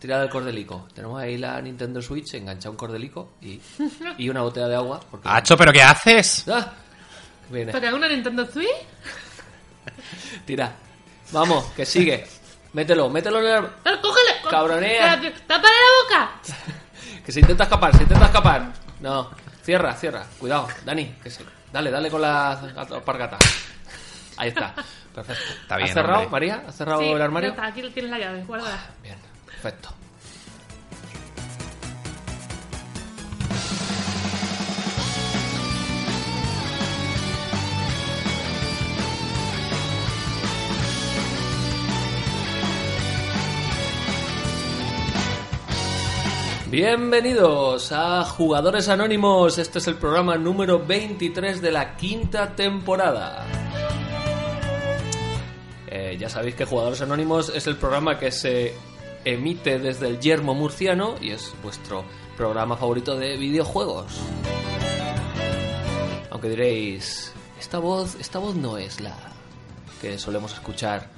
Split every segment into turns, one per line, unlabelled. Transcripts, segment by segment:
Tira del cordelico. Tenemos ahí la Nintendo Switch, engancha un cordelico y, y una botella de agua. Porque...
Hacho, ¿pero qué haces?
¡Ah! Viene.
¿Pero una Nintendo Switch?
Tira. Vamos, que sigue. Mételo, mételo en el...
¡Ah, ¡Cógele! co-
Cabronea.
Espérate, ¡Tápale la boca!
Que se intenta escapar, se intenta escapar. No, cierra, cierra. Cuidado, Dani, que se... Dale, dale con la alpargata. Ahí está. Perfecto.
Está bien,
¿Has cerrado,
hombre.
María? ¿Has cerrado
Sí,
el armario?
ya está, aquí tienes la llave, guárdala.
Bien, perfecto. Bienvenidos a Jugadores Anónimos. Este es el programa número 23 de la quinta temporada. Eh, ya sabéis que Jugadores Anónimos es el programa que se emite desde el yermo murciano y es vuestro programa favorito de videojuegos. Aunque diréis, esta voz, esta voz no es la que solemos escuchar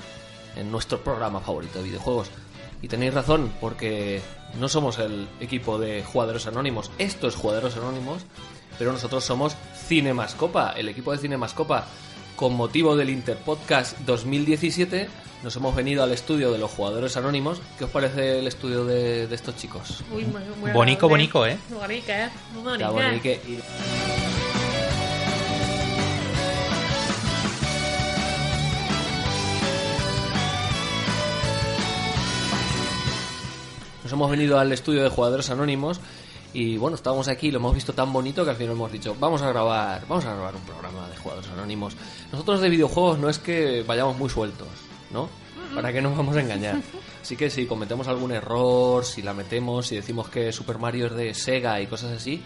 en nuestro programa favorito de videojuegos. Y tenéis razón, porque no somos el equipo de Jugadores Anónimos. Esto es Jugadores Anónimos, pero nosotros somos Cinemascopa, el equipo de Cinemascopa. Con motivo del Interpodcast 2017, nos hemos venido al estudio de los Jugadores Anónimos. ¿Qué os parece el estudio de, de estos chicos?
Uy, muy, muy
Bonico,
grande.
bonico, ¿eh?
Muy bonita, ¿eh? Muy bonita.
Está bueno, y que- y- Nos hemos venido al estudio de jugadores anónimos y bueno, estábamos aquí, y lo hemos visto tan bonito que al final hemos dicho, vamos a grabar, vamos a grabar un programa de jugadores anónimos. Nosotros de videojuegos no es que vayamos muy sueltos, ¿no? ¿Para qué nos vamos a engañar? Así que si cometemos algún error, si la metemos, si decimos que Super Mario es de Sega y cosas así,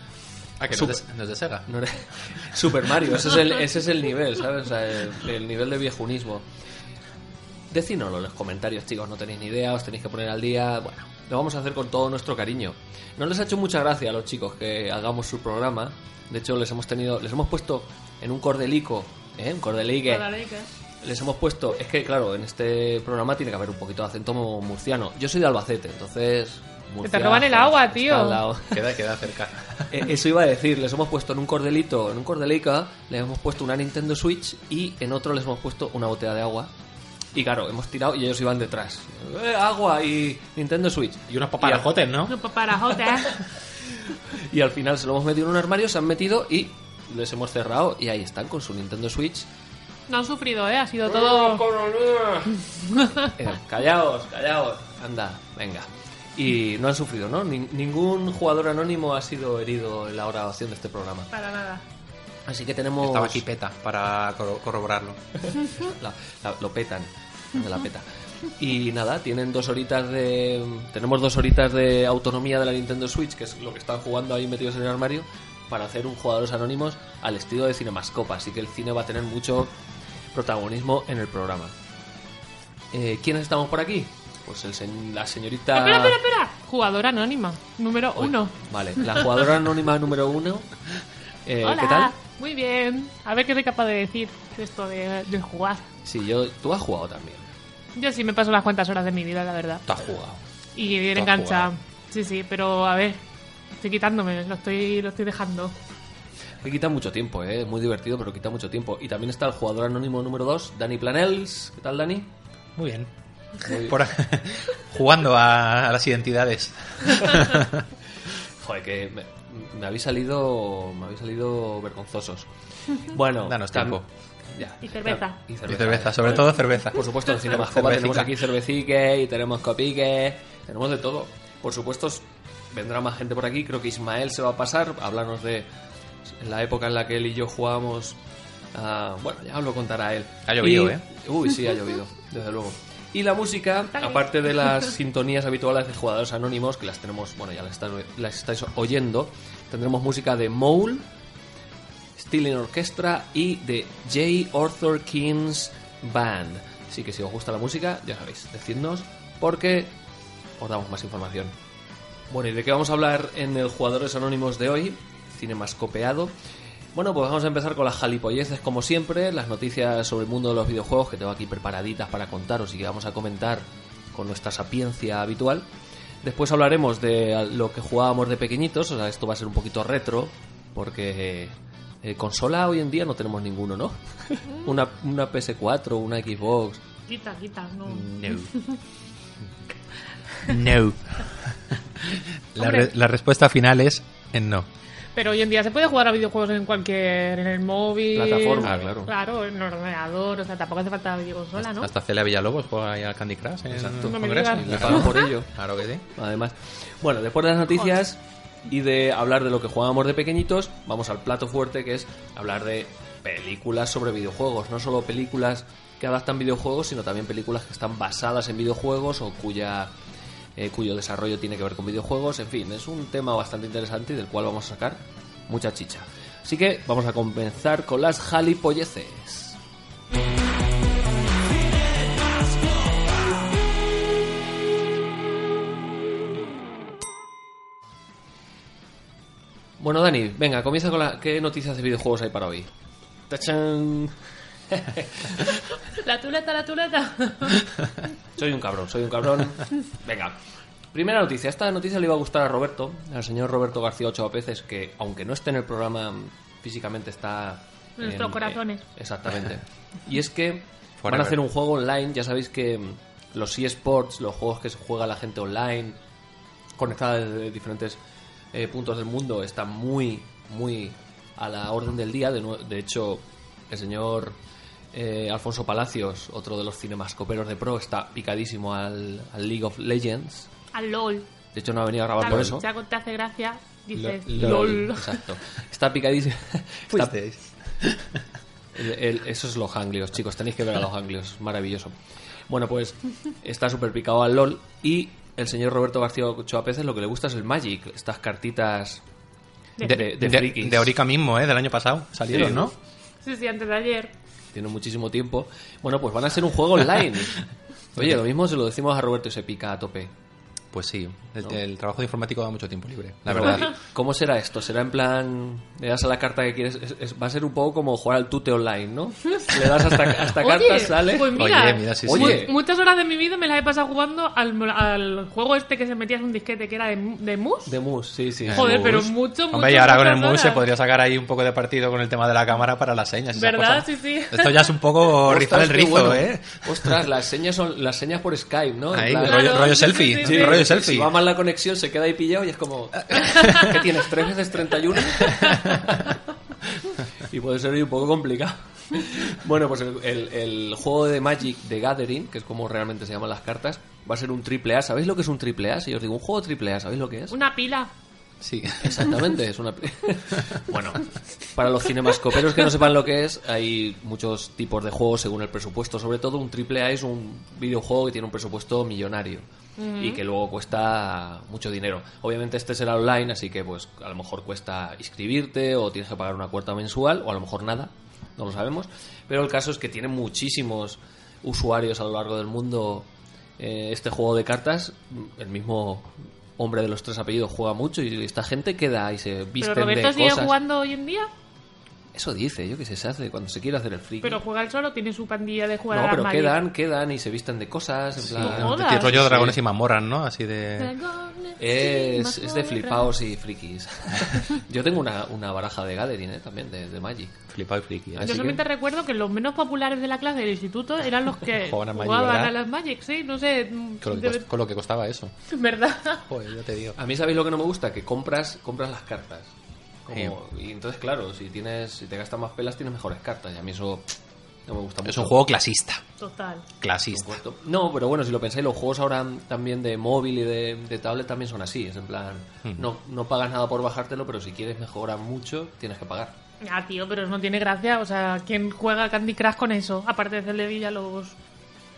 Ah, que
Sup-
no es, de, no es de Sega.
no era- Super Mario, ese es el, ese es el nivel, ¿sabes? O sea, el, el nivel de viejunismo. Decídnoslo en los comentarios, chicos, no tenéis ni idea, os tenéis que poner al día. Bueno, lo vamos a hacer con todo nuestro cariño. No les ha hecho mucha gracia a los chicos que hagamos su programa. De hecho, les hemos tenido, les hemos puesto en un cordelico, ¿eh? Un cordelique.
Cordelique.
Les hemos puesto, es que claro, en este programa tiene que haber un poquito de acento murciano. Yo soy de Albacete, entonces. Murcia,
roban el
joder,
agua,
está
tío.
al lado.
Queda, queda cerca.
Eh, Eso iba a decir, les hemos puesto en un cordelito, en un cordelica, les hemos puesto una Nintendo Switch y en otro les hemos puesto una botella de agua. Y claro, hemos tirado y ellos iban detrás. Eh, agua y Nintendo Switch.
Y unos paparajotes, ¿no?
Unos paparajotes.
Y al final se lo hemos metido en un armario, se han metido y les hemos cerrado y ahí están con su Nintendo Switch.
No han sufrido, ¿eh? Ha sido todo...
Eh, callaos, callaos. Anda, venga. Y no han sufrido, ¿no? Nin- ningún jugador anónimo ha sido herido en la grabación de este programa.
Para nada.
Así que tenemos...
Estaba aquí peta para corro- corroborarlo.
La- la- lo petan, de la peta. Y nada, tienen dos horitas de. Tenemos dos horitas de autonomía de la Nintendo Switch, que es lo que están jugando ahí metidos en el armario, para hacer un jugadores anónimos al estilo de Cinemascopa. Así que el cine va a tener mucho protagonismo en el programa. Eh, ¿Quiénes estamos por aquí? Pues el sen- la señorita.
Espera, espera, espera. Jugadora anónima, número
Uy,
uno.
Vale, la jugadora anónima número uno. Eh,
Hola.
¿Qué tal?
Muy bien. A ver qué soy capaz de decir de esto de, de jugar.
Sí, yo. Tú has jugado también.
Yo sí me paso las cuantas horas de mi vida, la verdad.
Tú has jugado.
Y bien
Tú has
enganchada.
jugado.
Sí, sí, pero a ver. Estoy quitándome, lo estoy, lo estoy dejando.
Que quita mucho tiempo, ¿eh? es muy divertido, pero quita mucho tiempo. Y también está el jugador anónimo número 2, Dani Planels. ¿Qué tal, Dani?
Muy bien.
Muy-
Por- jugando a, a las identidades.
Joder, que me, me habéis salido me habéis salido vergonzosos. Bueno,
Danos
tam-
tiempo.
ya.
Y cerveza.
Y
Y
cerveza,
cerveza, eh. sobre
Por-
todo cerveza.
Por supuesto, en Cinemascopa tenemos
Cervecica.
aquí cervecique y tenemos copique, tenemos de todo. Por supuesto, s- vendrá más gente por aquí. Creo que Ismael se va a pasar a hablarnos de la época en la que él y yo jugábamos. a- bueno, ya os lo contará él.
Ha llovido,
Y-
¿eh?
Uy, sí, ha llovido, desde luego. Y la música,
Dale.
aparte de las sintonías habituales de jugadores anónimos, que las tenemos, bueno, ya las, están- las estáis oyendo, tendremos música de Mole, Stealing Orchestra y de J. Arthur King's Band. Así que si os gusta la música, ya sabéis, decidnos porque os damos más información. Bueno, ¿y de qué vamos a hablar en el Jugadores Anónimos de hoy? Cine más copeado. Bueno, pues vamos a empezar con las jalipolleces como siempre, las noticias sobre el mundo de los videojuegos que tengo aquí preparaditas para contaros y que vamos a comentar con nuestra sapiencia habitual. Después hablaremos de lo que jugábamos de pequeñitos, o sea, esto va a ser un poquito retro, porque eh, consola hoy en día no tenemos ninguno, ¿no? una, una PS4, una Xbox.
Quita, quita, no.
Mm.
No. No. La,
Hombre.
re- la respuesta final es en no.
Pero hoy en día se puede jugar a videojuegos en cualquier. en el móvil. Ah,
Plataforma, claro.
Claro, en el ordenador. O sea, tampoco hace falta videoconsola, ¿no?
Hasta Celia Villalobos juega ahí al Candy Crush en
Exacto.
el
No me
Congreso.
digas.
Le pagan por ello.
Claro que sí.
además. Bueno, después de las noticias y de hablar de lo que jugábamos de pequeñitos, vamos al plato fuerte que es hablar de películas sobre videojuegos. No solo películas que adaptan videojuegos, sino también películas que están basadas en videojuegos o cuya eh, cuyo desarrollo tiene que ver con videojuegos. En fin, es un tema bastante interesante y del cual vamos a sacar mucha chicha. Así que vamos a comenzar con las jalipolleces. Bueno, Dani, venga, comienza con la... ¿Qué noticias de videojuegos hay para hoy? ¡Tachán!
La tuleta, la tuleta.
Soy un cabrón, soy un cabrón. Venga. Primera noticia. Esta noticia le iba a gustar a Roberto, al señor Roberto García Ochoa Peces, que aunque no esté en el programa, físicamente está...
En nuestros corazones.
eh, exactamente. Y es que van a
Forever.
hacer un juego online. Ya sabéis que mm, los eSports, los juegos que se juega la gente online, conectada desde diferentes eh, puntos del mundo, está muy, muy a la orden del día. De, nue- de hecho, el señor eh, Alfonso Palacios, otro de los cinemascoperos de pro, está picadísimo al, al League of Legends.
Al LOL.
De hecho, no ha venido a
Ah,
grabar Ah, por eso.
Chaco te hace gracia. Dices,
Lo-
LOL.
Exacto. Está picadísimo. Está
Fuisteis.
El- el- eso es los anglios, chicos. Tenéis que ver a los anglios. Maravilloso. Bueno, pues está súper picado al LOL. Y el señor Roberto García Ochoa Peces lo que le gusta es el Magic. Estas cartitas de, de,
De,
frikis.
de Orica mismo, ¿eh? Del año pasado. Salieron,
Sí.
¿no?
Sí, sí, antes de ayer.
Tiene muchísimo tiempo. Bueno, pues van a ser un juego online. Oye, lo mismo se lo decimos a Roberto y se pica a tope.
Pues sí. El, el trabajo de informático da mucho tiempo libre. La
Pero,
verdad.
¿Cómo será esto? ¿Será en plan. Le das a la carta que quieres? Es- es- va a ser un poco como jugar al tute online, ¿no? Le das hasta, hasta cartas, sale.
Pues mira,
Oye, mira, sí, sí.
Oye.
muchas horas de mi vida me las he pasado jugando al, al juego este que se metías un disquete que era de, de mus.
De mus, sí, sí.
Joder,
mus.
pero mucho, mucho.
Hombre, y ahora con el
muchas
MUS se
horas.
podría sacar ahí un poco de partido con el tema de la cámara para las señas. y esas
¿Verdad?
cosas.
Sí, sí.
Esto ya es un poco rizar Oh, el
Ostras, qué
rizo,
bueno.
¿eh?
Ostras, las señas son las señas por Skype, ¿no? En
Ahí,
plan-
rollo,
Claro,
rollo
sí,
selfie.
sí,
Sí,
rollo
sí,
selfie.
Si va mal la conexión, se queda ahí pillado y es como. ¿Qué tienes? ¿Tres veces 31? y puede ser ahí un poco complicado. Bueno, pues el, el- el juego de Magic de Gathering, que es como realmente se llaman las cartas, va a ser un triple A. ¿Sabéis lo que es un triple A? Si yo os digo un juego triple A, ¿sabéis lo que es?
Una pila.
Sí.
Exactamente, es una... bueno, para los cinemascoperos que no sepan lo que es, hay muchos tipos de juegos según el presupuesto. Sobre todo un AAA es un videojuego que tiene un presupuesto millonario y que luego cuesta mucho dinero. Obviamente este será online, así que pues a lo mejor cuesta inscribirte o tienes que pagar una cuota mensual o a lo mejor nada, no lo sabemos. Pero el caso es que tiene muchísimos usuarios a lo largo del mundo eh, este juego de cartas. El mismo hombre de los tres apellidos juega mucho y esta gente queda y se
Pero
visten
Roberto
de
sigue
cosas.
jugando hoy en día,
Eso dice, yo que sé, se hace cuando se quiere hacer el friki.
pero juega él solo, tiene su pandilla de jugar
no,
a
pero
la
quedan, quedan y se visten de cosas. En plan,
No jodas.
El rollo
Sí.
dragones y mazmorras, ¿no? Así de...
Es, es de flipaos y frikis. Yo tengo una, una baraja de Gathering eh, también, de, de Magic.
Flipado y friki.
Así
Yo
que-
solamente recuerdo que los menos populares de la clase del instituto eran los que
Jugaban a Magic,
jugaban
¿verdad?
a las Magic, sí, no sé,
Con lo, que
debe-
cost- con lo que costaba eso.
¿verdad?
Joder, ya te digo.
A mí, ¿sabéis lo que no me gusta? Que compras, compras las cartas. Como- Y entonces, claro, si tienes si te gastas más pelas, tienes mejores cartas. Y a mí eso no me gusta mucho.
Es un juego clasista.
Total.
Clasista.
Correcto. No, pero bueno, si lo pensáis, los juegos ahora también de móvil y de, de tablet también son así. Es en plan,
Hmm.
no, no pagas nada por bajártelo, pero si quieres mejorar mucho, tienes que pagar.
Ah, tío, pero no tiene gracia, o sea, ¿quién juega Candy Crush con eso? Aparte de hacerle Villalobos.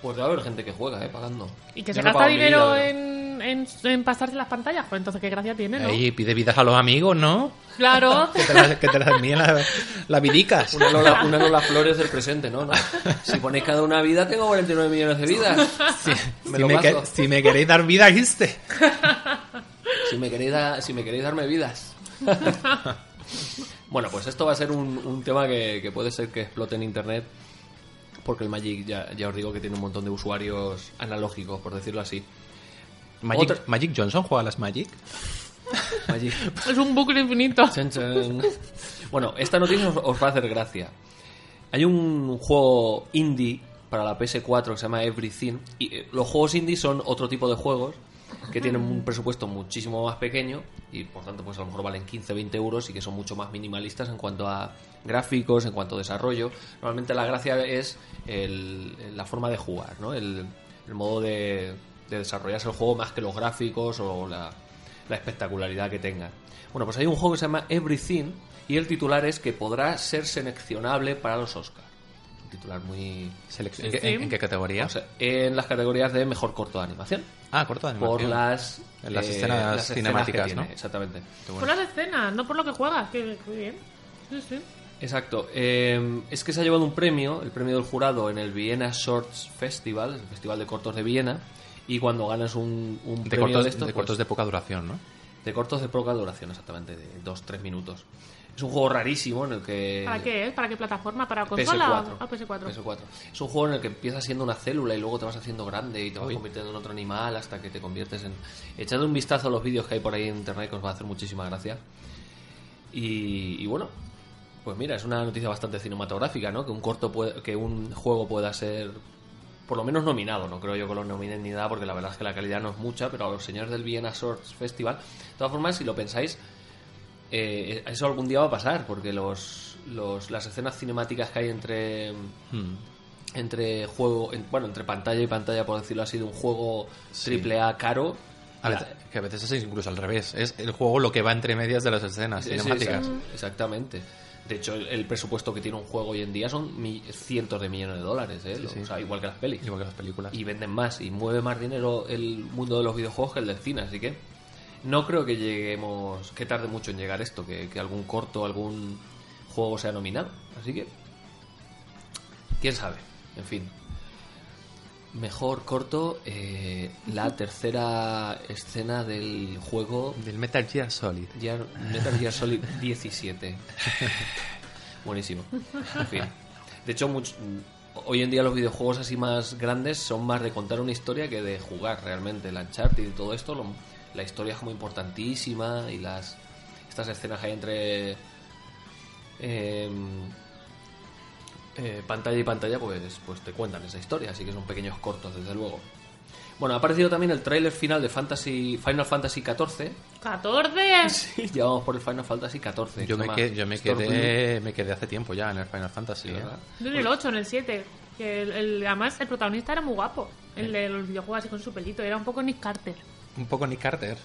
Pues debe haber gente que juega, ¿eh? Pagando.
Y que
Yo
se
no he
gasta
pagado en mi
dinero
vida, pero-
en, en, en pasarse las pantallas, pues entonces qué gracia tiene, ¿no?
Ahí pide vidas a los amigos, ¿no?
Claro.
Que te las, que te las envíen las, las vidicas.
Una Lola, una Lola Flores del presente, ¿no? ¿no? Si ponéis cada una vida, tengo 49 millones de vidas. me
si,
lo
me
paso.
que- si me queréis dar vida, este. ¿viste?
Si me queréis, da- si me queréis darme vidas. bueno, pues esto va a ser un, un tema que, que puede ser que explote en internet. Porque el Magic, ya, ya os digo que tiene un montón de usuarios analógicos, por decirlo así. Otra-
Magic, Magic Johnson juega a las Magic.
Magic.
es un bucle infinito.
Chan, chan. Bueno, esta noticia os, os va a hacer gracia. Hay un juego indie para la PS4 que se llama Everything. Y eh, los juegos indie son otro tipo de juegos que tienen un presupuesto muchísimo más pequeño y por tanto pues a lo mejor valen 15 20 euros y que son mucho más minimalistas en cuanto a gráficos en cuanto a desarrollo normalmente la gracia es el- la forma de jugar ¿no? el, el modo de, de desarrollarse el juego más que los gráficos o la, la espectacularidad que tenga. Bueno, pues hay un juego que se llama Everything y el titular es que podrá ser seleccionable para los Oscars. Un titular muy...
Selec-
Sí,
¿En, qué,
sí.
en- en qué categoría?
o sea, en las categorías de mejor corto de animación.
ah, corto de
Por
animación.
las, eh,
En las escenas cinemáticas,
que tiene,
¿no?
Exactamente.
Por las escenas, no por lo que juegas, que que bien. Sí, sí.
Exacto. Eh, es que se ha llevado un premio, el premio del jurado, en el Vienna Shorts Festival, el Festival de Cortos de Viena, y cuando ganas un, un
De
premio
cortos
de
de,
estos... pues,
cortos de poca duración, ¿no?
De cortos de poca duración, exactamente, de 2-3 minutos. Es un juego rarísimo en el que...
¿Para qué es? ¿Para qué plataforma? ¿Para consola?
PS4.
Ah, PS4.
Es un juego en el que empiezas siendo una célula y luego te vas haciendo grande y te vas convirtiendo en otro animal hasta que te conviertes en... Echad un vistazo a los vídeos que hay por ahí en internet que os va a hacer muchísima gracia. Y, y bueno, pues mira, es una noticia bastante cinematográfica, ¿no? Que un corto puede- que un juego pueda ser por lo menos nominado, no creo yo que lo nominen ni nada porque la verdad es que la calidad no es mucha, pero a los señores del Vienna Shorts Festival, de todas formas, si lo pensáis, eh, eso algún día va a pasar, porque los, los- las escenas cinemáticas que hay entre
Hmm.
entre juego, en- bueno, entre pantalla y pantalla, por decirlo así, de un juego triple A caro.
A
la-
veces, que a veces es incluso al revés. Es el juego lo que va entre medias de las escenas
Sí, sí,
cinemáticas.
exact- exactamente. De hecho, el, el presupuesto que tiene un juego hoy en día son mi- cientos de millones de dólares, ¿eh? Lo-
sí.
o sea, igual que las pelis.
Igual que las películas.
Y venden más, y mueve más dinero el mundo de los videojuegos que el del cine, así que no creo que lleguemos, que tarde mucho en llegar esto, que, que algún corto, algún juego sea nominado. Así que, quién sabe, en fin. Mejor corto, eh, la tercera escena del juego
Del Metal Gear Solid.
Gear- Metal Gear Solid 17. Buenísimo. En fin. De hecho, much- hoy en día los videojuegos así más grandes son más de contar una historia que de jugar realmente. El Uncharted y todo esto, lo- la historia es como importantísima y las estas escenas que hay entre eh, eh, pantalla y pantalla, pues, pues te cuentan esa historia. Así que son pequeños cortos, desde luego. Bueno, ha aparecido también el tráiler final de Fantasy, Final Fantasy XIV,
¡14!
Sí, ya vamos por el Final Fantasy XIV.
Yo
se
me,
llama
que- yo me
Stormblood,
quedé, me quedé hace tiempo ya en el Final Fantasy. ¿eh?
¿verdad?
Yo en el 8, en el 7. Que el, el- además, el protagonista era muy guapo. El de los videojuegos así con su pelito. Era un poco Nick Carter.
Un poco Nick Carter.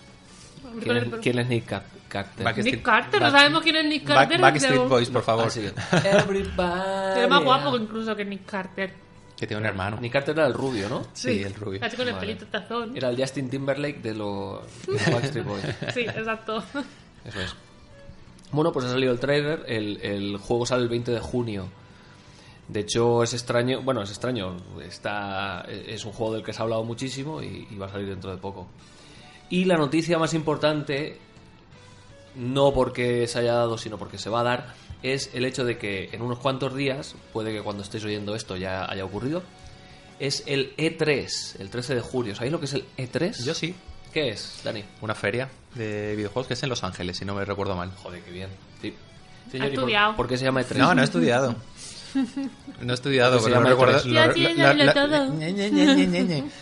¿Quién es, quién es Nick Car- Carter?
Back-
Nick Carter, no
Back-
sabemos quién es Nick
Back-
Carter.
Backstreet
pero-
Boys, por favor.
Así es. Ah, Everybody.
pero más guapo incluso que Nick Carter.
Que tiene un hermano.
Nick Carter era el rubio, ¿no?
Sí, el rubio.
Así con el
Vale.
pelito tazón.
Era el Justin Timberlake de los de los Backstreet Boys.
Sí, exacto.
Eso es. Bueno, pues ha salido el trailer. El, el juego sale el 20 de junio. De hecho, es extraño. Bueno, es extraño. Está, es un juego del que se ha hablado muchísimo y, y va a salir dentro de poco. Y la noticia más importante, no porque se haya dado, sino porque se va a dar, es el hecho de que en unos cuantos días, puede que cuando estéis oyendo esto ya haya ocurrido, es el E3, el 13 de julio. ¿Sabéis lo que es el E3?
Yo sí.
¿Qué es, Dani?
Una feria de videojuegos que es en Los Ángeles, si no me recuerdo mal.
Joder, qué bien. Sí.
Ha
¿y por-
estudiado.
¿Por qué se llama E E3?
No, no he estudiado. No he estudiado,
Se
pero Pues lo
llama
recuerdo.
E3.
lo-
Ya
lo-
tiene
la-
lo
la-
todo.
Ñe, Ñe, Ñe, Ñe, Ñe, Ñe.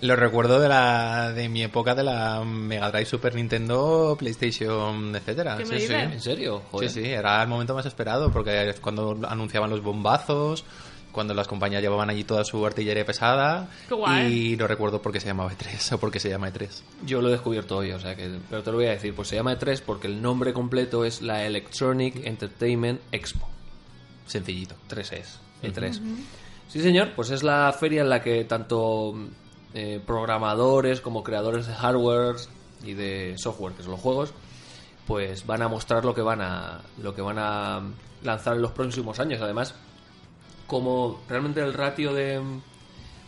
Lo recuerdo de la de mi época de la Mega Drive, Super Nintendo, PlayStation, etcétera.
¿Qué me
Sí, sí.
dices?
¿En serio?
Sí,
Joder.
sí, era el momento más esperado, porque es cuando anunciaban los bombazos, cuando las compañías llevaban allí toda su artillería pesada.
Qué guay.
Y no recuerdo por qué se llamaba E3 o por qué se llama E E3.
Yo lo he descubierto hoy, o sea que... Pero te lo voy a decir, pues se llama E3 porque el nombre completo es la Electronic Entertainment Expo.
Sencillito.
3S. E3. E Sí, señor, pues es la feria en la que tanto mm, eh, programadores como creadores de hardware y de software, que son los juegos, pues van a mostrar lo que van a, lo que van a lanzar en los próximos años. Además, como realmente el ratio de,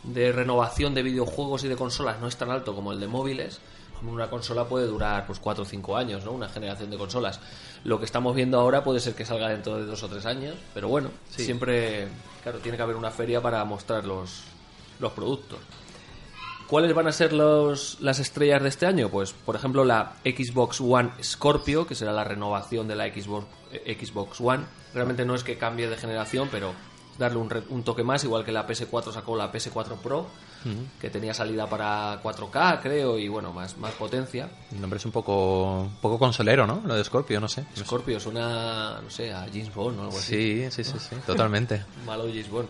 de renovación de videojuegos y de consolas no es tan alto como el de móviles, una consola puede durar pues 4 o 5 años, ¿no? Una generación de consolas. Lo que estamos viendo ahora puede ser que salga dentro de 2 o 3 años, pero bueno, siempre, claro, tiene que haber una feria para mostrar los, los productos. ¿Cuáles van a ser los, las estrellas de este año? Pues, por ejemplo, la Xbox One Scorpio, que será la renovación de la Xbox, eh, Xbox One. Realmente no es que cambie de generación, pero darle un, re- un toque más, igual que la PS4 sacó la PS4 Pro, que tenía salida para 4K, creo, y bueno, más, más potencia.
El nombre es un poco, un poco consolero, ¿no? Lo de Scorpio, no sé.
Scorpio suena, no sé, a James Bond o algo así.
Pues Sí, sí, sí, sí, totalmente.
Malo James Bond.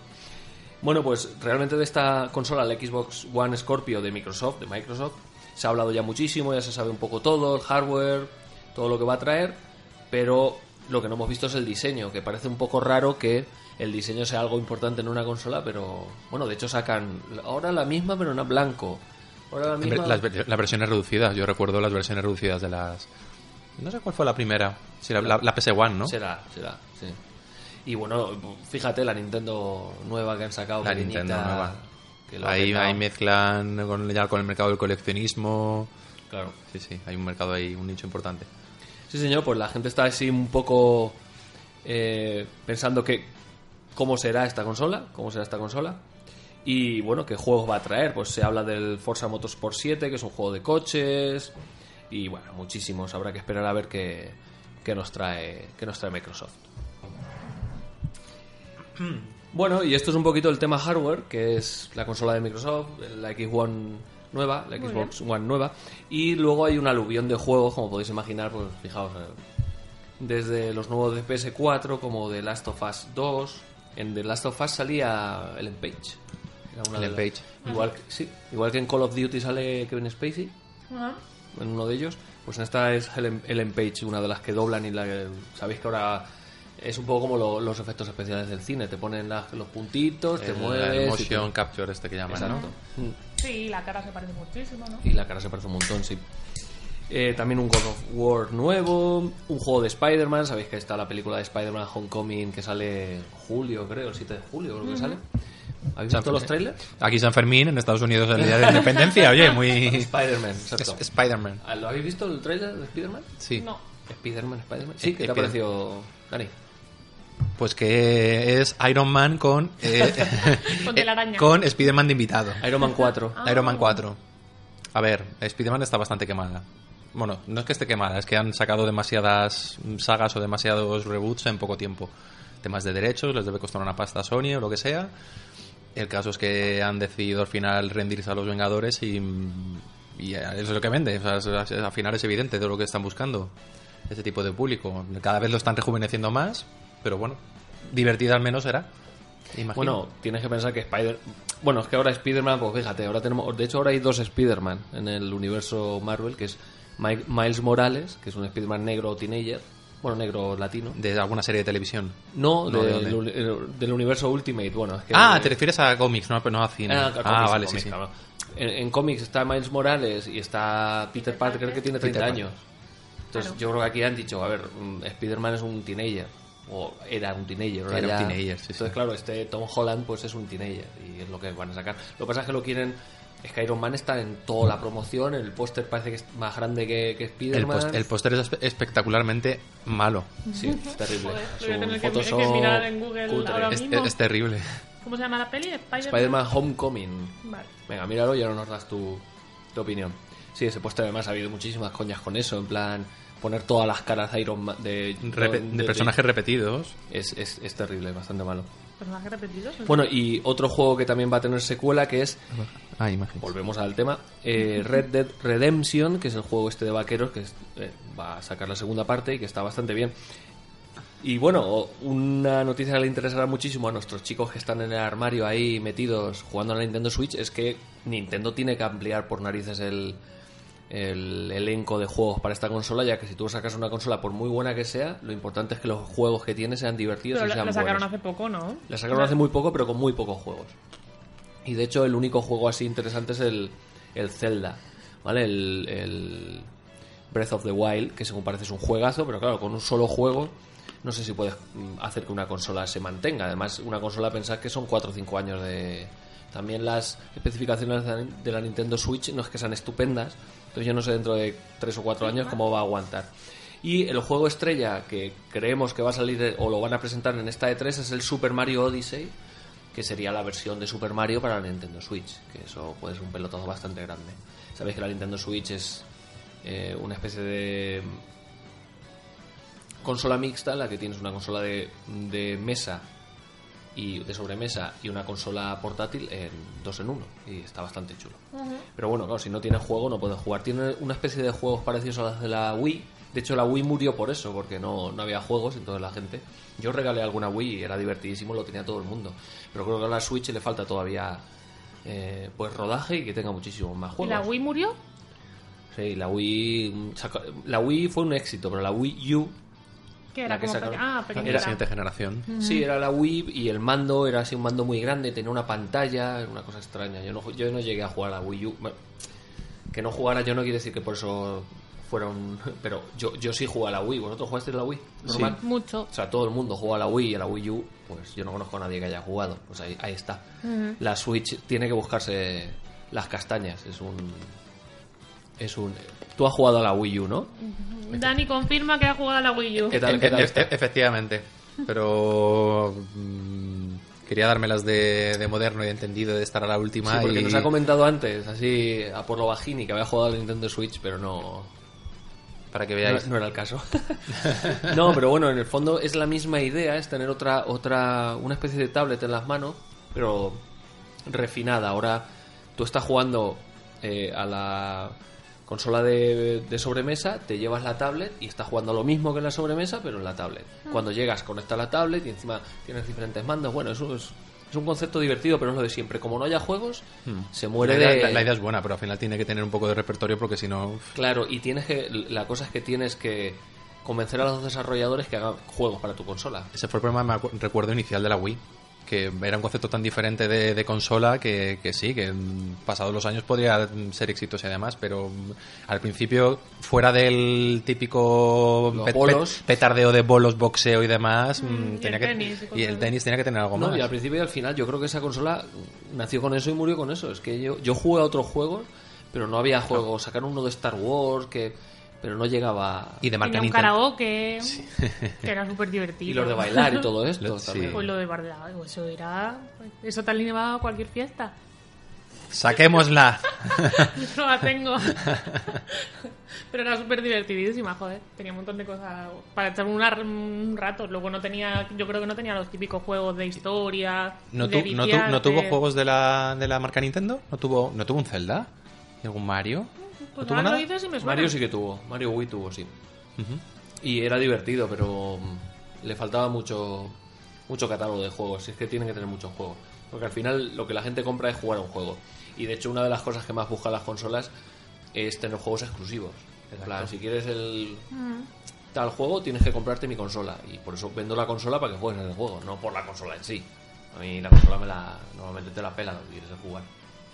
Bueno, pues realmente de esta consola, la Xbox One Scorpio de Microsoft, de Microsoft, se ha hablado ya muchísimo, ya se sabe un poco todo, el hardware, todo lo que va a traer, pero lo que no hemos visto es el diseño, que parece un poco raro que el diseño sea algo importante en una consola, pero bueno, de hecho sacan ahora la misma, pero en blanco. Ahora la misma...
Las, ver- las versiones reducidas, yo recuerdo las versiones reducidas de las... No sé cuál fue la primera, si la, la, la PS1, ¿no?
Será, será, sí. Y bueno, fíjate la Nintendo nueva que han sacado.
La
pequeñita,
Nintendo nueva.
que lo han
Ahí,
petado.
ahí mezclan con, ya con el mercado del coleccionismo.
Claro.
Sí, sí, hay un mercado ahí, un nicho importante.
Sí, señor, pues la gente está así un poco eh, pensando que cómo será esta consola, cómo será esta consola y bueno, qué juegos va a traer. Pues se habla del Forza Motorsport 7, que es un juego de coches y bueno, muchísimos. Habrá que esperar a ver qué, qué nos trae qué nos trae Microsoft. Bueno, y esto es un poquito el tema hardware, que es la consola de Microsoft, la X1 nueva, la Xbox One nueva, y luego hay un aluvión de juegos, como podéis imaginar, pues fijaos, eh, desde los nuevos de PS4 como The Last of Us 2, en The Last of Us salía Ellen Page. Era una de
Ellen
las- Igual, que- sí, igual que en Call of Duty sale Kevin Spacey, en uno de ellos, pues en esta es Ellen, Ellen Page, una de las que doblan y la que- sabéis que ahora es un poco como lo- los efectos especiales del cine, te ponen las- los puntitos, te
El-
mueves,
el
y te-
motion capture este que llaman,
Exacto.
¿no?
Sí, la cara se parece muchísimo, ¿no?
Y la cara se parece un montón, sí. Eh, también un God of War nuevo, un juego de Spider-Man, sabéis que está la película de Spider-Man Homecoming que sale en julio, creo, el 7 de julio creo que sale. ¿Habéis visto los trailers?
Aquí San Fermín, en Estados Unidos, el día de la independencia, oye, muy...
Spider-Man, exacto.
Es- Spider-Man.
Ah, ¿Lo habéis visto el trailer de Spider-Man?
Sí.
No.
Spider-Man, Spider-Man. Sí,
Eh,
¿qué te ha
Spider-
parecido, Dani?
Pues que es Iron Man con... eh,
Con telaraña.
con Spider-Man de invitado.
Iron Man 4.
Iron Man 4. A ver, Spider-Man está bastante quemada. Bueno, no es que esté quemada, es que han sacado demasiadas mm, sagas o demasiados reboots en poco tiempo. Temas de derechos, les debe costar una pasta a Sony o lo que sea. El caso es que han decidido al final rendirse a los Vengadores y, mm, y eh, es lo que vende. O sea, es- es- al final es evidente de lo que están buscando. Ese tipo de público. Cada vez lo están rejuveneciendo más, pero bueno, divertida al menos será. Imagino.
Bueno, tienes que pensar que Spider... Bueno, es que ahora Spider-Man, pues fíjate, ahora tenemos... De hecho, ahora hay dos Spider-Man en el universo Marvel, que es Mi- Miles Morales, que es un Spider-Man negro teenager, bueno, negro latino.
de alguna serie de televisión.
No,
No, ¿de
del, uni- eh, del universo Ultimate, bueno, es que...
Ah, te refieres a cómics, no, pero no a cine.
Ah,
Ah,
cómics,
vale,
cómics,
sí, sí.
claro. En, en cómics está Miles Morales y está Peter Parker, creo que tiene 30
Peter Parker.
años. Entonces yo creo que aquí han dicho, a ver, mm, Spider-Man es un teenager. O era un teenager. ahora
Era un
ya-
teenager, sí, sí.
Entonces, claro, este Tom Holland pues es un teenager y es lo que van a sacar. Lo que pasa es que lo quieren... Es que Iron Man está en toda la promoción, el póster parece que es más grande que, que
El
Spider-Man.
post- el póster es espe- espectacularmente malo.
Sí, es terrible.
Joder,
Es
lo voy a
un
tener que- que
Photoshop
mirar en Google
cutre.
ahora
Es,
mismo.
es- es terrible.
¿Cómo se llama la peli? Spider-Man.
Spider-Man Homecoming.
Vale.
Venga, míralo y ahora nos das tu, tu opinión. Sí, ese puesto además ha habido muchísimas coñas con eso, en plan poner todas las caras de Iron Man de,
Repe-
no,
de personajes repetidos.
es, es, es terrible, bastante malo.
¿Personajes pues repetidos?
Bueno, y otro juego que también va a tener secuela que es,
Ah, imagínate.
volvemos al tema, eh, Red Dead Redemption, que es el juego este de vaqueros que es- eh, va a sacar la segunda parte y que está bastante bien. Y bueno, una noticia que le interesará muchísimo a nuestros chicos que están en el armario ahí metidos jugando a la Nintendo Switch es que Nintendo tiene que ampliar por narices el, el elenco de juegos para esta consola, ya que si tú sacas una consola, por muy buena que sea, lo importante es que los juegos que tiene sean divertidos
Pero
y
la,
sean
la sacaron
buenos.
hace poco, ¿no?
La sacaron hace muy poco, pero con muy pocos juegos. Y de hecho, el único juego así interesante es el, el Zelda, ¿vale? El, el Breath of the Wild, que según parece es un juegazo, pero claro, con un solo juego no sé si puedes mm, hacer que una consola se mantenga. Además, una consola, pensad que son 4 o 5 años de... También las especificaciones de la- de la Nintendo Switch no es que sean estupendas, entonces yo no sé dentro de 3 o 4 años cómo va a aguantar. Y el juego estrella que creemos que va a salir eh, o lo van a presentar en esta E3 es el Super Mario Odyssey, que sería la versión de Super Mario para la Nintendo Switch, que eso puede ser un pelotazo bastante grande. Sabéis que la Nintendo Switch es eh, una especie de mm, consola mixta, en la que tienes una consola de, de mesa y de sobremesa y una consola portátil en dos en uno y está bastante chulo. Pero bueno, claro, si no tienes juego no puedes jugar. Tiene una especie de juegos parecidos a las de la Wii. De hecho, la Wii murió por eso, porque no, no había juegos, entonces la gente... Yo regalé alguna Wii y era divertidísimo, lo tenía todo el mundo. Pero creo que a la Switch le falta todavía eh, pues rodaje y que tenga muchísimos más
¿Y
juegos.
la Wii murió?
Sí, la Wii, mm, saca- la Wii fue un éxito, pero la Wii U
Que era
La que
como
sacaron.
peque- Ah,
Era
pequeñita.
la siguiente generación.
Sí, era la Wii y el mando era así un mando muy grande, tenía una pantalla, era una cosa extraña. Yo no, yo no llegué a jugar a la Wii U. Bueno, que no jugara yo no quiere decir que por eso fueron... Pero yo, yo sí jugué a la Wii. ¿Vosotros jugasteis a la Wii? Normal.
Mucho.
O sea, todo el mundo juega a la Wii y a la Wii U. Pues yo no conozco a nadie que haya jugado. Pues ahí, ahí está. La Switch tiene que buscarse las castañas. Es un... Es un... Tú has jugado a la Wii U, ¿no?
Dani confirma que ha jugado a la Wii U.
¿Qué tal? ¿Qué tal
E- e-
está?
efectivamente. Pero mm, quería dármelas de, de moderno y de entendido de estar a la última.
Sí, porque
y-
nos ha comentado antes, así a por lo bajini, que había jugado al Nintendo Switch, pero no,
para que
no,
veáis.
no era el caso. no, pero bueno, en el fondo es la misma idea, es tener otra, otra, una especie de tablet en las manos, pero refinada. Ahora tú estás jugando eh, a la consola de, de sobremesa, te llevas la tablet y estás jugando a lo mismo que en la sobremesa, pero en la tablet. Cuando llegas, conectas la tablet y encima tienes diferentes mandos. Bueno, eso es, es un concepto divertido, pero es lo de siempre. Como no haya juegos, se muere
Hmm. la,
de...
la- la idea es buena, pero al final tiene que tener un poco de repertorio porque si no.
Claro, y tienes que. La cosa es que tienes que convencer a los desarrolladores que hagan juegos para tu consola.
Ese fue el problema, me acu- recuerdo, inicial de la Wii. Que era un concepto tan diferente de, de consola que, que sí, que mm, pasados los años podría mm, ser exitoso y demás, pero mm, al principio, fuera del típico
Los bolos.
petardeo de bolos, boxeo y demás, mm,
Mm, y
tenía
el
que,
tenis y cosas
y el
así.
tenis tenía que tener algo
No,
más.
y al principio y al final, yo creo que esa consola nació con eso y murió con eso. Es que yo, yo jugué a otros juegos, pero no había juegos. Sacaron uno de Star Wars, que pero no llegaba.
Y de marca
Tenía un
Nintendo.
karaoke. Que era súper divertido.
Y los de bailar y todo esto.
Sí.
también.
Pues lo de bailar, eso era. pues Eso tal y va a cualquier fiesta.
Saquémosla.
No la tengo. Pero era súper divertidísima, joder. Tenía un montón de cosas para echar un, ar- un rato. Luego no tenía, yo creo que no tenía los típicos juegos de historia.
¿No,
de
tu- no tu- no
viciarte.
tuvo juegos de la, de la marca Nintendo? ¿No tuvo, ¿No tuvo un Zelda? ¿Y algún Mario?
Pues
tuvo
ahora
nada?
lo dices y me suena.
Mario sí que tuvo, Mario Wii tuvo, sí. Y era divertido, pero mm, le faltaba mucho mucho catálogo de juegos, si es que tienen que tener muchos juegos. Porque al final lo que la gente compra es jugar a un juego. Y de hecho una de las cosas que más buscan las consolas es tener juegos exclusivos. En plan, si quieres el
Mm.
tal juego, tienes que comprarte mi consola. Y por eso vendo la consola para que juegues en el juego, no por la consola en sí. A mí la consola me la, normalmente te la pela lo que quieres es jugar.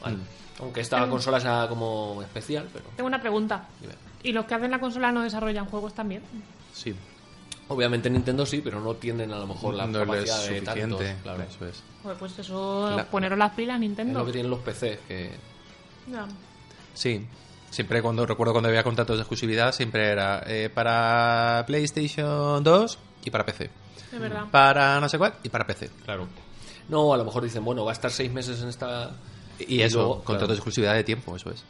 Vale. Aunque esta
Em.
consola sea como especial, pero...
Tengo una pregunta.
Dime.
¿Y los que hacen la consola no desarrollan juegos también?
Sí,
Obviamente Nintendo sí, pero no tienen a lo mejor la
no es
capacidad de
suficiente.
tantos, claro.
Eso es.
Joder, pues eso,
La-
poneros las pilas,
Es
Nintendo.
lo que tienen los PCs, que
Ya.
Sí. Siempre cuando recuerdo cuando había contratos de exclusividad, siempre era eh, para PlayStation 2 y para PC.
Es verdad.
Para no sé cuál y para PC.
Claro. No, a lo mejor dicen, bueno, va a estar seis meses en esta.
Y eso,
luego,
contratos de
claro,
exclusividad de tiempo, eso es.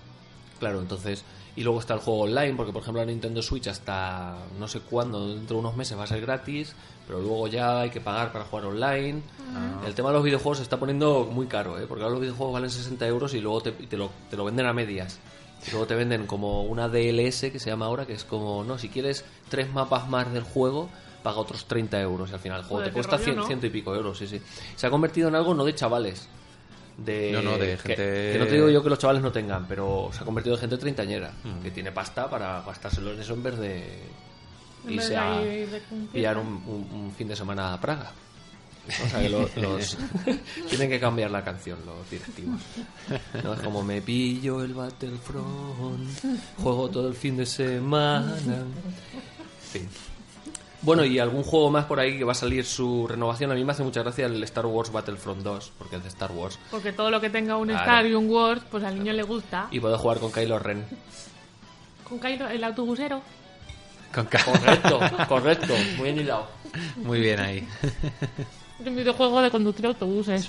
claro, entonces. Y luego está el juego online, porque por ejemplo la Nintendo Switch hasta no sé cuándo, dentro de unos meses va a ser gratis, pero luego ya hay que pagar para jugar online.
Ah.
El tema de los videojuegos se está poniendo muy caro, ¿eh? porque ahora los videojuegos valen 60 euros y luego te, y te lo, te lo venden a medias. Y luego te venden como una DLS que se llama ahora, que es como, no, si quieres tres mapas más del juego, paga otros 30 euros. Y al final el juego
Joder,
te
qué
cuesta
rollo,
100,
¿no?
100 y pico euros, sí, sí. Se ha convertido en algo no de chavales. De,
No, no, de
que-
gente-
Que, no te digo yo que los chavales no tengan, pero se ha convertido en gente treintañera,
Mm.
que tiene pasta para gastárselo en eso en vez de
En vez
irse
de
a
ahí de cumplir.
pillar un, un- un fin de semana a Praga. O sea, que lo- los, tienen que cambiar la canción los directivos. No, es como me pillo el Battlefront, juego todo el fin de semana. Sí. Bueno, y algún juego más por ahí que va a salir su renovación. A mí me hace mucha gracia el Star Wars Battlefront 2, porque es de Star Wars.
Porque todo lo que tenga un
Claro.
Star y un Word, pues al niño le gusta.
Y poder jugar con Kylo Ren.
Con Kylo, el autobusero.
Con ca-
Correcto, correcto, muy bien hilado.
Muy bien ahí.
Es un videojuego de conducir autobuses.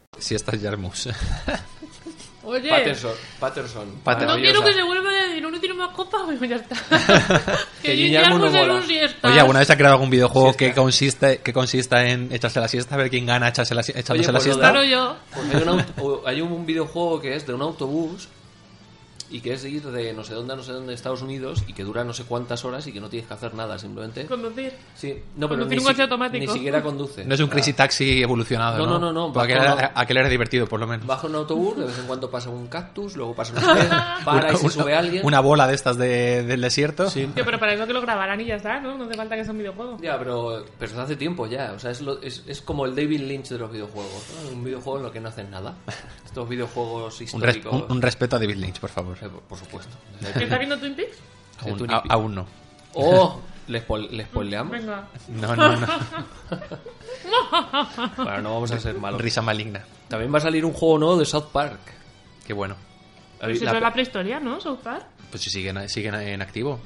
Si estás Yarmus.
Oye,
Patterson, Patterson.
Patterson.
no quiero que se
maravillosa.
vuelva de decir, no, no tiene más copas, pues ya está.
Que
que yo
Guillermo
ya
no
no ser
mola.
un siesta.
Oye, ¿alguna vez ha creado algún videojuego que
Siesta.
consiste, que consista en echarse la siesta? A ver quién gana echarse la, si- echándose
Oye,
la
pues lo
siesta.
Claro, yo.
Pues hay, un auto- hay un videojuego que es de un autobús y que es de ir de no sé dónde a no sé dónde de Estados Unidos y que dura no sé cuántas horas y que no tienes que hacer nada, simplemente.
Conducir.
Sí, no, pero
Conducir
ni,
un coche
si-
automático.
ni siquiera conduce.
No es un
O sea,
Crazy Taxi evolucionado.
Ah. No,
No,
no, no, no.
Pero aquel,
Bajo
era,
no.
aquel era divertido, por lo menos.
Baja un autobús, de vez en cuando pasa un cactus, luego pasa un para y se sube alguien.
una bola de estas de- del desierto.
Sí.
Tío, pero para eso que lo grabarán y ya está, ¿no? No hace falta que sea un videojuego.
Ya, pero, pero eso hace tiempo ya. O sea, es, lo- es, es como el David Lynch de los videojuegos. ¿no? Un videojuego en lo que no hacen nada. Estos videojuegos
Un, res-
históricos.
un- un respeto a David Lynch, por favor.
Eh, por- Por supuesto.
¿Está viendo Twin Peaks?
El
Aún,
Twin
a-
Peaks.
aún no.
¡Oh! ¿Le, spoil- le spoileamos?
Venga.
No, no, no.
Bueno, no vamos a ser malos.
Risa maligna.
También va a salir un juego nuevo de South Park.
Qué bueno.
¿Habéis-
Eso
la-
es la prehistoria, ¿no? South Park.
Pues si siguen, siguen en activo.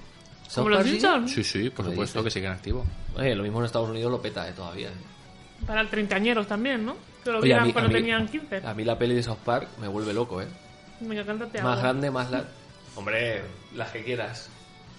South
Como los
Park sigue?
Simpsons.
Sí, sí, por
¿Qué
supuesto
dices?
que siguen en activo.
Oye, lo mismo en Estados Unidos lo peta eh, todavía. eh.
Para el treintañeros también, ¿no? Que lo
Oye, a
vieran
mí-
cuando
a mí-
tenían 15.
A mí la peli de South Park me vuelve loco, ¿eh?
Venga, cántate
Más
algo.
grande, más la... Hombre, las que quieras.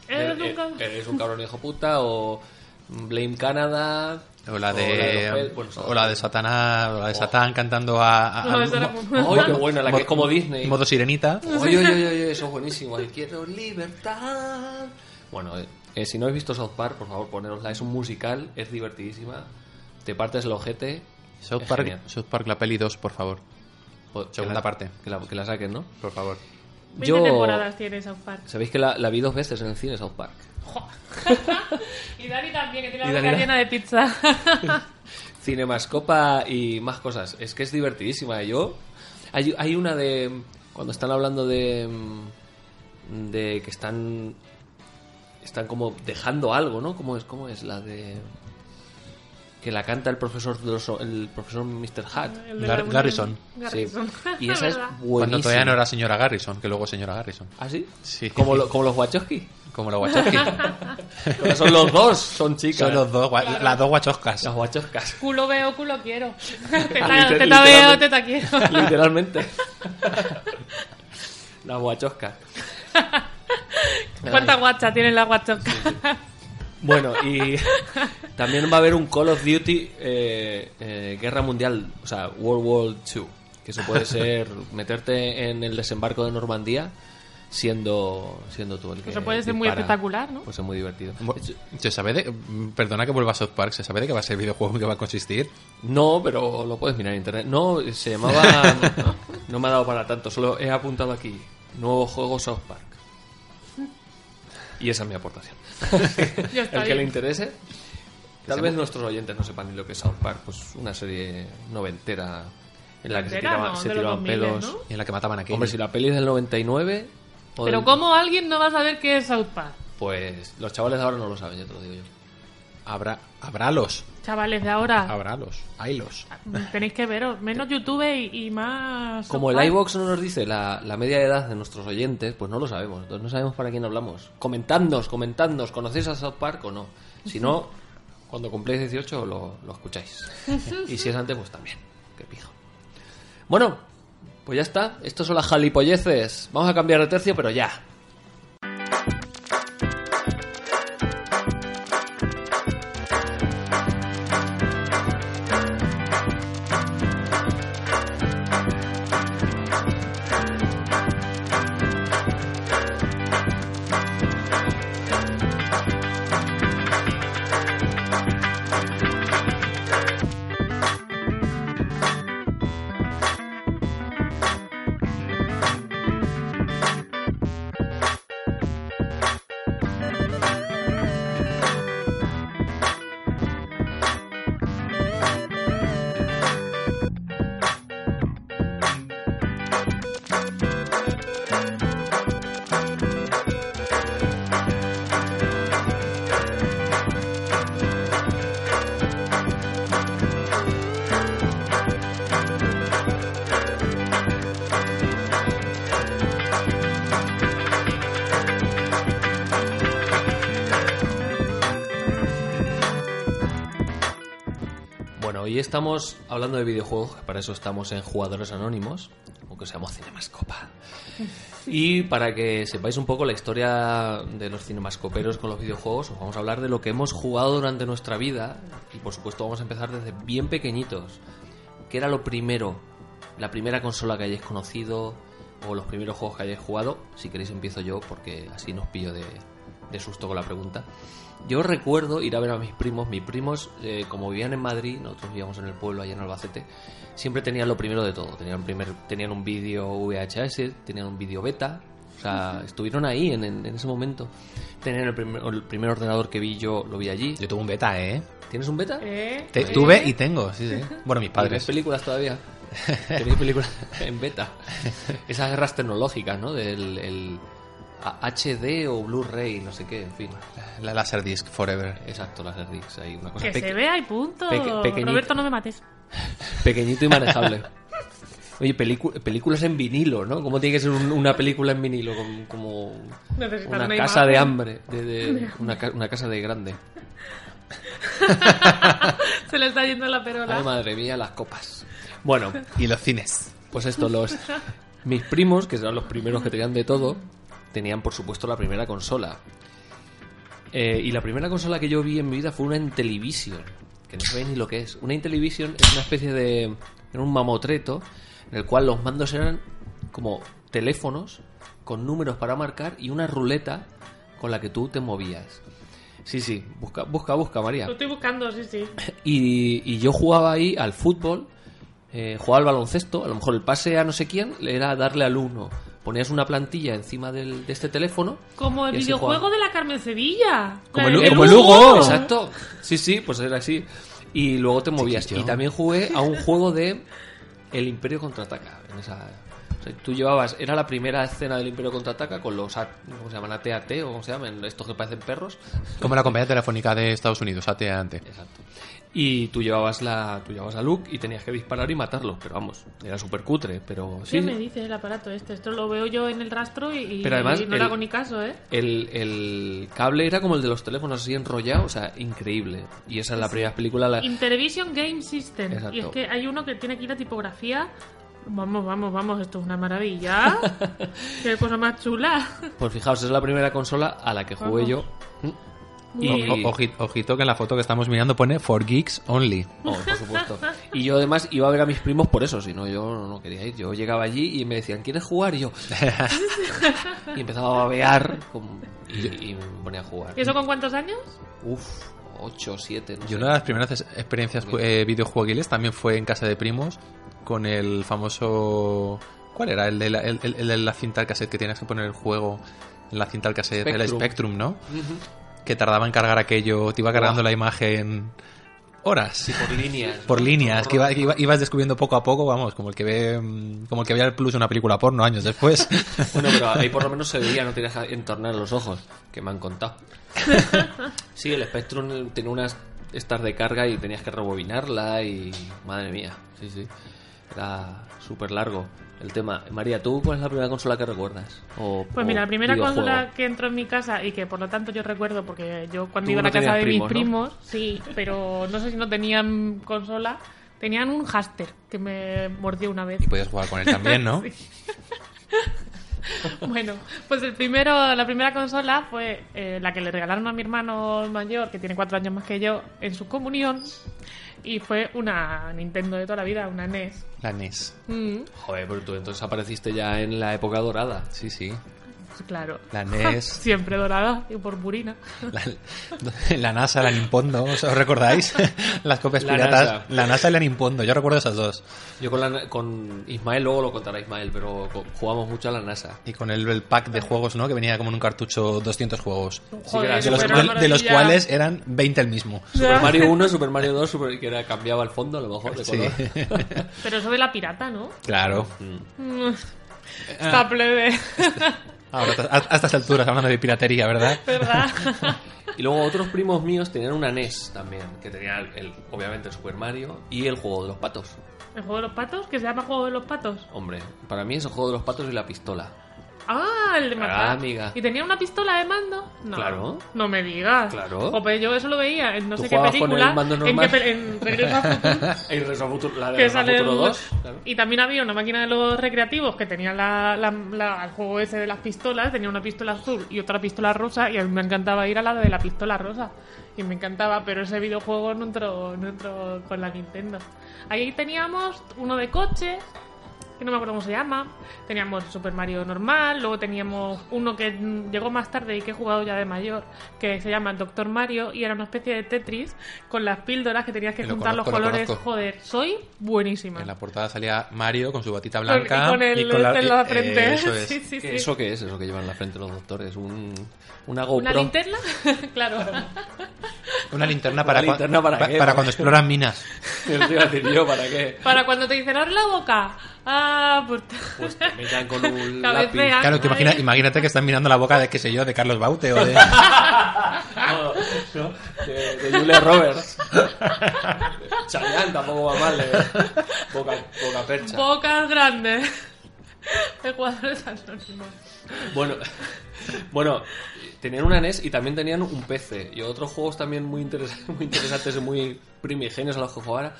Eres un
cabrón.
cabrón.
Eres un cabrón hijo puta o Blame Canada.
O
O la
la
de,
de,
los- bueno,
o la de Satanás, o la de Satán cantando a... a-
No,
a-
esa era-
mo-
Ay, qué buena, la que
mo-
es como Disney.
Modo sirenita.
Oye, oye, oye, oye, eso es buenísimo. Ay, quiero libertad. Bueno, eh, eh, si no habéis visto South Park, por favor, ponerosla. Es un musical, es divertidísima. Te partes el ojete.
South
es
Park,
genial.
South Park, la peli 2, por favor.
Po- que
segunda
la-
parte.
Que la, que la saquen, ¿no?
Por favor.
20 temporadas tiene South Park.
Sabéis que la, la vi dos veces en el cine, South Park.
Y Dani también, que tiene
Y
la
Dani
boca
la-
llena de pizza.
Cine más copa y más cosas. Es que es divertidísima. Yo. Hay, hay una de. Cuando están hablando de. mm, De que están. Están como dejando algo, ¿no? ¿Cómo es? ¿Cómo es? La de. Que la canta el profesor. de los- el profesor Mr. Hat.
El de
Gar-
la unión.
Garrison.
Garrison.
Y esa es
¿Verdad?
buenísima.
Cuando todavía no era señora Garrison, que luego señora Garrison.
¿Ah, sí?
Sí.
Como, lo- como los Wachowski.
Como la Wachowski.
Pero son los dos, son chicas.
Son los dos, gua- las dos Wachowskas.
Las Wachowskas.
Culo veo, culo quiero. Teta,
Liter-
teta veo,
literalmente.
teta quiero.
Literalmente. las Wachowskas.
¿Cuánta guacha tienen las guachocas?
Bueno, y también va a haber un Call of Duty eh, eh, Guerra Mundial, o sea, World War II, que eso puede ser meterte en el desembarco de Normandía siendo, siendo tú el que
Eso puede ser muy
dispara.
espectacular, ¿no?
Puede ser muy divertido.
Se sabe de. mm, Perdona que vuelva a South Park, ¿se sabe de qué va a ser el videojuego y qué va a consistir?
No, pero lo puedes mirar en internet. No, se llamaba... No me ha dado para tanto, solo he apuntado aquí. Nuevo juego South Park. Y esa es mi aportación.
Ya
El
está
que le
bien.
interese. Tal vez nuestros oyentes no sepan ni lo que es South Park, pues una serie noventera en la que se
Noventera,
tiraban,
no,
se
de los
tiraban
2000,
pedos.
¿no?
Y en la que mataban a Kenny.
Hombre, si la peli es del 99, o
Pero
del-
¿cómo alguien no va a saber qué es South Park?
pues los chavales de ahora no lo saben, ya te lo digo yo.
Habrá, habrálos.
Chavales de ahora,
Habrálos. Haylos.
Ah. tenéis que veros. Menos YouTube y, y más...
Como
South
el
Park.
iBox no nos dice la, la media edad de nuestros oyentes, pues no lo sabemos. Entonces no sabemos para quién hablamos. Comentadnos, comentadnos, ¿conocéis a South Park o no? Si no, cuando cumpléis 18 lo, lo escucháis. Y si es antes, pues también. Qué pijo. Bueno, pues ya está. Estos son las jalipolleces. Vamos a cambiar de tercio, pero ya. Bueno, hoy estamos hablando de videojuegos, que para eso estamos en Jugadores Anónimos, o que seamos Cinemascopa. Y para que sepáis un poco la historia de los cinemascoperos con los videojuegos, os vamos a hablar de lo que hemos jugado durante nuestra vida. Y por supuesto vamos a empezar desde bien pequeñitos. ¿Qué era lo primero? La primera consola que hayáis conocido o los primeros juegos que hayáis jugado. Si queréis empiezo yo porque así nos pillo de, de susto con la pregunta. Yo recuerdo ir a ver a mis primos. Mis primos, eh, como vivían en Madrid, nosotros vivíamos en el pueblo, allá en Albacete, siempre tenían lo primero de todo. Tenían, primer, tenían un vídeo VHS, tenían un vídeo beta. O sea, estuvieron ahí en, en- en ese momento. Tenían el primer, el primer ordenador que vi yo, lo vi allí.
Yo tuve un beta, ¿eh?
¿Tienes un beta?
¿Eh?
Te-
¿Eh?
tuve y tengo, sí, sí. Bueno,
¿Tenéis
mis padres.
películas todavía? ¿Tenéis películas en beta? Esas guerras tecnológicas, ¿no? Del el a- HD o Blu-ray, no sé qué, en fin.
La Laserdisc Forever.
Exacto, las Herdix, hay una cosa
Que
peque-
se vea y punto.
peque- pequeñito.
Roberto, no me mates.
pequeñito y manejable. Oye, pelicu- películas en vinilo, ¿no? ¿Cómo tiene que ser un- una película en vinilo? Como, como
Necesitas
una,
una
casa
imagen.
de hambre, de, de- una, ca- una casa de grande.
Se le está yendo la perola.
Ay, madre mía, las copas. Bueno,
Y los cines.
Pues esto, los mis primos, que eran los primeros que tenían de todo, tenían por supuesto la primera consola. Eh, y la primera consola que yo vi en mi vida fue una Intellivision, que no sabéis ni lo que es. Una Intellivision es una especie de... era un mamotreto en el cual los mandos eran como teléfonos con números para marcar y una ruleta con la que tú te movías. Sí, sí, busca, busca, busca, María.
Lo estoy buscando, sí, sí.
Y, y yo jugaba ahí al fútbol, eh, jugaba al baloncesto, a lo mejor el pase a no sé quién era darle al uno. Ponías una plantilla encima del- de este teléfono.
Como el
y así
videojuego
jugaba.
de la Carmen Sevilla.
Como
La
el,
de
como el
Perú.
Hugo, exacto. Sí, sí, pues era así. Y luego te movías.
Chiquillo.
Y también jugué a un juego de El Imperio Contraataca. En esa... o sea, tú llevabas... Era la primera escena del Imperio Contraataca con los... A- ¿Cómo se llaman? AT-AT o cómo se llaman estos que parecen perros.
Como la compañía telefónica de Estados Unidos, AT&T.
Exacto. Y tú llevabas la tú llevabas a Luke y tenías que disparar y matarlo. Pero vamos, era súper cutre. Pero sí,
¿Qué me dices el aparato este? Esto lo veo yo en el rastro y, y-
Pero además
y no
el-
le hago ni caso, ¿eh?
El, el cable era como el de los teléfonos así enrollado, o sea, increíble. Y esa es la primera película. La...
Intervision Game System.
Ah. Exacto.
Y es que hay uno que tiene aquí la tipografía. Vamos, vamos, vamos, esto es una maravilla. Qué cosa más chula.
Pues fijaos, es la primera consola a la que jugué
Vamos.
yo. ¿Mm?
Muy
Y,
bien.
O- o- oji- ojito que en la foto que estamos mirando pone For Geeks Only.
Oh, por supuesto. Y yo además iba a ver a mis primos por eso, si no yo no quería ir. Yo llegaba allí y me decían, ¿quieres jugar? Y yo... y empezaba a babear con- y, y me ponía a jugar.
¿Y eso con cuántos años?
Uf, 8, 7, no
Y
sé.
una de las primeras es- experiencias eh, videojueguiles también fue en casa de primos con el famoso... ¿Cuál era? El de la, el- el- el de la cinta al cassette que tenías que poner el juego en la cinta al cassette. El
Spectrum.
Spectrum, ¿no? Que tardaba en cargar aquello, te iba cargando
Buah.
la imagen horas.
Por líneas.
Por líneas, que, iba- que iba- ibas descubriendo poco a poco, vamos, como el que ve mm, como el que veía el plus una película porno años después.
Bueno, pero ahí por lo menos se veía, no tenías que entornar los ojos, que me han contado. Sí, el Spectrum tenía unas estas de carga y tenías que rebobinarla y... Madre mía, sí, sí. Era súper largo el tema. María, ¿tú cuál es la primera consola que recuerdas? O-
Pues
o
mira, la primera
videojuego.
consola que entró en mi casa y que por lo tanto yo recuerdo porque yo cuando
Tú
iba a
no
la casa
tenías
de mis
primos,
primos, sí, pero no sé si no tenían consola, tenían un haster que me mordió una vez.
Y podías jugar con él también, ¿no?
Bueno, pues el primero, la primera consola fue eh, la que le regalaron a mi hermano mayor, que tiene cuatro años más que yo, en su comunión. Y fue una Nintendo de toda la vida, una E NES.
La E NES.
Mm,
Joder, pero tú entonces apareciste ya en la época dorada.
Sí, sí.
pues claro.
La E NES.
Siempre dorada y por purina.
La, la NASA, la Nimpondo, ¿os os recordáis? Las copias
La
piratas.
NASA.
La NASA y la Nimpondo, yo recuerdo esas dos.
Yo con, la- con Ismael, luego lo contará Ismael, pero co- jugamos mucho a la NASA.
Y con el, el pack de juegos, ¿no? Que venía como en un cartucho 200 juegos.
Joder,
De los,
pero
de- de los
maravilla.
cuales eran 20 el mismo.
Super Mario 1, Super Mario 2, Super- que era, cambiaba el fondo a lo mejor de
Sí.
color.
Pero eso de la pirata, ¿no?
Claro.
Mm,
Eh, ah.
Está plebe,
Ahora, a, a estas alturas, hablando de piratería, ¿verdad?
¿verdad?
Y luego otros primos míos tenían una NES también, que tenía el, el- obviamente el Super Mario y el juego de los patos.
¿El juego de los patos? ¿Que se llama juego de los patos?
Hombre, para mí es el juego de los patos y la pistola.
Ah, el de
Ah,
matar.
amiga.
¿Y tenía una pistola de mando? No.
Claro.
No me digas.
Claro.
O pues yo eso lo veía en no
¿Tú
sé qué
jugabas con
película.
el mando
en,
normal?
qué pe- en Regreso al Futuro.
Y Regreso al futuro, la de
que
Regreso al
sale
futuro
el-
2. claro.
Y también había una máquina de los recreativos que tenía la, la- la- el juego ese de las pistolas. Tenía una pistola azul y otra pistola rosa. Y a mí me encantaba ir a la de la pistola rosa. Y me encantaba, pero ese videojuego no entró, no entró con la Nintendo. Ahí teníamos uno de coches, que no me acuerdo cómo se llama. Teníamos Super Mario normal, luego teníamos uno que mm, llegó más tarde y que he jugado ya de mayor, que se llama Doctor Mario y era una especie de Tetris con las píldoras que tenías que
Lo
juntar
conozco,
los
lo
colores.
conozco.
Joder, soy buenísima.
En la portada salía Mario con su batita
Con-
blanca
y con el este en la
eh,
frente.
eso es.
Sí, sí,
¿Qué-
sí.
¿Eso qué es? Eso que llevan en la frente los doctores. Un, una
¿Una
GoPro.
linterna? claro.
Una linterna para,
¿Una
cua-
linterna para
pa-
qué?
para cuando exploran minas.
Eso iba a decir yo, ¿para qué?
Para cuando te dicen, "Abre la boca. Ah, por...
Pues te metan con un lápiz.
Cabecean.
Claro, tú imagina- imagínate que están mirando la boca de, qué sé yo, de Carlos Baute o de...
No, no, de, de Julia Roberts. Chayanne tampoco va mal. eh. Boca, boca percha.
Bocas grandes. Ecuadores anónimos.
Bueno, bueno, tenían una NES y también tenían un PC. Y otros juegos también muy, interes- muy interesantes y muy primigenios a los que jugara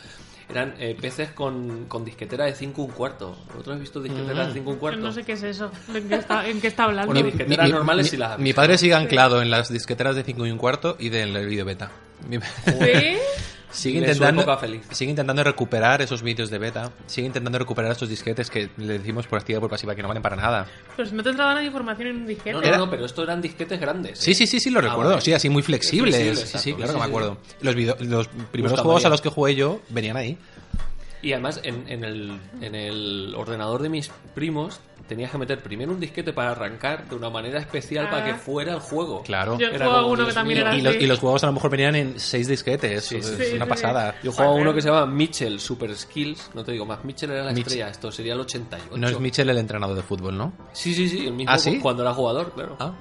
eran eh, peces con, con disquetera de 5 un cuarto. ¿Vosotros he visto disquetera de 5 un cuarto?
No sé qué es eso, de en qué está, en qué está hablando.
Bueno, dije- Disqueteras normales
mi-
sí las has
mi
visto,
padre
¿no?
sigue anclado en las disqueteras de 5 y un cuarto y del vídeo beta. Mi-
¿Sí?
Sigue
Le suena
intentando,
poca feliz.
sigue intentando recuperar esos vídeos de beta. Sigue intentando recuperar estos disquetes que le decimos por activa y por pasiva que no valen para nada.
Pero si Pues no te entraba la información en un disquete.
No, no,
Era-
no, pero estos eran disquetes grandes.
Sí, sí, sí, sí, lo recuerdo.
Ah, vale.
Sí, así muy flexibles.
Flexible,
sí, sí,
exacto.
claro
Sí,
que me
sí,
acuerdo. Los, video- los primeros
Buscando
juegos
ya.
a los que jugué yo venían ahí.
Y además en, en el, en el ordenador de mis primos tenías que meter primero un disquete para arrancar de una manera especial para
Ah.
que fuera el juego.
Claro.
Yo he
Era
jugado a
como,
uno
Dios
que también
mío.
era
Y los,
así.
y los juegos a lo mejor venían en seis disquetes.
Sí, sí,
es
sí,
una
sí.
pasada.
Yo jugaba a
Joder.
uno que se llamaba Mitchell Super Skills, no te digo más, Mitchell era la
Mitch-
estrella, esto sería el 88.
No es Mitchell el entrenador de fútbol, ¿no?
Sí, sí, sí, el mismo
¿Ah, sí?
cuando era jugador, claro.
Ah.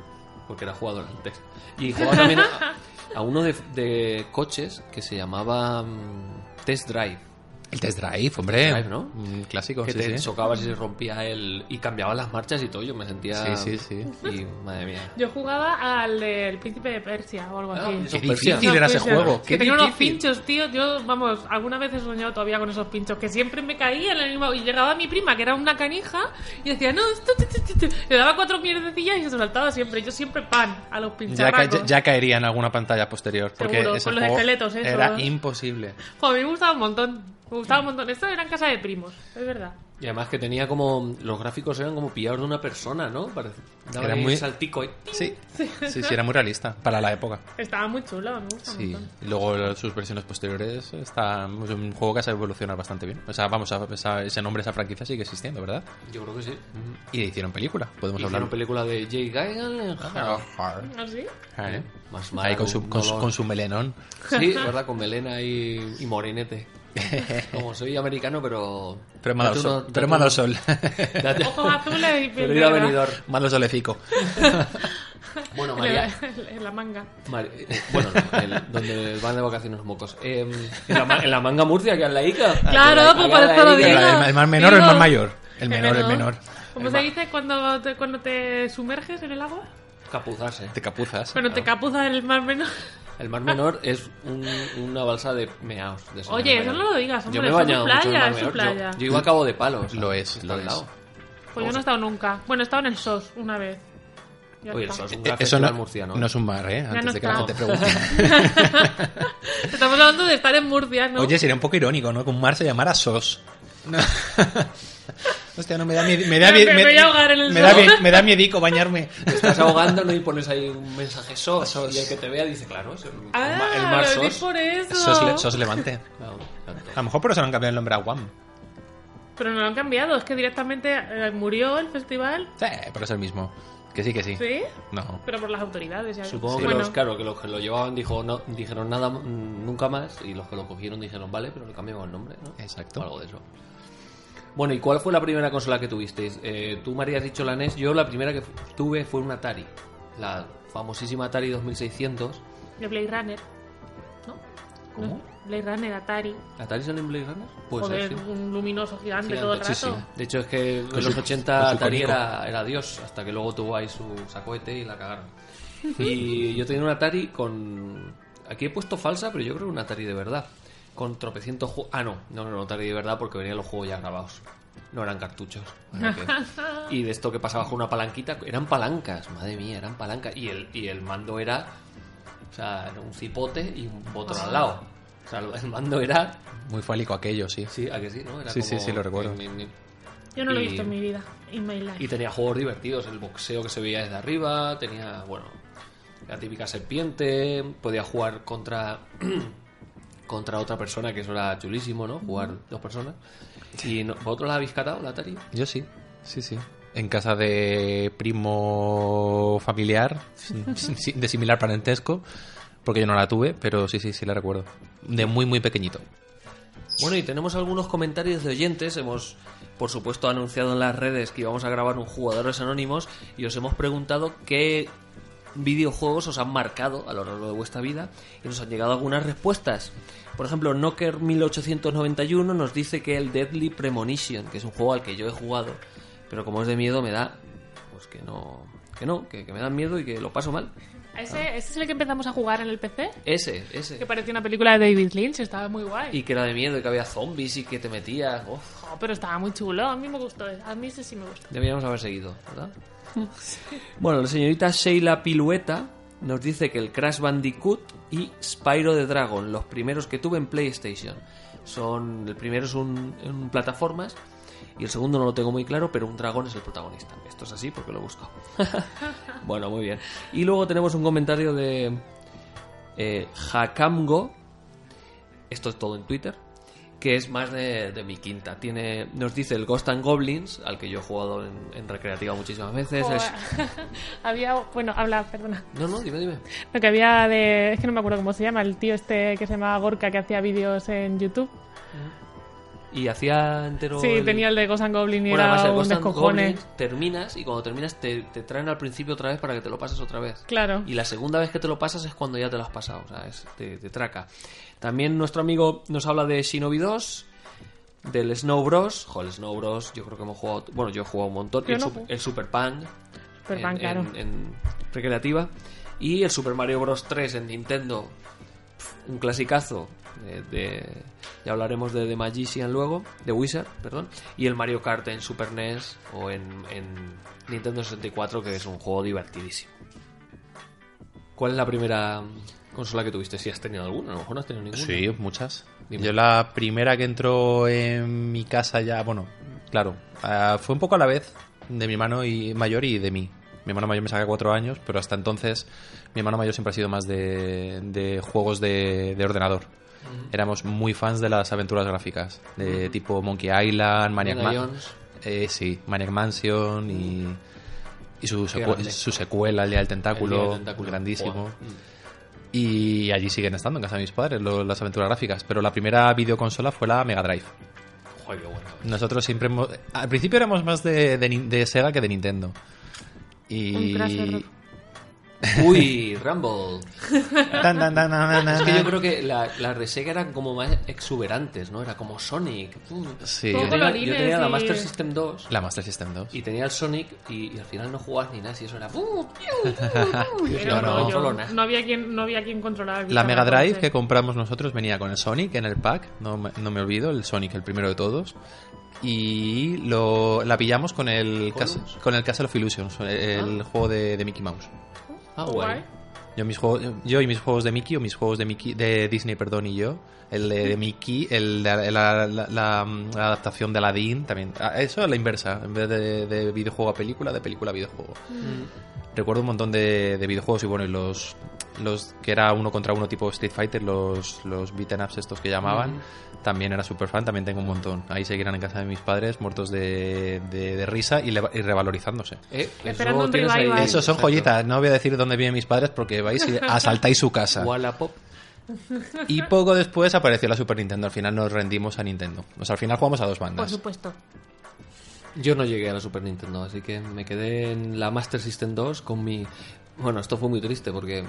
Porque era jugador antes. Y jugaba también a, a uno de, de coches que se llamaba mm, Test Drive.
El test drive, hombre.
Drive, ¿no?
Un clásico,
Que
Oh, sí,
te
sí.
chocabas y se rompía el... Y cambiaba las marchas y todo, yo me sentía...
Sí, sí, sí.
Y, madre mía.
Yo jugaba al del príncipe de Persia o algo
Ah,
así.
eso
Qué
Los persianos.
difícil era ese
Persia.
juego.
Que
qué
tenía unos
difícil.
pinchos, tío. Yo, vamos, alguna vez he soñado todavía con esos pinchos que siempre me caían en el mismo. Y llegaba mi prima, que era una canija, y decía, no, esto, tu, tu, tu, tu". le daba cuatro mierdecillas y se saltaba siempre. Yo siempre pan a los
Ya, ca-
pincharracos.
ya- ya caería en alguna pantalla posterior. Porque
Seguro,
ese
con los
juego
esqueletos, eso.
Era imposible.
Jo, a mí me gustaba un montón. Me gustaba un montón. Esto era en casa de primos, es verdad.
Y además que tenía como... Los gráficos eran como pillados de una persona, ¿no? Parece- Daba
Era
ahí
muy-
el saltico ¿eh? ahí.
Sí. sí, sí, era muy realista para la época.
Estaba muy chulo, me gusta un
Sí,
montón.
y luego lo- sus versiones posteriores está es un juego que se ha evolucionado bastante bien. O sea, vamos, a, esa- ese nombre, esa franquicia sigue existiendo, ¿verdad?
Yo creo que sí.
Y le hicieron película, podemos
Hicieron
hablar.
película de Jay Geiger.
¿Ah, sí?
Ah, ¿eh?
Más
Ahí con su,
mal,
con,
no
su,
lo-
con su melenón.
Sí, ¿verdad? Con melena y, y morinete. Como soy americano, pero...
Pero malo
Date uno-
sol.
date
Pero malo
uno-
sol.
date-
Ojos azules y
Pero ir a venidor.
malo solecico.
Bueno, María...
En la manga.
Mari- eh, bueno, no, el- donde van de vacaciones los mocos. Eh, en, la, ma- en la manga Murcia, que es la ICA.
Claro,
Que
pues
es
por
la
eso lo
ICA.
digo.
El, el más menor o el más mayor. El menor, el menor.
¿Cómo se dice cuando te, cuando te sumerges en el agua?
Capuzarse.
Te capuzas.
Cuando te capuzas en el mar menor.
El mar menor es un- una balsa de meaos. de señores
Oye, eso
mayores.
no lo digas, hombre,
Yo me he
eso es
bañado
su
mucho en el
playa,
mar
es su
menor.
playa.
Yo, yo iba a cabo de palos.
Lo es,
Está
lo
al
es.
lado.
Pues yo no he estado nunca. Bueno, he estado en el SOS una vez. Ya
Oye, el
está.
SOS es un gran
Eso
festival
no,
murciano.
no es un bar, ¿eh? Antes
no
de que la
está.
gente pregunte.
Estamos hablando de estar en Murcia, ¿no?
Oye, sería un poco irónico, ¿no? Que un mar se llamara SOS. Hostia, no, me da miedo. Me da,
Me-
mie-
me
me,
voy a ahogar en el
me da,
sol.
mie- me da miedico bañarme.
Te estás ahogando ¿no? y pones ahí un mensaje SOS, y el que te vea dice, claro, es el, el
ah,
ma- el mar
lo decís
SOS.
por eso.
SOS, le- SOS Levante.
Claro, claro.
A lo mejor por eso no han cambiado el nombre a Guam.
Pero no lo han cambiado, es que directamente eh, murió el festival.
Sí, pero es el mismo. Que sí, que sí.
¿Sí?
No.
Pero por las autoridades. ya.
Supongo que
Bueno,
los, claro, que los que lo llevaban dijo, no, dijeron nada mm, nunca más y los que lo cogieron dijeron, vale, pero le cambiamos el nombre, ¿no?
Exacto.
O algo de eso. Bueno, ¿y cuál fue la primera consola que tuvisteis? Eh, tú, María, has dicho la NES. Yo la primera que fu- tuve fue una Atari. La famosísima Atari 2600.
De Blade Runner. ¿No?
¿Cómo?
No, Blade Runner, Atari.
¿Atari sale en Blade Runner? Pues
Joder, un luminoso gigante todo el rato.
De hecho, es que en los
su-
80
con su
Atari
cónico.
era, era Dios, hasta que luego tuvo ahí su sacoete y la cagaron. Y yo tenía un Atari con. Aquí he puesto falsa, pero yo creo que un Atari de verdad. Con tropecientos juegos. Ah, no, no, no, no, Atari de verdad porque venían los juegos ya grabados. No eran cartuchos. Así que- Y de esto que pasaba con una palanquita, eran palancas, madre mía, eran palancas. Y el, y el mando era. O sea, era un cipote y un botón al lado. O sea, el mando era.
Muy fálico aquello, sí.
Sí, a que sí, ¿no? Era
Sí, sí,
como-
sí, lo recuerdo.
ni- ni-
Yo no lo he
Y-
visto en mi vida. In my life.
y tenía juegos divertidos, el boxeo que se veía desde arriba, tenía, bueno, la típica serpiente, podía jugar contra contra otra persona, que eso era chulísimo, ¿no? Jugar dos personas. ¿Y no, vosotros la habéis catado, la Atari?
Yo sí. Sí, sí. En casa de primo familiar, sí, de similar parentesco, porque yo no la tuve, pero sí, sí, sí la recuerdo. De muy, muy pequeñito.
Bueno, y tenemos algunos comentarios de oyentes. Hemos, por supuesto, anunciado en las redes que íbamos a grabar un Jugadores Anónimos y os hemos preguntado qué videojuegos os han marcado a lo largo de vuestra vida y nos han llegado algunas respuestas. Por ejemplo, Knocker1891 nos dice que el Deadly Premonition, que es un juego al que yo he jugado, pero como es de miedo me da... Pues que no... Que no, que, que me da miedo y que lo paso mal.
¿A Ese, ¿Ese es el que empezamos a jugar en el PC?
Ese, ese.
Que parecía una película de David Lynch, estaba muy guay.
Y que era de miedo, y que había zombies y que te metías. Uf,
Jo, pero estaba muy chulo, a mí me gustó. A mí ese sí me gustó.
deberíamos haber seguido, ¿verdad? Bueno, la señorita Sheila Pilueta nos dice que el Crash Bandicoot y Spyro the Dragon, los primeros que tuve en PlayStation, son el primero es un, en plataformas y el segundo no lo tengo muy claro, pero un dragón es el protagonista. Esto es así porque lo busco. bueno, muy bien. Y luego tenemos un comentario de eh, Hakamgo, esto es todo en Twitter, que es más de, de mi quinta. Tiene, nos dice el Ghost and Goblins, al que yo he jugado en, en recreativa muchísimas veces.
Joder.
es-
había, bueno, habla, perdona.
No, no, dime, dime.
Lo que había de. Es que no me acuerdo cómo se llama, el tío este que se llamaba Gorka que hacía vídeos en YouTube.
Y hacía entero.
sí,
el-
tenía el de Ghost and Goblin y
Bueno, además,
era
el
un
Ghost and
descojone.
Goblins terminas y cuando terminas te, te traen al principio otra vez para que te lo pases otra vez.
Claro.
Y la segunda vez que te lo pasas es cuando ya te lo has pasado, o sea, es- te, te traca. También nuestro amigo nos habla de Shinobi 2, del Snow Bros. Joder, el Snow Bros, yo creo que hemos jugado. Bueno, yo he jugado un montón.
Yo
Y el,
no
Sup-
jugué.
el Super Pang.
Super
en-
Pang,
en-
claro.
en recreativa. Y el Super Mario Bros. 3 en Nintendo, un clasicazo de, de- ya hablaremos de The Magician luego de Wizard perdón y el Mario Kart en Super NES o en, en Nintendo 64 que es un juego divertidísimo ¿cuál es la primera consola que tuviste? si has tenido alguna a lo mejor no has tenido ninguna
Sí, muchas.
Dime.
Yo la primera que entró en mi casa ya, bueno, claro, ah, fue un poco a la vez de mi hermano y mayor y de mí. Mi hermano mayor me saca cuatro años, pero hasta entonces mi hermano mayor siempre ha sido más de, de juegos de, de ordenador. Éramos muy fans de las aventuras gráficas, de tipo Monkey Island, Maniac
Indiana
Man-
Jones.
eh, sí, Maniac Mansion y, y su,
Qué
secue-
grande.
su secuela, El Día del Tentáculo,
El día del tentáculo.
grandísimo.
Guau.
Y allí siguen estando en casa de mis padres lo- las aventuras gráficas. Pero la primera videoconsola fue la Mega Drive.
Joder, qué bueno.
Nosotros siempre hemos- Al principio éramos más de, de Nin- de Sega que de Nintendo.
Un
Y...
Crash Bandicoot.
uy Rumble
Tan, tan, tan, tan, tan,
es que yo
tan.
creo que la- las de Sega eran como más exuberantes ¿no? era como Sonic pum.
Sí.
yo tenía, yo
colorines
tenía la
y-
Master System 2
La Master System 2.
Y tenía el Sonic y, y al final no jugabas ni nada, si eso era...
Era
no,
un
no.
rollo.
Solo nada.
no había quien, no había quien controlara. el
La
bicho
Mega
de
Drive
coche.
que compramos nosotros venía con el Sonic en el pack, no me, no me olvido, el Sonic el primero de todos. Y lo, la pillamos con el,
¿Columns?
Cas- con el Castle of Illusions,
Ah.
el juego de, de Mickey Mouse.
Ah,
Guay.
guay.
Yo, mis juegos, yo y mis juegos de Mickey, o mis juegos de Mickey, de Disney, perdón, y yo. El de, de Mickey, el de la, la- la- la adaptación de Aladdin, también. Ah, Eso a la inversa, en vez de, de videojuego a película, de película a videojuego. Recuerdo un montón de, de videojuegos y bueno, y los, los que era uno contra uno tipo Street Fighter, los, los beaten ups estos que llamaban, también era super fan, también tengo un montón. Ahí seguirán en casa de mis padres, muertos de, de- de risa y, le- y revalorizándose.
Eh, eso
Esperando un
tienes ahí-
revival.
Esos son
Exacto.
joyitas, no voy a decir dónde viven mis padres porque vais y asaltáis su casa.
Wallapop.
Y poco después apareció la Super Nintendo, al final nos rendimos a Nintendo. O sea, al final jugamos a dos
Por
bandas.
supuesto.
Yo no llegué a la Super Nintendo, así que me quedé en la Master System 2 con mi... Bueno, esto fue muy triste porque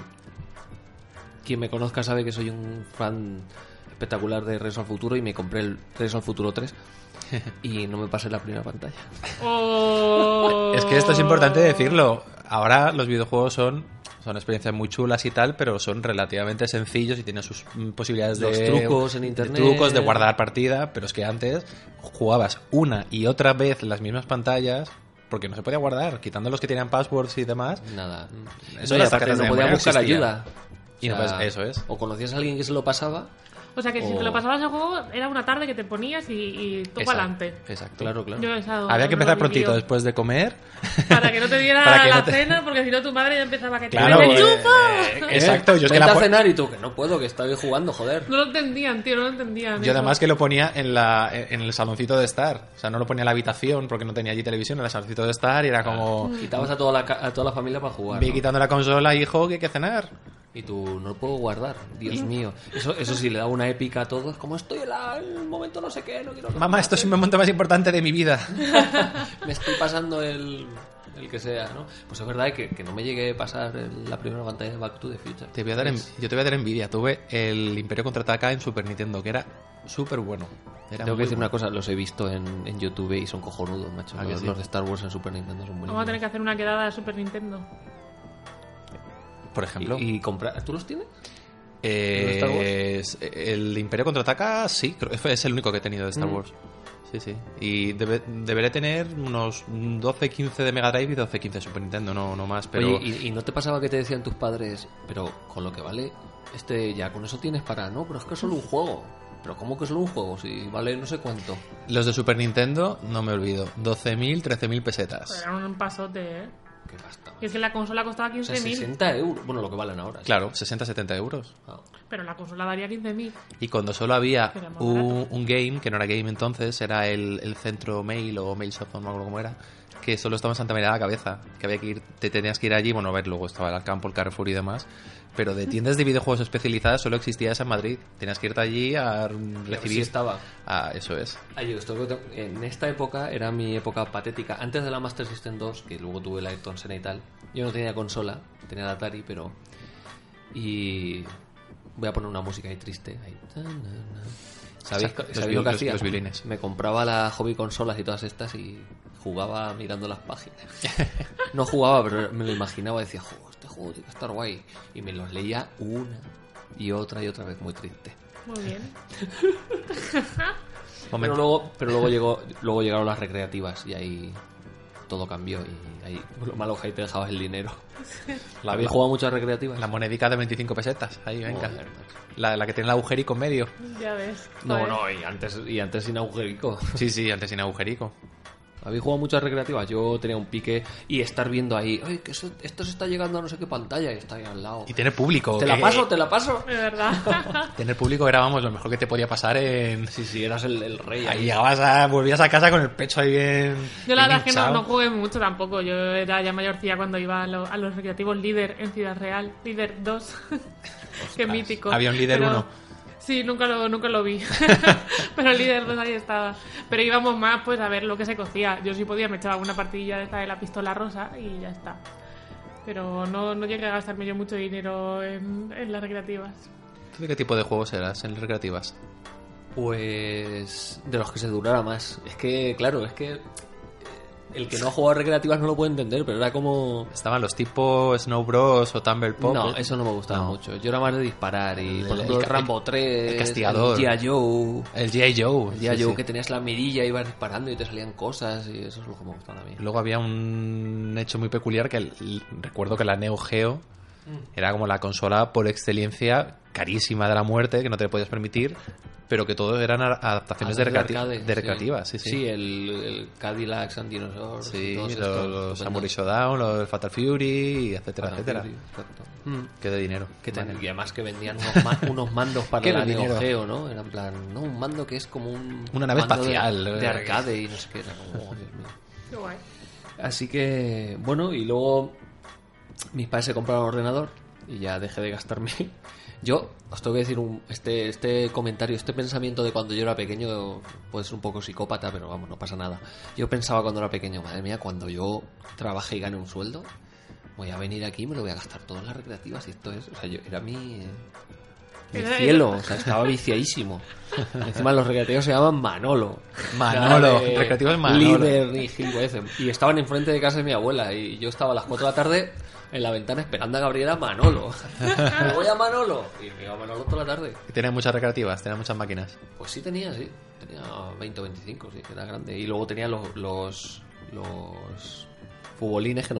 quien me conozca sabe que soy un fan espectacular de Regreso al Futuro y me compré el Regreso al Futuro 3 y no me pasé la primera pantalla.
Oh.
Es que esto es importante decirlo. Ahora los videojuegos son, son experiencias muy chulas y tal, pero son relativamente sencillos y tienen sus mm, posibilidades
Los
de
trucos en
de
internet.
trucos de guardar partida, pero es que antes jugabas una y otra vez las mismas pantallas porque no se podía guardar, quitando los que tenían passwords y demás.
Nada.
Eso
No, y
las
aparte
cartas
no
de
podía
memoria
buscar
existían.
ayuda.
Y no puedes- eso es.
O conocías a alguien que se lo pasaba
O sea que si
Oh.
te lo pasabas el juego, era una tarde que te ponías y, y tú
Exacto,
para adelante.
Exacto. Eh,
Claro, claro.
Yo esa no-
Había
no
que empezar
la viví
prontito
yo.
después de comer.
Para que no te diera
Para que
la
no te-
cena, porque si no tu madre ya empezaba a que te
Claro,
¡Me
eh,
chupo!
eh, exacto. Yo es
Vente
que la
a
po-
cenar y tú, que no puedo, que estoy jugando, joder.
No lo entendían, tío, no lo entendían. eso.
Yo además que lo ponía en, la, en el saloncito de estar. O sea, no lo ponía en la habitación porque no tenía allí televisión, en el saloncito de estar y era como...
Quitabas a toda la, ca- a toda la familia para jugar.
Ve
¿no?
quitando la consola, hijo, que hay que cenar.
Y tú, no lo puedo guardar, Dios mío. Eso, eso sí, le da una épica a todos. Como estoy en la- en el momento no sé qué, no quiero...
Mamá, esto es un momento más importante de mi vida.
Me estoy pasando el, el que sea, ¿no? Pues es verdad que, que no me llegué a pasar el- la primera pantalla de Back to the Future.
Te voy a dar en- yo te voy a dar envidia. Tuve el Imperio Contraataca en Super Nintendo, que era súper bueno. Era
Tengo
muy
que decir
bueno.
una cosa, los he visto en, en YouTube y son cojonudos, macho.
¿A que
Los,
sí?
los de Star Wars en Super Nintendo son buenísimos.
Vamos a tener que hacer una quedada de Super Nintendo.
por ejemplo.
Y, y comprar. ¿Tú los tienes?
Eh,
¿Los Star Wars?
es- el Imperio contraataca, sí, creo- es el único que he tenido de Star
Mm.
Wars. Sí, sí. Y debe- deberé tener unos 12, 15 de Mega Drive y 12, 15 de Super Nintendo, no, no más. Pero
Oye, ¿y, y no te pasaba que te decían tus padres, pero con lo que vale, este ya con eso tienes para, no, pero es que es solo un juego. Pero ¿cómo que es solo un juego? Si vale no sé cuánto.
los de Super Nintendo, no me olvido, 12.000, 13.000 pesetas.
Era un pasote, ¿eh?
Qué pasta.
Y es que la consola costaba
O sea,
15.000,
60 euros. Bueno, lo que valen ahora. sí.
Claro, 60, 70 euros.
Ah.
pero la consola valía 15.000.
Y cuando solo había
Era más
un,
barato.
un game, que no era game entonces, era el, el centro mail o mail software, no me acuerdo cómo era, que solo estaba en Santa María de la Cabeza, que había que ir, te tenías que ir allí, bueno, a ver, luego estaba el campo, el Carrefour y demás, pero de tiendas de videojuegos especializadas solo existía esa en Madrid, tenías que irte
Y
allí a
a ver si
recibir...
estaba.
Ah, eso es.
Ay, yo esto que tengo- en esta época era mi época patética. Antes de la Master System 2, que luego tuve la Ayrton Senna y tal, yo no tenía consola, tenía la Atari, pero. Y. Voy a poner una música ahí triste. ahí. Ta, na, na. ¿Sabéis,
Los
sabéis
vi-
lo que
los-
hacía?
los violines.
Me compraba las hobby consolas y todas estas y jugaba mirando las páginas. no jugaba, pero me lo imaginaba. Decía, "Jo, este juego tiene que estar guay. Y me los leía una y otra y otra vez, muy triste.
Muy bien.
Momento.
Pero luego, pero luego llegó, luego llegaron las recreativas y ahí todo cambió y ahí lo malo que ahí te dejabas el dinero.
La-
¿Habéis jugado muchas recreativas?
La monedica de 25 pesetas, ahí, venga.
Joder, macho.
La, la que tiene el agujerico en medio.
Ya ves.
No,
Joder.
no, y antes, y antes sin agujerico.
Pues
Sí, sí, antes sin agujerico.
¿Habéis jugado muchas recreativas? Yo tenía un pique y estar viendo ahí, ay, que eso- esto se está llegando a no sé qué pantalla y está ahí al lado.
Y tener público.
¿Te la
que-
paso? ¿Te la paso?
De verdad.
Tener público era, vamos, lo mejor que te podía pasar en...
Sí, sí, eras el, el rey.
Ahí llegabas a, volvías a casa con el pecho ahí bien.
Yo la
bien
verdad es que no,
hinchado.
no jugué mucho tampoco. Yo era ya mayorcilla cuando iba a, lo- a los recreativos líder en Ciudad Real. Líder 2. Qué mítico.
Había un líder
Pero-
uno.
Sí, nunca lo, nunca lo vi. Pero el líder 2 ahí estaba. Pero íbamos más pues a ver lo que se cocía. Yo sí podía, me echaba una partidilla de esta de la pistola rosa y ya está. Pero no, no llegué a gastarme yo mucho dinero en, en las recreativas.
¿Tú de qué tipo de juegos eras en las recreativas?
Pues de los que se durara más. Es que, claro, es que eh, el que no ha jugado a recreativas no lo puede entender, pero era como...
Estaban los tipo Snow Bros o Tumble Pop. ¿eh?
No, eso no me gustaba
No.
mucho. Yo era más de disparar y,
El-
por ejemplo,
el
el,
ca-
Rambo
el-
3,
el castigador.
G.I. Joe,
El G.I. Joe.
el G.I.
sí,
Joe
sí.
que tenías la mirilla, ibas disparando y te salían cosas y eso es lo que me gustaba a mí.
Luego había un hecho muy peculiar que el- el- recuerdo que la Neo Geo era como la consola por excelencia carísima de la muerte que no te podías permitir, pero que todo eran a- adaptaciones de,
Arcade,
recreati-
arcade,
de recreativas. Ah, Sí, eh, sí.
Sí, el, el Cadillac and Dinosaurs.
Sí,
y todos
los,
estos,
los
estupendos.
Samurai Showdown, los Fatal Fury, etcétera,
Para
etcétera.
Fury, exacto. Mm.
Qué de dinero.
Que
Madre
ten-
mía.
y además que vendían unos, ma- unos mandos para
Qué
la
dinero.
Neo Geo, ¿no? Era en plan, no, un mando que es como un...
Una nave
mando de-
espacial,
De,
eh.
arcade y no sé qué. Era como, oh, Dios mío.
Qué guay.
Así que, bueno, y luego mis padres se compraron un ordenador y ya dejé de gastarme. Yo os tengo que decir un, este, este comentario, este pensamiento de cuando yo era pequeño puede ser un poco psicópata, pero vamos, no pasa nada. Yo pensaba cuando era pequeño, madre mía, cuando yo trabaje y gane un sueldo, voy a venir aquí y me lo voy a gastar todo en las recreativas y esto es, o sea, yo, era mi, mi
Era-
cielo, o sea, estaba viciadísimo. Encima los recreativos se llamaan Manolo.
Manolo,
Nada de
recreativos Manolo.
Líder ni gilipolleces. Y estaban enfrente de casa de mi abuela. Y yo estaba a las 4 de la tarde en la ventana esperando a Gabriela Manolo. Me voy a Manolo. Y me iba a Manolo toda la tarde.
Y Tenía muchas recreativas, tenía muchas máquinas.
Pues sí tenía, sí. Tenía 20 o 25, sí, que era grande. Y luego tenía los, los, los futbolines que no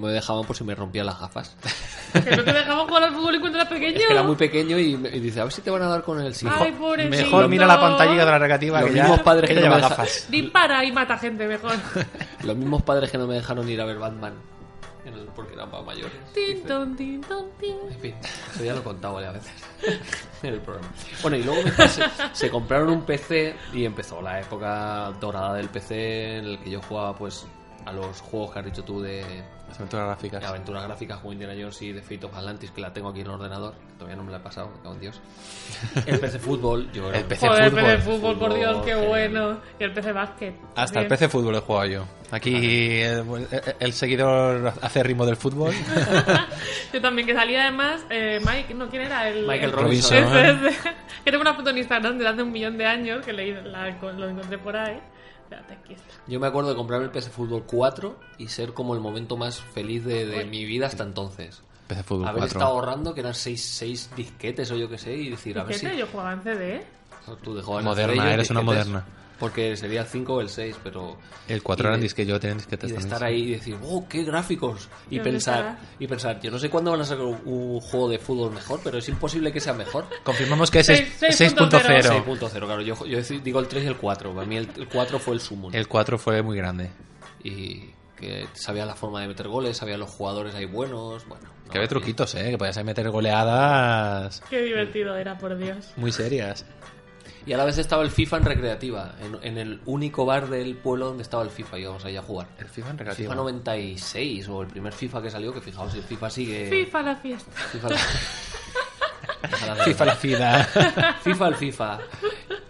Me dejaban por si me rompía las gafas.
Que no te dejaban jugar al fútbol y cuando eras pequeño.
Es que era muy pequeño y, me- y dice, a ver si te van a dar con el sí.
Ay, pobrecito.
Mejor mira la pantallita de la negativa
Los
que ya,
mismos padres que
ya
no
lleva
me deja-
gafas.
Dispara y mata gente mejor.
Los mismos padres que no me dejaron ir a ver Batman. en el- Porque eran para mayores.
tin,
Dice-
ton, tin, ton, tin.
En fin, eso ya lo he contado varias veces en el programa. Bueno, y luego mis padres se, se compraron un PC y empezó la época dorada del PC en el que yo jugaba pues a los juegos que has dicho tú de
Las aventuras gráficas.
aventuras gráficas como Indiana Jones y The Fate of Atlantis, que la tengo aquí en el ordenador, que todavía no me la he pasado, me cago en Dios. El PC Fútbol, yo era
El
un-
PC
Joder, el
fútbol.
PC fútbol, por Dios,
Fútbol,
qué
genial.
bueno. Y el PC básquet.
Hasta el
también.
PC fútbol he jugado yo. Aquí el, el seguidor hace ritmo del fútbol.
Yo también, que salía además, eh, Mike, no, ¿quién era? El,
Michael
el-
Robinson.
Robinson.
Ese, ese. que tengo una foto en Instagram de hace un millón de años que leí, la, lo encontré por ahí. Espérate, aquí está.
Yo me acuerdo de comprarme el PC Fútbol 4 y ser como el momento más feliz de, de mi vida hasta entonces.
PC fútbol
Haber
4.
estado ahorrando, que eran 6 seis, disquetes o yo qué sé, y decir, a ver si...
Fíjate, yo jugaba en CD.
Tú de joven
Moderna,
hacer ello,
eres una
disquetes,
moderna.
Porque sería el 5 o el 6, pero...
El
y
4 era
de-
en disque, yo tenía disquetes
Y de
también,
estar
sí.
ahí y decir, ¡oh, qué gráficos! Y
¿Dónde
pensar,
estará?
y pensar, yo no sé cuándo van a sacar un, un juego de fútbol mejor, pero es imposible que sea mejor.
Confirmamos que es
Seis- 6.0.
6.0.
6.0, claro, yo, yo dec- digo el 3 y el 4, para mí el, el 4 fue el sumo.
El 4 fue muy grande.
Y que sabía la forma de meter goles, sabía los jugadores ahí buenos, bueno...
que
no,
había truquitos, ¿eh? Que podías ahí meter goleadas
Qué divertido era, por Dios.
muy serias.
Y a la vez estaba el FIFA en recreativa, en, en el único bar del pueblo donde estaba el FIFA, íbamos ahí a jugar.
El FIFA en
FIFA 96 o el primer FIFA que salió, que fijaos, el FIFA sigue...
FIFA la fiesta.
FIFA la... Ojalá la-
FIFA la FIDA.
FIFA el FIFA.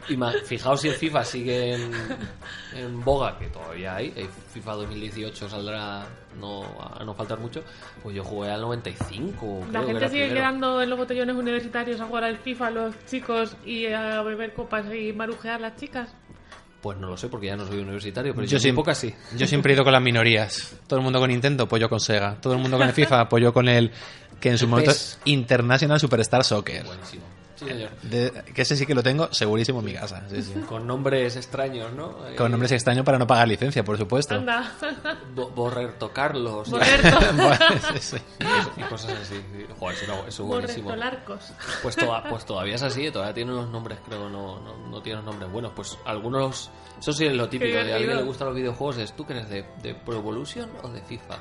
Ima- Fijaos si el FIFA sigue en, en boga, que todavía hay. El FIFA 2018 saldrá no, a no faltar mucho. Pues yo jugué al 95.
La
creo que
gente
era
sigue
primero.
quedando en los botellones universitarios a jugar al FIFA los chicos y a beber copas y marujear las chicas.
Pues no lo sé, porque ya no soy universitario, pero
Yo
yo,
sí.
soy poca sí.
Yo siempre he ido con las minorías. Todo el mundo con Nintendo, pues yo con Sega. Todo el mundo con el FIFA, pues yo con el que en su
El
momento
PES.
International Superstar Soccer.
Buenísimo. Sí, señor.
De- que ese sí que lo tengo segurísimo en mi casa. sí, sí.
Con nombres extraños, ¿no? Eh,
Con nombres extraños para no pagar licencia, por supuesto.
Anda,
Bo- Borrerto Carlos. y-
Borrerto,
Bueno, sí, sí.
Y cosas así. sí. Joder, eso, era- eso es buenísimo.
Borrerto Larcos.
Pues, toda- pues todavía es así, todavía tiene unos nombres, creo, no, no, no tiene unos nombres buenos. Pues algunos. Eso sí es lo típico. De a alguien
divertido.
le gustan los videojuegos, es tú que eres de, de Pro Evolution o de FIFA.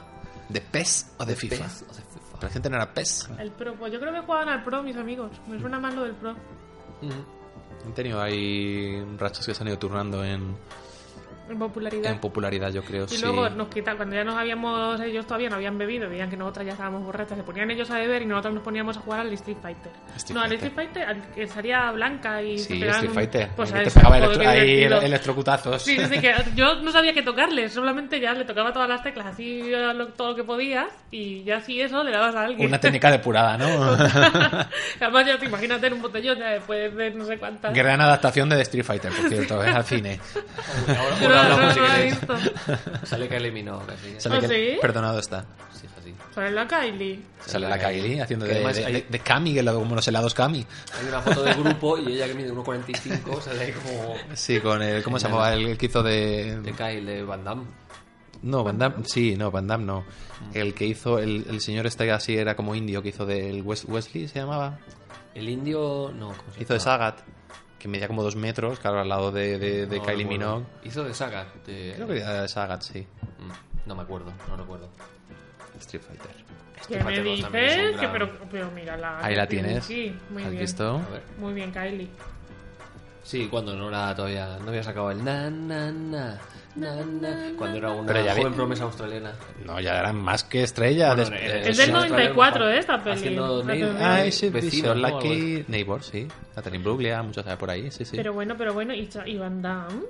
¿De PES o de, FIFA?
PES o de FIFA.
La gente no era PES.
El pro, pues yo creo que jugaban al pro, mis amigos. Me suena más lo del pro.
Ujú.
Han tenido ahí rachas que se han ido turnando en,
En popularidad.
en popularidad, yo creo.
Y
sí.
luego nos quitaban, cuando ya nos habíamos, ellos todavía no habían bebido, veían que nosotras ya estábamos borrachas, se ponían ellos a beber y nosotros nos poníamos a jugar al Street Fighter.
Street
no, al
Fighter.
Street Fighter, al que salía blanca y... se
Sí,
pegaban
Street
un-
Fighter.
Pues
que
a
te
eso,
pegaba
joder,
electro-
qué
ahí
divertido.
electrocutazos.
Sí, sí, que yo no sabía qué tocarle, solamente ya le tocaba todas las teclas, así eh, lo- todo lo que podías y ya así eso le dabas a alguien.
Una técnica depurada, ¿no?
Además ya te imagínate en un botellón ya después de no sé cuántas.
Gran adaptación de The Street Fighter, por cierto, ¿eh? al cine.
Ahora,
Yo no,
ahora
no,
hablamos si
no lo he
queréis.
visto.
Sale que ha eliminado casi.
Sale
¿Ah,
que-
sí?
Perdonado está.
Sí, así.
Sale la Kylie.
Sale la Kylie haciendo
Que
de,
además
de-
hay-
de- de Cami, que lo- como los helados Cami.
Hay una foto de grupo y ella que mide 1,45 sale ahí como.
Sí, con el. ¿Cómo se llamaba? El, el que hizo
De
de.
Kyle, de Van Damme.
No, Van Damme. Sí, no, Van Damme no. El que hizo. El, el señor este que así era como indio, que hizo del Wes- Wesley, se llamaba.
El indio. No, ¿cómo se
Hizo de
llama?
Sagat, que medía como dos metros, claro, al lado de, de, de
No
Kylie
recuerdo.
Minogue.
Hizo de Saga. de-
Creo que era de Sagat, sí.
Mm, No me acuerdo, no recuerdo.
Street Fighter.
¿Qué me
Fighter dos también es un
dices? Que,
gran-
pero, pero mira la...
Ahí la tienes.
Ah, Sí, muy
¿Has
bien.
visto?
A ver.
Muy bien, Kylie.
Sí, cuando no era todavía. No había sacado el na, na, na, na, na. Cuando era una
Pero ya
joven
vi-
promesa australiana.
No, ya eran más que estrella.
Bueno,
des-
eh,
eh,
Es
sí.
del 94, ¿eh? Esta peli.
Haciendo
Creo que-
Neighbour.
Ah, I should be
Vecino,
so
¿no? Algo
lucky. Neighbor, sí. Catherine Bruglia, muchos sabe por ahí, sí, sí.
Pero bueno, pero bueno, y Cha- y Van Damme.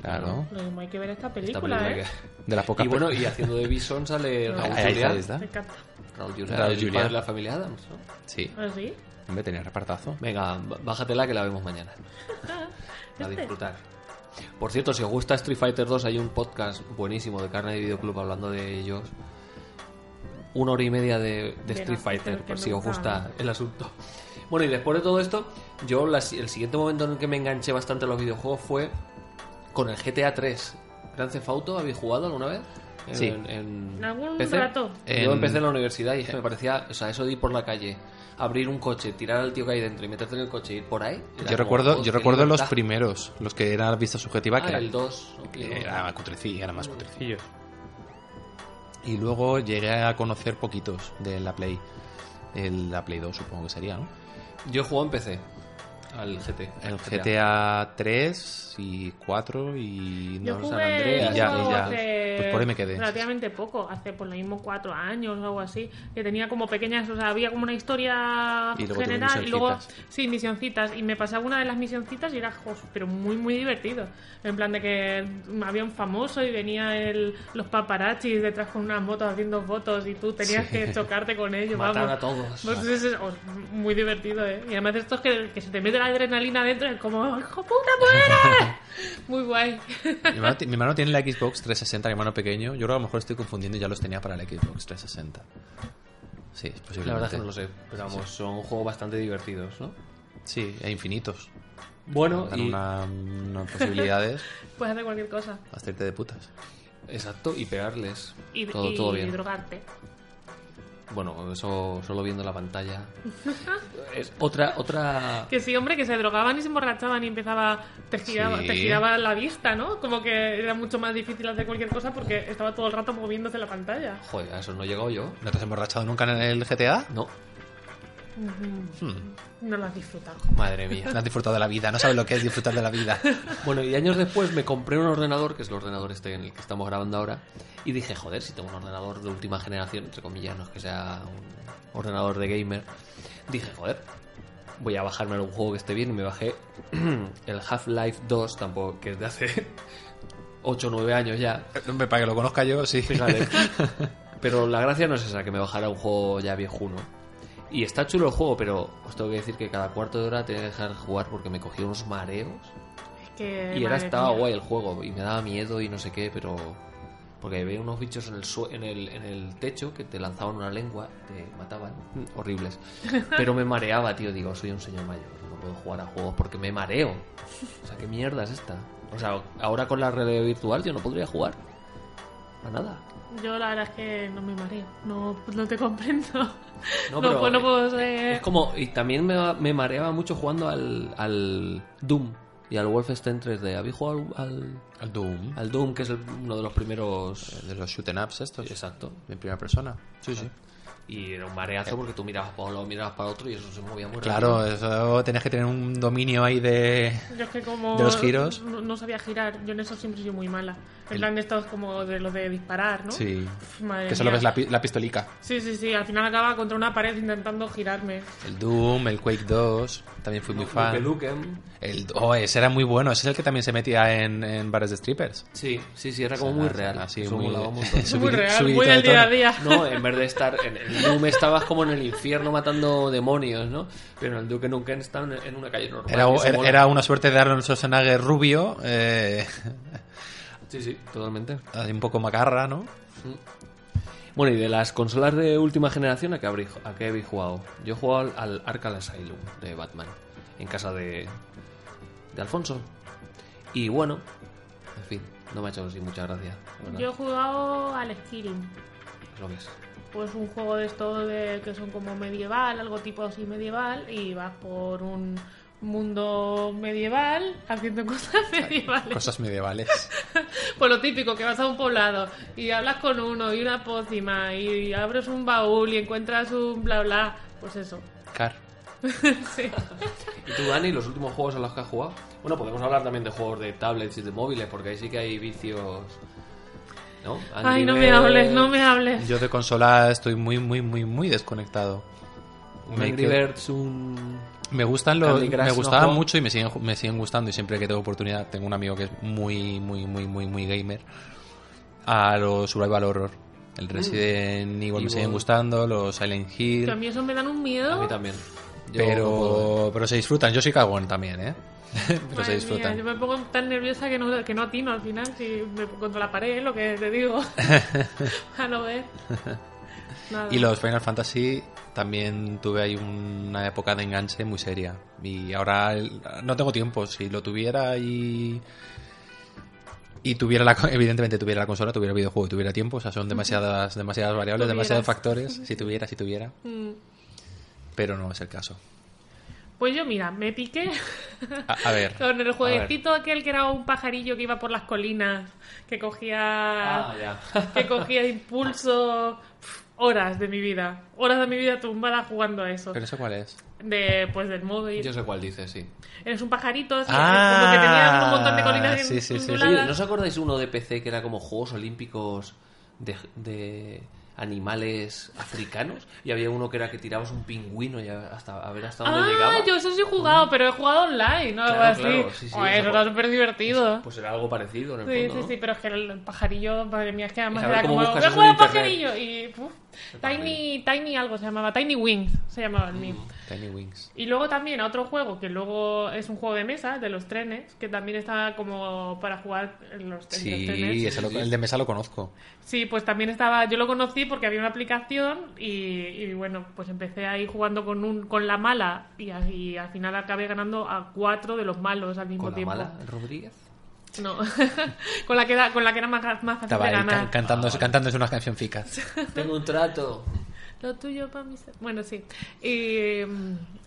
Claro.
Lo mismo hay que ver esta
Esta
película,
película
¿eh?
De las pocas
que- Y bueno,
pe-
y haciendo de Bison sale Raúl
Ahí está, ahí
Juliá.
está.
Me encanta.
Raúl Juliá,
Raúl
el
Juliá.
padre de la familia Adams, ¿no?
Sí.
¿Ah, sí?
Hombre, tenía repartazo.
Venga, b- bájatela que la vemos mañana. A
Este.
disfrutar. Por cierto, si os gusta Street Fighter 2, hay un podcast buenísimo de Carne de Videoclub hablando de ellos. Una hora y media de, de
De
Street
las-
Fighter,
pero que
por si os
nunca-
gusta el asunto. Bueno, y después de todo esto, yo las- el siguiente momento en el que me enganché bastante a los videojuegos fue con el GTA 3. Gran Theft Auto, ¿habéis jugado alguna vez? En-
Sí.
En, en
En algún rato.
En- eh.
Yo empecé en la universidad y es que me parecía, o sea, eso de ir por la calle, abrir un coche, tirar al tío que hay dentro y meterte en el coche y ir por ahí. era
Yo
como,
recuerdo,
"Oh,
yo
qué
recuerdo los
libertad".
primeros, los que eran vista subjetiva,
Ah,
que era-
el 2.
era más cutrecillo, era más cutrecillo. Y luego llegué a conocer poquitos de la Play. El, la Play 2 supongo que sería, ¿no?
Yo juego en PC. Al GT.
El GTA 3 y 4 y...
Yo
no,
San
jugué
Andreas,
yo
ya,
juego
ya.
hace
Pues por ahí me quedé.
relativamente poco, hace por lo mismo cuatro años o algo así, que tenía como pequeñas, o sea, había como una historia
Y luego tuve
general y luego
misioncitas.
sí, misioncitas y me pasaba una de las misioncitas y era jo, pero muy muy divertido, en plan de que había un famoso y venía el, los paparazzis detrás con unas motos haciendo fotos y tú tenías que chocarte con ellos,
Matar
vamos.
a todos.
Pues es- es- oh, muy divertido, ¿eh? Y además esto es que, que se te mete la adrenalina dentro y es como, ¡hijo puta, muera! muy guay.
Mi hermano, ti- mi hermano tiene la Xbox 360, mi hermano pequeño. Yo creo que a lo mejor estoy confundiendo y ya los tenía para la Xbox 360. Sí, es posible.
La verdad es que no lo sé. Pero vamos, son juegos bastante divertidos, ¿no?
Sí, e infinitos.
Bueno,
Dan
y.
una- unas posibilidades
Puedes hacer cualquier cosa.
hasta irte de putas.
Exacto, y pegarles.
Y,
todo,
y
todo bien.
drogarte.
Bueno, eso solo viendo la pantalla. es otra. otra...
Que sí, hombre, que se drogaban y se emborrachaban y empezaba, te giraba,
Sí.
te giraba la vista, ¿no? Como que era mucho más difícil hacer cualquier cosa porque estaba todo el rato moviéndose la pantalla.
Joder, a eso no he llegado yo.
¿No te has emborrachado nunca en el GTA?
No,
No lo has disfrutado.
madre mía.
No has disfrutado de la vida, no sabes lo que es disfrutar de la vida.
Bueno, y años después me compré un ordenador, que es el ordenador este en el que estamos grabando ahora, y dije, joder, si tengo un ordenador de última generación, entre comillas, no es que sea un ordenador de gamer, dije, joder, voy a bajarme algún juego que esté bien, y me bajé el Half-Life 2, tampoco, que es de hace 8 o 9 años ya,
Hombre, Para que lo conozca yo, sí.
Fíjate. Pero la gracia no es esa, que me bajara un juego ya viejuno. Y está chulo el juego, pero os tengo que decir que cada cuarto de hora tenía que dejar de jugar porque me cogía unos mareos.
Es que,
Y ahora
madre
estaba
mía.
guay el juego y me daba miedo y no sé qué, pero. Porque veía unos bichos en el, sue- en el, en el techo que te lanzaban una lengua, te mataban. Mm, Horribles. Pero me mareaba, tío. Digo, soy un señor mayor, no puedo jugar a juegos porque me mareo. O sea, ¿qué mierda es esta? O sea, ahora con la realidad virtual yo no podría jugar. A nada.
Yo la verdad es que no me mareo. No, pues no te comprendo. No,
pero- eh,
pues no puedo ser...
Es como. Y también me, me mareaba mucho jugando al, al Doom y al Wolfenstein 3D. ¿Habéis jugado al, al,
El Doom.
al Doom, que es el- uno de los primeros.
De los shoot'em ups estos.
Exacto.
En primera persona. Sí, sí.
Y era un mareazo porque tú mirabas para un lado, mirabas para otro y eso se movía muy
Claro,
rápido.
eso tenías que tener un dominio ahí de...
Yo es que como
¿De los giros?
No, no sabía girar, yo en eso siempre soy muy mala. En plan de estos como de los de disparar, ¿no?
Sí.
Uf, madre
Que solo
mía.
ves la, pi- la pistolica.
Sí, sí, sí, al final acaba contra una pared intentando girarme.
El Doom, el Quake 2, también fui muy
Duke
fan.
Nukem.
El, oh, ese era muy bueno, ese es el que también se metía en, en bares de strippers.
Sí, sí, sí, era como muy real.
Así,
Eso
muy,
molaba un montón.
Es muy
subidi-
real,
subidito
muy
de
del día a
tono.
día.
No, en vez de estar en el Doom estabas como en el infierno matando demonios, ¿no? Pero en el Duke Nukem están en una calle normal.
Era,
y eso
era-
mola.
era una suerte de Arnold Schwarzenegger rubio, eh,
Sí, sí, totalmente.
un poco macarra, ¿no?
Bueno, y de las consolas de última generación, ¿a qué, habréis- a qué habéis jugado? Yo he jugado al, al Arkham Asylum de Batman, en casa de, de Alfonso. Y bueno, en fin, no me ha hecho así mucha gracia. la verdad.
Yo he jugado al Skyrim,
Lo que es.
pues un juego de estos de, que son como medieval, algo tipo así medieval, y vas por un mundo medieval haciendo cosas medievales.
Cosas medievales.
Por lo típico, que vas a un poblado y hablas con uno y una pócima y abres un baúl y encuentras un bla bla, pues eso.
Car.
sí.
¿Y tú, Dani, los últimos juegos a los que has jugado? Bueno, podemos hablar también de juegos de tablets y de móviles, porque ahí sí que hay vicios. ¿No?
Ay,
Angry
no me
Birds,
hables, no me hables.
Yo de consola estoy muy, muy, muy, muy desconectado.
Un Angry
quedo-
Birds, un.
Me gustan los,
Candy Crush
me
no
gustaban
juego.
mucho y me siguen, me siguen gustando y siempre que tengo oportunidad tengo un amigo que es muy muy muy muy muy gamer a los survival horror. El Resident Evil me
Mm. Evil.
siguen gustando, los Silent
Que a
Hill,
mí eso me dan un
A
miedo.
mí también. Yo no puedo. ¿eh?
pero pero se disfrutan. Yo soy cagón también, ¿eh? pero se
Madre mía,
disfrutan.
yo me pongo tan nerviosa que no, que no atino al final si me pongo contra la pared, lo que te digo. a no ver. Nada.
Y los Final Fantasy también tuve ahí una época de enganche muy seria. Y ahora el- no tengo tiempo. Si lo tuviera y. Y tuviera la, co- evidentemente tuviera la consola, tuviera videojuego y tuviera tiempo. O sea, son demasiadas, demasiadas variables,
Tuvieras.
demasiados factores. Si tuviera, si tuviera.
Mm.
Pero no es el caso.
Pues yo, mira, me piqué
A, a ver.
con el jueguecito aquel que era un pajarillo que iba por las colinas, que cogía,
Ah, ya.
que cogía impulso. Pf, Horas de mi vida, horas de mi vida tumbada jugando a eso.
¿Pero eso cuál es?
De, pues del móvil.
Yo sé cuál dices, sí.
Eres un pajarito, así,
Ah,
como que tenía un montón de colinas
sí, sí, sí, sí.
Oye,
onduladas.
¿no os acordáis uno de PC que era como Juegos Olímpicos de, de animales africanos? Y había uno que era que tirabas un pingüino y a- hasta a ver hasta dónde
Ah,
llegaba.
yo eso sí he jugado, pero he jugado online, ¿no?
Claro,
algo así.
claro, sí, sí,
Joder,
esa
eso
cosa.
era súper divertido.
Pues era algo parecido en el
Sí,
fondo,
sí,
¿no?
sí, pero es que el pajarillo, madre mía, es que además
a ver
era
cómo
como.
buscas
¡Voy a
eso
jugar
en
al
internet".
pajarillo! Y. uf, tiny, Tiny algo se llamaba, Tiny Wings se llamaba el mío.
Mm.
Tiny Wings.
Y luego también otro juego que luego es un juego de mesa, de los trenes, que también está como para jugar en los, en los trenes.
Sí, ese lo- el de mesa lo conozco.
Sí, pues también estaba, yo lo conocí porque había una aplicación y, y bueno, pues empecé ahí jugando con un con la mala y, a- y al final acabé ganando a cuatro de los malos al mismo
Con la
tiempo.
mala Rodríguez.
No, con la que era, con la que era más, más fácil
Estaba
de
ahí can-
ganar.
Ah,
cantándose- cantándose unas cancioncicas.
Tengo un trato.
Lo tuyo para mí. se- Bueno, sí. Y,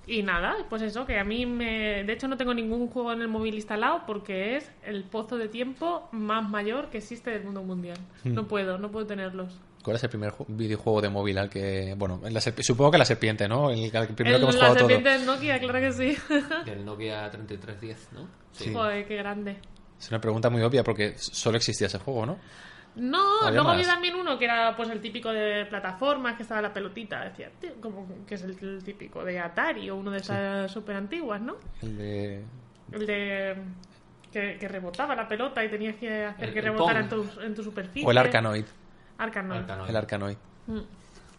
y nada, pues eso, que a mí me. De hecho, no tengo ningún juego en el móvil instalado porque es el pozo de tiempo más mayor que existe del mundo mundial.
Hmm.
No puedo, no puedo tenerlos.
¿Cuál es el primer ju- videojuego de móvil al que... Bueno, la serp- supongo que la serpiente, ¿no? El, el primero
El-
que hemos
la
jugado todos.
serpiente de Nokia, claro que sí.
Del Nokia 3310, ¿no?
Sí.
Joder, qué grande.
Es una pregunta muy obvia porque solo existía ese juego, ¿no?
No,
Había
luego
más.
había también uno que era pues el típico de plataformas, que estaba la pelotita, decía, tío, como que es el, el típico de Atari o uno de esas súper antiguas, ¿no?
El de...
El de que, que rebotaba la pelota y tenías que hacer
El-
que
el
rebotara en
Pong.
tu, en tu superficie.
O el Arcanoid.
Arcanoid.
Arcanoid.
El Arcanoid.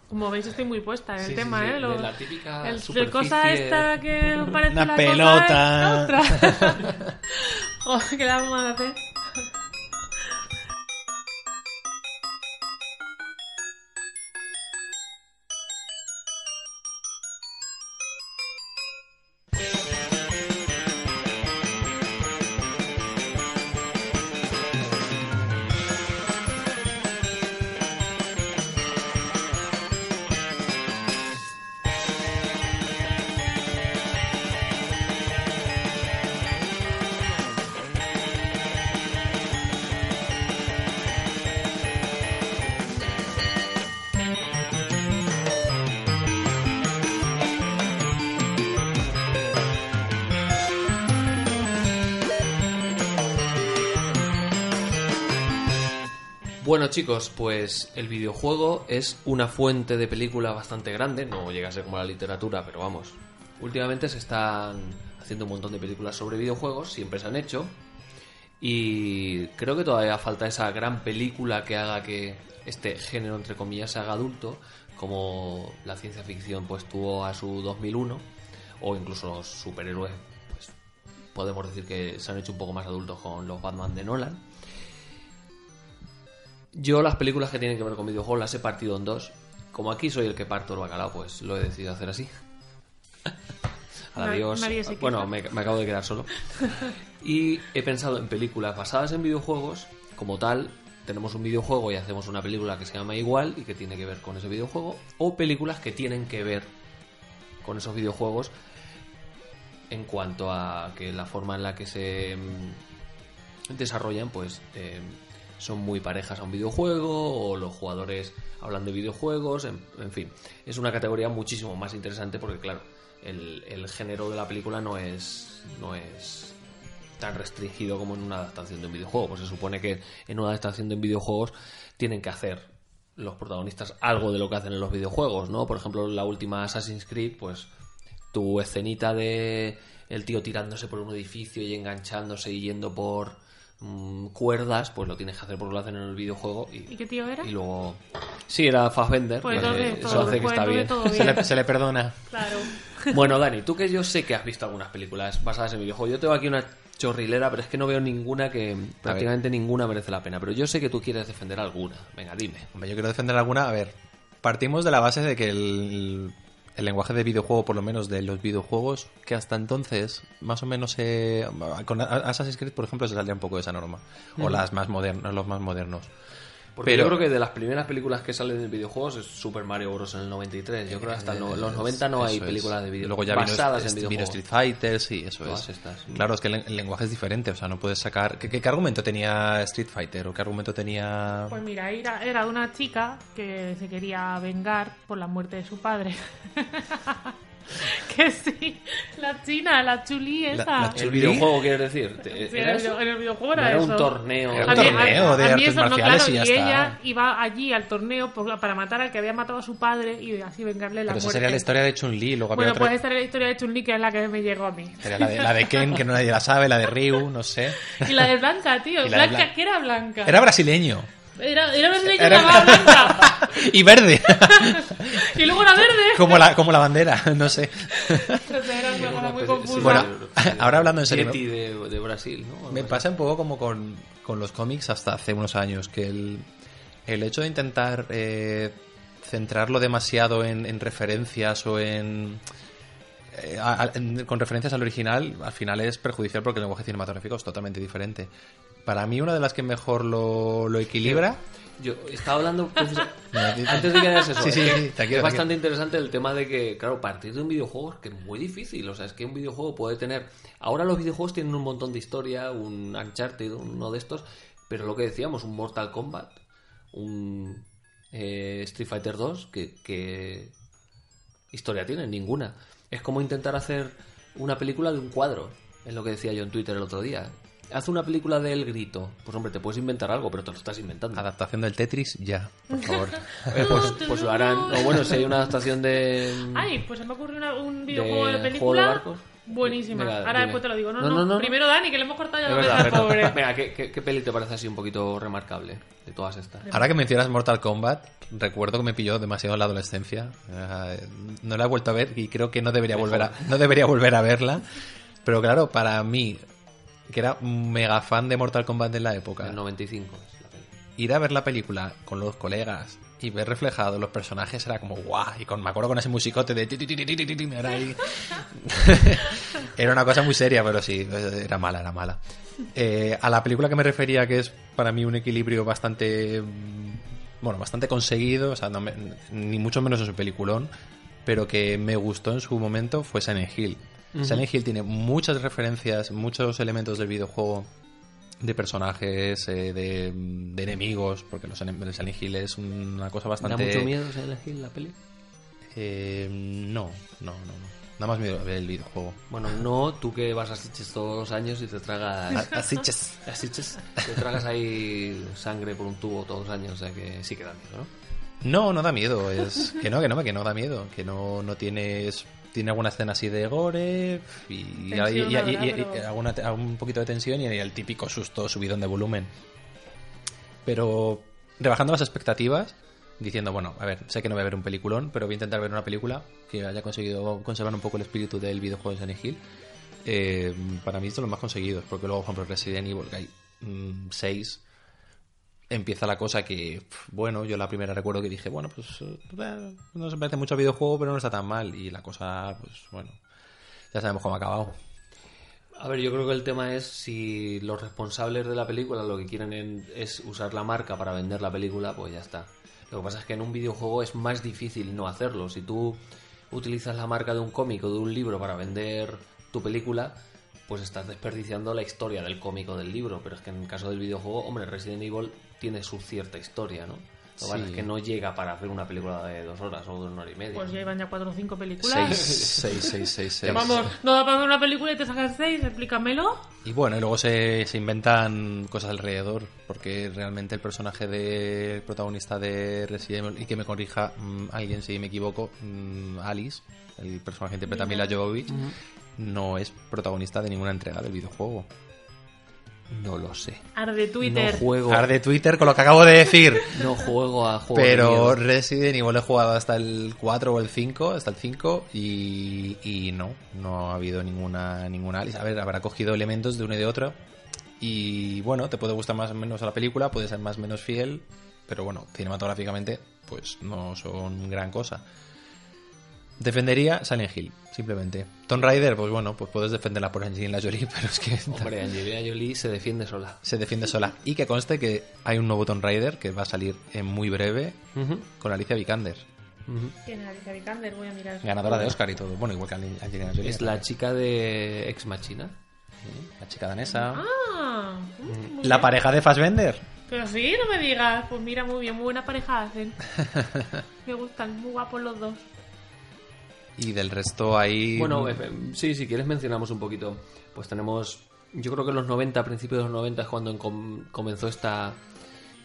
Como veis, estoy muy puesta en
Sí,
el
sí,
tema,
sí,
¿eh?
de
Lo-
la típica
el-
superficie-
cosa esta que parece
Una
la
pelota.
Cosa esta, otra. Joder, ¿qué la vamos a hacer?
Bueno chicos, pues el videojuego es una fuente de película bastante grande, no llega a ser como la literatura, pero vamos. Últimamente se están haciendo un montón de películas sobre videojuegos, siempre se han hecho, y creo que todavía falta esa gran película que haga que este género, entre comillas, se haga adulto, como la ciencia ficción pues tuvo a su 2001, o incluso los superhéroes, pues podemos decir que se han hecho un poco más adultos con los Batman de Nolan. Yo las películas que tienen que ver con videojuegos las he partido en dos. Como aquí soy el que parto el bacalao, pues lo he decidido hacer así.
Na-
Adiós.
nadie se
bueno,
queja.
me, me acabo de quedar solo. Y he pensado en películas basadas en videojuegos. Como tal, tenemos un videojuego y hacemos una película que se llama igual y que tiene que ver con ese videojuego. O películas que tienen que ver con esos videojuegos en cuanto a que la forma en la que se mm, desarrollan, pues eh, son muy parejas a un videojuego o los jugadores hablan de videojuegos, en, en fin. Es una categoría muchísimo más interesante porque, claro, el, el género de la película no es, no es tan restringido como en una adaptación de un videojuego. Pues se supone que en una adaptación de videojuegos tienen que hacer los protagonistas algo de lo que hacen en los videojuegos, ¿no? Por ejemplo, la última Assassin's Creed, pues tu escenita de el tío tirándose por un edificio y enganchándose y yendo por mm, cuerdas, pues lo tienes que hacer porque lo hacen en el videojuego y,
¿Y qué tío era?
y luego sí era Fassbender,
Pues
pero
entonces
eso
todo-
hace que
pues
está
entonces
bien.
todo
Se
bien.
le, se le perdona.
Claro.
Bueno, Dani, tú que yo sé que has visto algunas películas basadas en videojuegos. Yo tengo aquí una chorrilera, pero es que no veo ninguna que prácticamente ninguna merece la pena. Pero yo sé que tú quieres defender alguna. Venga, dime.
Hombre, yo quiero defender alguna. A ver, partimos de la base de que el, el lenguaje de videojuego, por lo menos de los videojuegos, que hasta entonces más o menos se... Con Assassin's Creed, por ejemplo, se salía un poco de esa norma. O las más modernas, los más modernos.
Porque
Pero-
yo creo que de las primeras películas que salen de videojuegos es Super Mario Bros. en el 93. Yo creo que hasta
Eh,
no- los 90 no hay
Eh, Eso es.
películas de videojuegos
Luego ya vino
basadas
Street-
en
vino
videojuegos.
Street Fighter, sí, eso
Todas
es.
estas.
Claro, es que el, el lenguaje es diferente, o sea, no puedes sacar... ¿Qué, qué, qué argumento tenía Street Fighter o qué argumento tenía...
Pues mira, era, era de una chica que se quería vengar por la muerte de su padre. que sí, la china, la chulí esa.
la
El
chulí.
videojuego, quieres decir. ¿Te-
Sí, en,
era
el,
eso?
video- en el videojuego era,
No era
eso.
un torneo.
Era un
A mí- a-
torneo de
a mí
artes
eso
marciales y ya está.
ella iba allí al torneo por- para matar al que había matado a su padre y así vengarle la
Pero esa
muerte.
sería la historia de Chun-Li, luego había
bueno,
otra...
pues esa era la historia de Chun-Li, que es la que me llegó a mí.
Sería la de, la de Ken, que no nadie la sabe, la de Ryu, no sé.
Y la de Blanca, tío.
Y la de
Blanca,
Blan-
¿qué era Blanca?
Era brasileño.
Era, era brasileña y
Era-
llamaba Blanca.
Y verde,
y luego era verde.
como la, como la bandera, no sé.
Entonces era una cosa muy
Pues, sí,
confusa.
Bueno, ahora hablando en serio,
Yeti de, de Brasil, ¿no?
Me pasa un poco como con, con los cómics hasta hace unos años, que el, el hecho de intentar eh, centrarlo demasiado en, en referencias o en, eh, a- a- en- con referencias al original, al final es perjudicial porque el lenguaje cinematográfico es totalmente diferente. Para mí una de las que mejor lo, lo equilibra...
Yo estaba hablando. precisa-
No, di-
Antes de que hagas eso,
Sí, sí,
es que
sí, te quiero, te
es bastante interesante el tema de que, claro, partir de un videojuego es que es muy difícil. O sea, es que un videojuego puede tener. Ahora los videojuegos tienen un montón de historia, un Uncharted, uno de estos, pero lo que decíamos, un Mortal Kombat, un eh, Street Fighter 2, que, que historia tienen, ninguna. Es como intentar hacer una película de un cuadro, es lo que decía yo en Twitter el otro día. Haz una película del grito. Pues hombre, te puedes inventar algo, pero te lo estás inventando.
Adaptación del Tetris, ya, por favor.
Eh, pues, pues lo harán. O bueno, si hay una adaptación de.
Ay, pues se me ocurrió una- un videojuego
de
de,
Juego de
película.
Barcos.
Buenísima.
Venga,
Ahora
dime.
después te lo digo. No,
No,
no,
no, no.
Primero Dani, que le hemos cortado ya
Es
la
verdad,
cabeza,
perdón.
pobre.
Venga, ¿qué, qué, qué peli te parece así un poquito remarcable de todas estas?
Ahora que mencionas Mortal Kombat, recuerdo que me pilló demasiado en la adolescencia. Eh, No la he vuelto a ver y creo que no debería, volver a, no debería volver a verla. Pero claro, para mí, que era un mega fan de Mortal Kombat en la época,
El 95 es la peli.
ir a ver la película con los colegas y ver reflejados los personajes era como guau. Y con, me acuerdo con ese musicote de... ti, ti, ti, ti, ti, ti, ti, ti, Era, ahí. Era una cosa muy seria, pero sí, era mala, era mala. Eh, a la película que me refería, que es para mí un equilibrio bastante... mm, Bueno, bastante conseguido, o sea, no me- ni mucho menos es un peliculón, pero que me gustó en su momento fue Silent Hill. Silent Hill tiene muchas referencias, muchos elementos del videojuego de personajes, eh, de, de enemigos, porque los enem- el Silent Hill es una cosa
¿Da
bastante...
mucho miedo se elegir la peli?
Eh, no, no, no, no. Nada más miedo el videojuego.
Bueno, no, tú que vas a Sitges todos los años y te tragas.
Así, chas.
a Sitges, Te tragas ahí sangre por un tubo todos los años, o sea que sí que da miedo, ¿no?
No, no da miedo. Es que no, que no, que no da miedo. Que no, no tienes. Tiene alguna escena así de gore y, y-
Tensión
y- y-
habrá,
y- y-
pero-
alguna, algún poquito de tensión y el típico susto subidón de volumen. Pero rebajando las expectativas, diciendo, bueno, a ver, sé que no voy a ver un peliculón, pero voy a intentar ver una película que haya conseguido conservar un poco el espíritu del videojuego de Silent Hill. Eh, para mí es de los más conseguidos, porque luego, por ejemplo, Resident Evil, que hay mm, 6, empieza la cosa que, pf, bueno, yo la primera recuerdo que dije, bueno, pues eh, bueno, no se parece mucho a videojuego, pero no está tan mal. Y la cosa, pues bueno, ya sabemos cómo ha acabado.
A ver, yo creo que el tema es si los responsables de la película lo que quieren en- es usar la marca para vender la película, pues ya está. Lo que pasa es que en un videojuego es más difícil no hacerlo. Si tú utilizas la marca de un cómic o de un libro para vender tu película, pues estás desperdiciando la historia del cómic o del libro. Pero es que en el caso del videojuego, hombre, Resident Evil tiene su cierta historia, ¿no? Lo que pasa
Sí.
es que no llega para hacer una película de dos horas o de una hora y media.
Pues ya iban ya cuatro o cinco películas.
Seis, seis, seis, seis, seis.
Vamos, no da para hacer una película y te sacas seis, explícamelo.
Y bueno, y luego se, se inventan cosas alrededor, porque realmente el personaje del protagonista de Resident Evil, y que me corrija mm, alguien si me equivoco, mm, Alice, el personaje que interpreta a Mila Jovovich, no es protagonista de ninguna entrega del videojuego. No lo sé.
Arde
no
Twitter.
juego,
de Twitter con lo que acabo de decir.
no juego a juegos
Pero
de miedo.
Resident Evil he jugado hasta el 4 o el 5, hasta el 5, y, y no, no ha habido ninguna, ninguna Alice. A ver, habrá cogido elementos de una y de otra. Y bueno, te puede gustar más o menos a la película, puede ser más o menos fiel, pero bueno, cinematográficamente, pues no son gran cosa. Defendería Silent Hill, simplemente. Tomb Raider, pues bueno, pues puedes defenderla por Angelina Jolie, pero es que
Hombre, Angelina Jolie se defiende sola.
se defiende sola. Y que conste que hay un nuevo Tomb Raider que va a salir en muy breve con Alicia Vikander,
¿Quién es Alicia Vikander? Voy a mirar.
ganadora de Oscar y todo. Bueno, igual que Angelina Jolie.
Es la chica de Ex Machina.
la chica danesa.
Ah, mm, muy
La
bien.
pareja de Fassbender.
Pero sí, no me digas. Pues mira, muy bien, muy buena pareja hacen. me gustan, muy guapos los dos.
Y del resto ahí...
Bueno, eh, eh, sí, si quieres mencionamos un poquito. Pues tenemos, yo creo que en los 90, a principios de los 90 es cuando encom- comenzó esta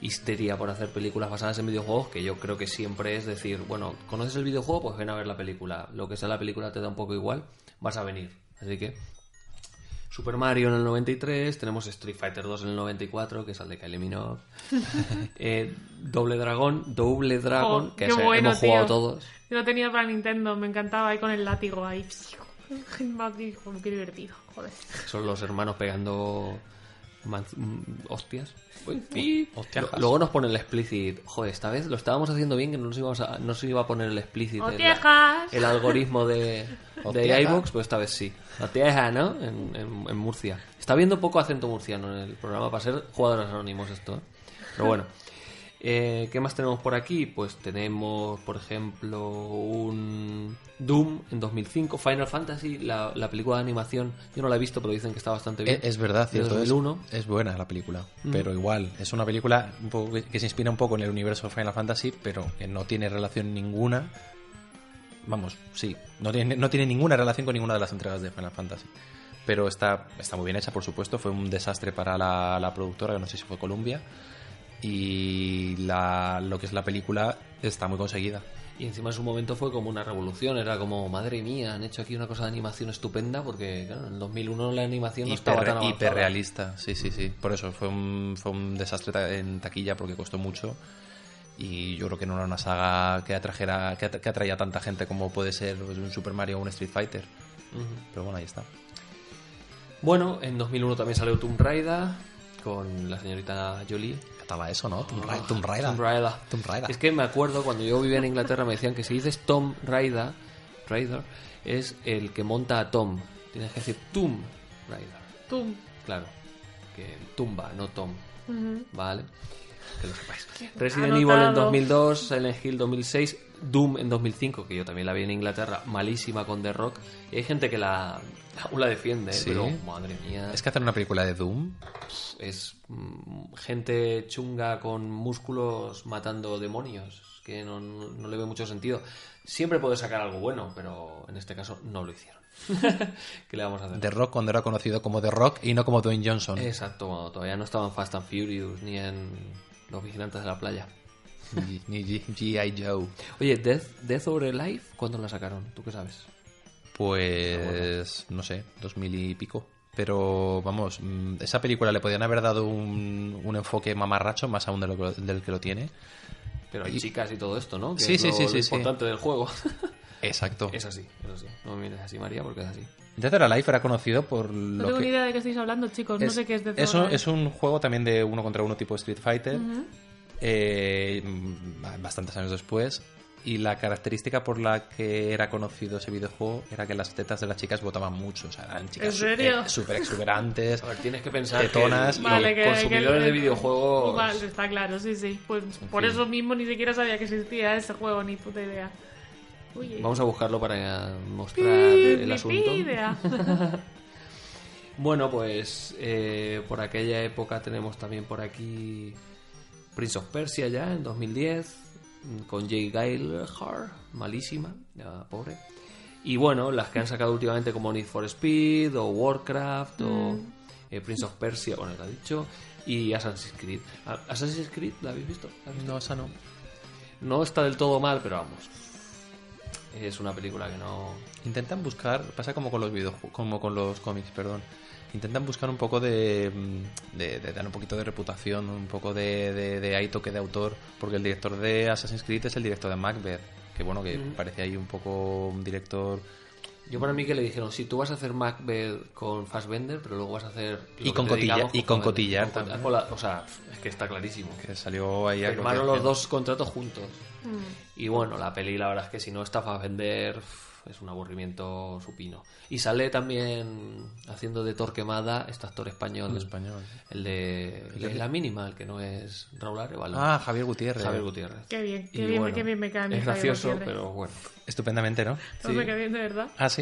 histeria por hacer películas basadas en videojuegos, que yo creo que siempre es decir, bueno, ¿conoces el videojuego? Pues ven a ver la película. Lo que sea la película te da un poco igual, vas a venir. Así que Super Mario en el 93, tenemos Street Fighter 2 en el 94, que es el de Kylie Minogue. Eh, Doble Dragón, Doble Dragon,
Oh,
que
qué
ese
bueno,
hemos jugado
tío.
todos.
Yo lo tenía para Nintendo, me encantaba ahí con el látigo ahí. Más dijo, qué divertido, joder.
Son los hermanos pegando man- mm, hostias. Uy, y-
Hostiajas.
Lo- Luego nos ponen el explicit. Joder, esta vez lo estábamos haciendo bien que no nos, íbamos a- no se iba a poner el explicit. en la-
Hostiajas.
el algoritmo de,
Hostiaja.
de iVoox, pues esta vez sí. Hostiaja, ¿no? En, en- en Murcia. Está viendo poco acento murciano en el programa para ser jugadores anónimos esto. ¿eh? Pero bueno. Eh, ¿Qué más tenemos por aquí? Pues tenemos, por ejemplo, un Doom en 2005, Final Fantasy, la, la película de animación. Yo no la he visto, pero dicen que está bastante bien.
Eh,
Mm.
E-, Es, es verdad,
De
cierto. es-
2001.
Es, buena la película, pero igual, es una película un poco que, que se inspira un poco en el universo de Final Fantasy, pero que no tiene relación ninguna. Vamos, sí, no tiene, no tiene ninguna relación con ninguna de las entregas de Final Fantasy. Pero está, está muy bien hecha, por supuesto. Fue un desastre para la, la productora, que no sé si fue Columbia. Y la- lo que es la película está muy conseguida.
Y encima en su momento fue como una revolución, era como, madre mía, han hecho aquí una cosa de animación estupenda, porque claro, en 2001 la animación no estaba tan avanzada.
hiperrealista, sí, sí, sí. Por eso fue un, fue un desastre ta- en taquilla porque costó mucho. Y yo creo que no era una saga que atrajera, que, atra- que atraía a tanta gente como puede ser pues, un Super Mario o un Street Fighter. Pero bueno, ahí está.
Bueno, en 2001 también salió Tomb Raider con la señorita Jolie.
¿Qué tal va eso, no? Ah, Tomb Ra- Tomb Raider.
Ah, Tomb Raider.
Tomb Raider.
Es que me acuerdo cuando yo vivía en Inglaterra me decían que si dices Tom Raider, Raider es el que monta a Tom. Tienes que decir Tomb Raider.
Tú.
Claro, que tumba, no Tom. Vale. Que lo sepáis.
Anotado.
Resident Evil en 2002, Silent Hill 2006, Doom en 2005, que yo también la vi en Inglaterra, malísima con The Rock. Y hay gente que la, aún la defiende, ¿eh?
Sí.
pero madre mía,
Es que hacer una película de Doom.
es mm, gente chunga con músculos matando demonios. Es que no, no- no le ve mucho sentido. Siempre puede sacar algo bueno, pero en este caso no lo hicieron. ¿Qué le vamos a hacer?
The Rock cuando era conocido como The Rock y no como Dwayne Johnson.
Exacto, cuando todavía no estaban Fast and Furious ni en Los Vigilantes de la Playa.
Ni- Ni G- G.I. Joe.
Oye, Death, Death or Alive, ¿cuándo la sacaron? ¿Tú qué sabes?
Pues no sé, dos mil y pico. Pero vamos, mm, esa película le podían haber dado un, un enfoque mamarracho más aún de lo que- del que lo tiene.
Pero hay
Y-
chicas y todo esto, ¿no? Que
Sí,
es
sí,
lo-
sí,
lo
sí, sí.
importante del juego.
Exacto.
es así, es así. No me mires así, María, porque es así.
Dead or Alive era conocido por
No
lo
tengo
que
ni idea de qué estáis hablando, chicos. no sé qué es de
es, un,
Fortnite.
es un juego también de uno contra uno tipo Street Fighter, eh, mm, bastantes años después. Y la característica por la que era conocido ese videojuego era que las tetas de las chicas botaban mucho. O sea, eran chicas
¿En serio?
súper exuberantes.
A ver, tienes que pensar
Tetonas
que
y-
Vale, que- que-
consumidores de
que-
videojuegos...
Vale, está claro, sí, sí. Pues por eso mismo ni siquiera sabía que existía ese juego, ni puta idea. eh. Oye,
Vamos a buscarlo para mostrar
pi,
el
pi,
asunto.
pi, idea.
Bueno, pues eh, por aquella época tenemos también por aquí Prince of Persia ya en 2010, mm, con Jay Gyllenhaal, malísima, ya, pobre. Y bueno, las que han sacado últimamente como Need for Speed o Warcraft o eh, Prince of Persia, bueno, lo ha dicho, y Assassin's Creed. Ah, ¿Assassin's Creed la habéis visto? ¿La habéis visto?
No, esa no.
No está del todo mal, pero vamos. Es una película que no.
Intentan buscar, pasa como con los videojuegos, como con los cómics, perdón. Intentan buscar un poco de, mm, de, de dar un poquito de reputación, un poco de, de, de ahí toque de autor, porque el director de Assassin's Creed es el director de Macbeth, que bueno, que
Mm.
parece ahí un poco un director...
Yo para mí que le dijeron, sí, tú vas a hacer Macbeth con Fassbender, pero luego vas a hacer... lo
Y
que
con
te
Cotilla-
digamos
y con
Fassbender".
Cotillar
Con Cot-
también.
con la- o sea, es que está clarísimo.
que salió ahí... a
Firmaron
creo que-
los dos contratos juntos.
Mm.
Y bueno, la peli la verdad es que si no está Fassbender uf, es un aburrimiento supino. Y sale también haciendo de Torquemada este actor español.
Un español.
El de el de La Mínima, el que no es Raúl Arevalo.
Ah, Javier Gutiérrez.
Javier Gutiérrez.
Qué bien, qué
Y
bien,
bueno,
qué bien me cae a mí
Es
Javier
gracioso,
Gutiérrez.
pero bueno.
Estupendamente, ¿no?
No me cae bien, de verdad.
Ah, sí.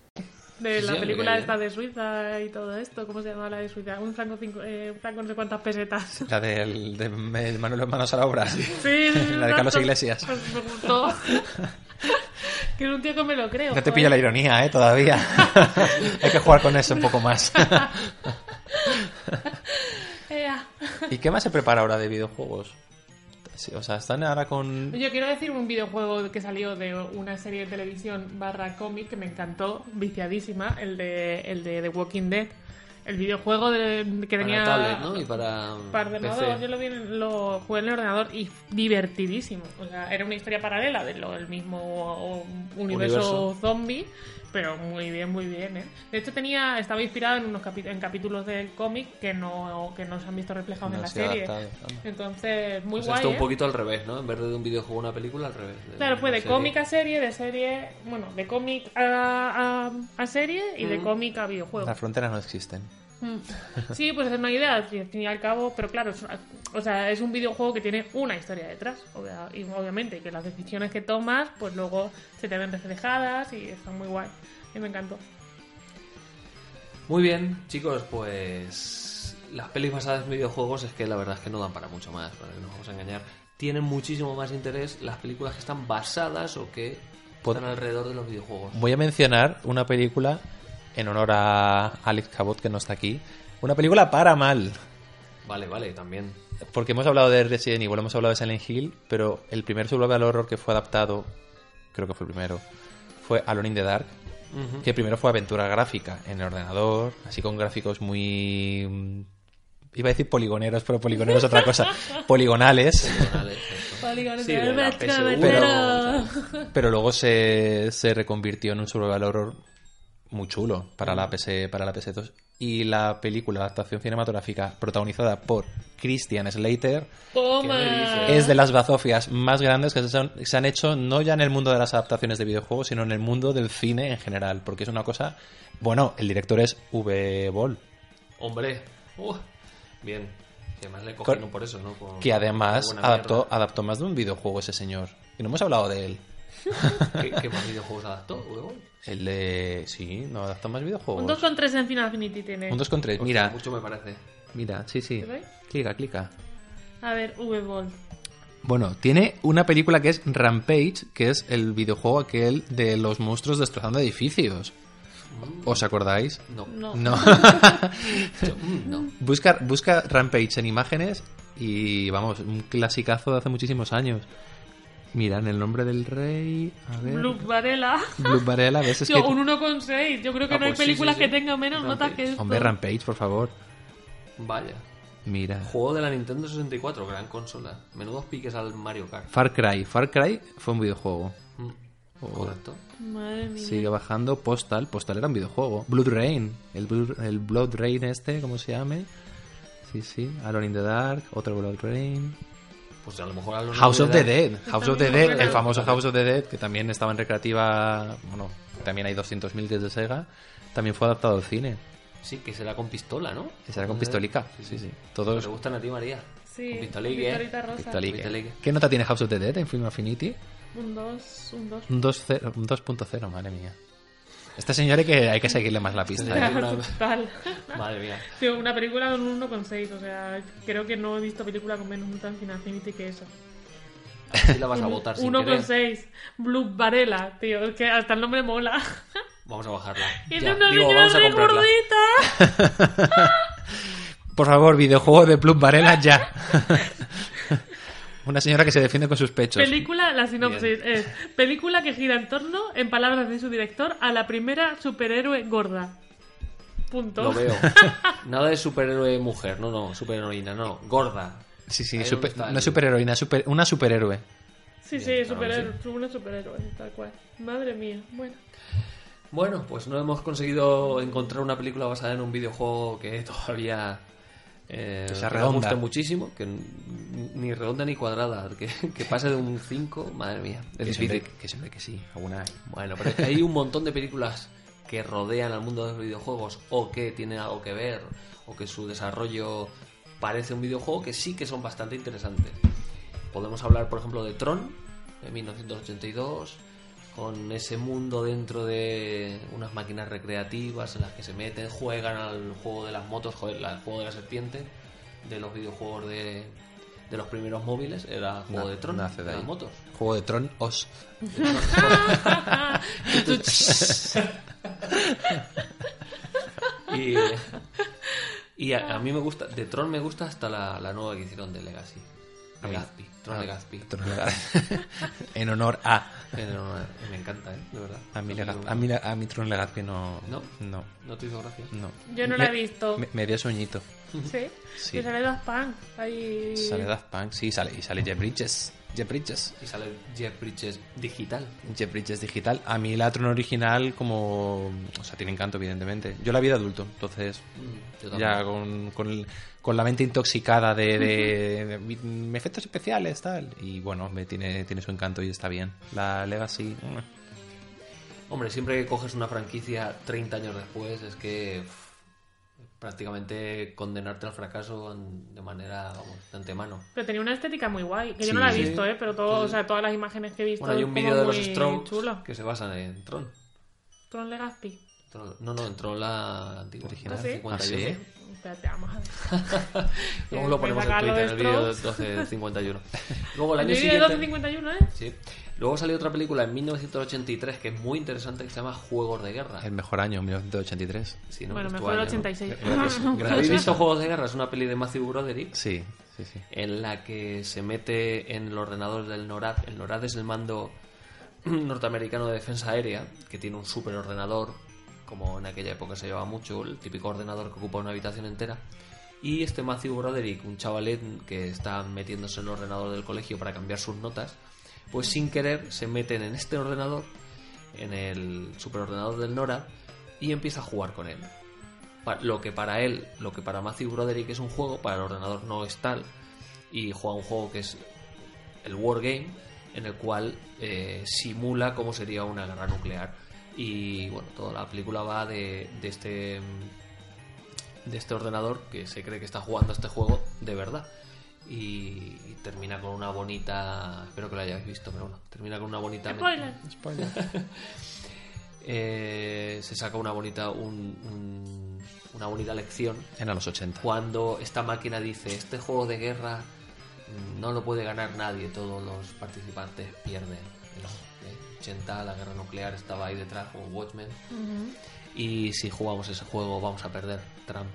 De
Sí,
la
sí,
película
me cae
esta de Suiza y todo esto, ¿cómo se llama la de Suiza? Un franco, cinco- eh, un franco no sé cuántas pesetas.
La del de Manuel Manos a la obra.
Sí,
La de Carlos
exacto.
Iglesias.
Pues me gustó. que es un tío que me lo creo.
No te
joder.
pilla la ironía, ¿eh? Todavía. Hay que jugar con eso un poco más.
Ea.
¿Y qué más se prepara ahora de videojuegos? Sí, o sea, están ahora con...
Yo quiero decir un videojuego que salió de una serie de televisión barra cómic que me encantó, viciadísima, el de, el de The Walking Dead. El videojuego de- que tenía...
Para tablet, ¿no? Y para,
Para ordenador,
PC.
yo lo, vi en- lo jugué en el ordenador y divertidísimo. O sea, era una historia paralela del mismo universo,
Universo.
zombie, pero muy bien, muy bien. ¿eh? De hecho, tenía estaba inspirado en unos capi- en capítulos del cómic que no, que no se han visto reflejados
No
en la
se ha
serie.
adaptado, anda.
Entonces, muy
O sea,
guay.
está un
¿eh?
poquito al revés, ¿no? En vez de de un videojuego a una película, al revés. De
Claro,
una
fue de
serie.
cómic a serie, de serie, bueno, de cómic a, a- a serie y
Mm.
de cómic a videojuego.
Las fronteras no existen.
Mm. Sí, pues es una idea, al fin y al cabo, pero claro, es, una- o sea, es un videojuego que tiene una historia detrás, obvia- y obviamente, que las decisiones que tomas, pues luego se te ven reflejadas y está muy guay. Y me encantó.
Muy bien, chicos, pues las pelis basadas en videojuegos es que la verdad es que no dan para mucho más, para que no nos vamos a engañar. Tienen muchísimo más interés las películas que están basadas o que
Pod-
están alrededor de los videojuegos.
Voy a mencionar una película en honor a Alex Cabot, que no está aquí. Una película para mal.
Vale, vale, también.
Porque hemos hablado de Resident Evil, hemos hablado de Silent Hill, pero el primer survival horror que fue adaptado, creo que fue el primero, fue Alone in the Dark, que primero fue aventura gráfica en el ordenador, así con gráficos muy... mm, Iba a decir poligoneros, pero poligoneros es otra cosa. Poligonales.
Vale, eh, eso. Sí, de la PSU,
Pero- Pero luego se, se reconvirtió en un survival horror muy chulo para la PC, para la PS2. Y la película, la adaptación cinematográfica protagonizada por Christian Slater,
Toma.
es de las bazofias más grandes que se han, se han hecho no ya en el mundo de las adaptaciones de videojuegos, sino en el mundo del cine en general, porque es una cosa... Bueno, el director es V. Ball,
Hombre. Uh, bien. Que además le cogieron
Con-
por eso, ¿no? Por-
que además
por buena
adaptó, adaptó más de un videojuego ese señor. Y no hemos hablado de él.
mierda. ¿Qué, qué más videojuegos adaptó? huevo?
El de... Sí, no, adaptó más videojuegos.
Un 2,3 en Final Infinity tiene.
Un 2,3.
Hostia,
Mira,
Pues Mucho me parece.
mira, sí, sí.
¿Te ve?
Clica, clica.
A ver, V-Ball.
Bueno, tiene una película que es Rampage, que es el videojuego aquel de los monstruos destrozando edificios. ¿Os acordáis?
No.
No.
No.
Yo, mm, no.
busca, busca Rampage en imágenes y vamos, un clasicazo de hace muchísimos años. Mira, en el nombre del rey. A ver.
Blue Varela.
Blue Varela, ¿ves? Es
Tío,
que-
un 1,6. Yo creo que
Ah,
no hay
pues sí,
películas
sí, sí.
que tengan menos notas que esto.
Hombre, Rampage, por favor.
Vaya.
Mira.
Juego de la Nintendo 64, gran consola. Menudos piques al Mario Kart.
Far Cry. Far Cry fue un videojuego.
Mm.
Joder.
Correcto.
Madre mía.
Sigue bajando. Postal. Postal era un videojuego. Blood Rain. El, Blue- el Blood Rain este, ¿cómo se llame? Sí, sí. Alone in the Dark. Otro Blood Rain.
Pues a lo mejor a los
House of the
novedades-
Dead. House of the
también
Dead.
me
El
acuerdo.
famoso House of the Dead, que también estaba en recreativa. Bueno, también hay 200.000 desde Sega. También fue adaptado al cine.
Sí, que será con pistola, ¿no?
Que será con pistolica. Mm. Sí, sí. Todos.
¿Te gustan a ti, María?
Sí.
Con pistolique, ¿eh?
Pistolita rosa.
pistolique.
Pistolique.
¿Qué nota tiene House of the Dead en Film Affinity?
Un 2, un 2.
Un 2.0, un 2.0, madre mía. Este señor hay que, hay que seguirle más la pista. ¿eh?
Total.
Madre mía.
Tío, una película con un 1,6. O sea, creo que no he visto película con menos notas en Final Infinity que eso.
Así la vas a
Un-
votar sin querer.
1,6. Blue Varela, tío. Es que hasta el nombre mola.
Vamos a bajarla.
Es
Ya,
una
digo,
niña
vamos a
re
comprarla.
gordita.
Por favor, videojuego de Plum Varela ya. Una señora que se defiende con sus pechos.
Película, la sinopsis es película que gira en torno, en palabras de su director, a la primera superhéroe gorda. Punto.
Lo veo. Nada de superhéroe mujer, no, no, superheroína, no, gorda.
Sí, sí,
Ahí
super-
donde está
no
el-
superheroína, super- una superhéroe.
Sí,
Bien,
sí,
claro que
superhéroe, una superhéroe, tal cual. Madre mía, bueno.
Bueno, pues no hemos conseguido encontrar una película basada en un videojuego que todavía eh,
Que sea
nos
redonda.
guste muchísimo, que n- ni redonda ni cuadrada, que, que pase de un 5, madre mía, es
que,
difícil.
siempre, que siempre que sí, alguna hay.
Bueno, pero es que hay un montón de películas que rodean al mundo de los videojuegos o que tienen algo que ver o que su desarrollo parece un videojuego que sí que son bastante interesantes. Podemos hablar, por ejemplo, de Tron de 1982 con ese mundo dentro de unas máquinas recreativas en las que se meten, juegan al juego de las motos, joder, al juego de la serpiente, de los videojuegos de, de los primeros móviles, era el juego
Na-
de Tron,
nace de
de las
ahí.
motos.
Juego de Tron Os.
Y, eh, y a, a mí me gusta, de Tron me gusta hasta la, la nueva que hicieron de Legacy.
A mí. Ah,
Legazpi, Tron Legazpi.
Tron Legazpi. en honor a.
Pero, eh, me encanta, ¿eh? De verdad.
A mi,
No te
Legaz-
digo
a mi, Le- a mi Tron Legazpi no.
No.
No.
nada. ¿No te hizo gracia?
no.
Yo no
Me-
la he visto.
Me, me dio sueñito.
Sí.
Sí.
Y sale Daft Punk. Ahí...
Sale Daft Punk, sí, sale, y sale Jeff Bridges. Jeff Bridges.
Y sale Jeff Bridges digital.
Jeff Bridges digital. A mí la Tron original, como. O sea, tiene encanto, evidentemente. Yo la vi de adulto, entonces.
Mm, yo también.
Ya con, con, el- con la mente intoxicada de, de- de mi- mi efectos especiales, tal. Y bueno, me tiene, tiene su encanto y está bien. La Legacy. mm.
Hombre, siempre que coges una franquicia 30 años después es que pff, prácticamente condenarte al fracaso en- de manera, vamos, de antemano.
Pero tenía una estética muy guay, que
Sí.
yo no la he
Sí.
visto, ¿eh? Pero todo, o sea, todas las imágenes que he visto
Bueno, hay
es
un
como
vídeo de los
muy
Strokes
chulo.
que se basan en Tron.
Tron Legaspi.
Tron- no, no, en Tron la antigua.
Original.
la
¿Ah, sí?
51.
¿Ah, sí?
Espérate, vamos a ver.
Luego lo
Me
ponemos en
saca lo
Twitter,
de
en el vídeo de
Strokes.
1251. Luego el
El
año
vídeo de
siguiente...
1251, ¿eh?
Sí. Luego salió otra película en 1983 que es muy interesante que se llama Juegos de Guerra.
El mejor año, 1983.
Sí, ¿no?
bueno,
Es tu
mejor el
año, ¿no?
86.
¿Habéis visto Juegos de Guerra? Es una peli de Matthew Broderick
Sí, sí, sí.
en la que se mete en el ordenador del NORAD. El NORAD es el mando norteamericano de defensa aérea, que tiene un superordenador, como en aquella época se llevaba mucho, el típico ordenador que ocupa una habitación entera. Y este Matthew Broderick, un chavalet que está metiéndose en el ordenador del colegio para cambiar sus notas, pues sin querer se meten en este ordenador, en el superordenador del NORAD, y empieza a jugar con él. pa- lo que para él, lo que para Matthew Broderick es un juego, para el ordenador no es tal. Y juega un juego que es el Wargame, en el cual eh, simula cómo sería una guerra nuclear. Y bueno, toda la película va de, de este mm, de este ordenador que se cree que está jugando a este juego de verdad. Y, y termina con una bonita. Espero que lo hayáis visto, pero bueno. Termina con una bonita.
Spoiler.
Eh, se saca una bonita, un- un- una bonita lección
Eran los 80.
cuando esta máquina dice este juego de guerra mm, no lo puede ganar nadie, todos los participantes pierden. En los eh, 80 la guerra nuclear estaba ahí detrás como Watchmen y si jugamos ese juego vamos a perder Trump.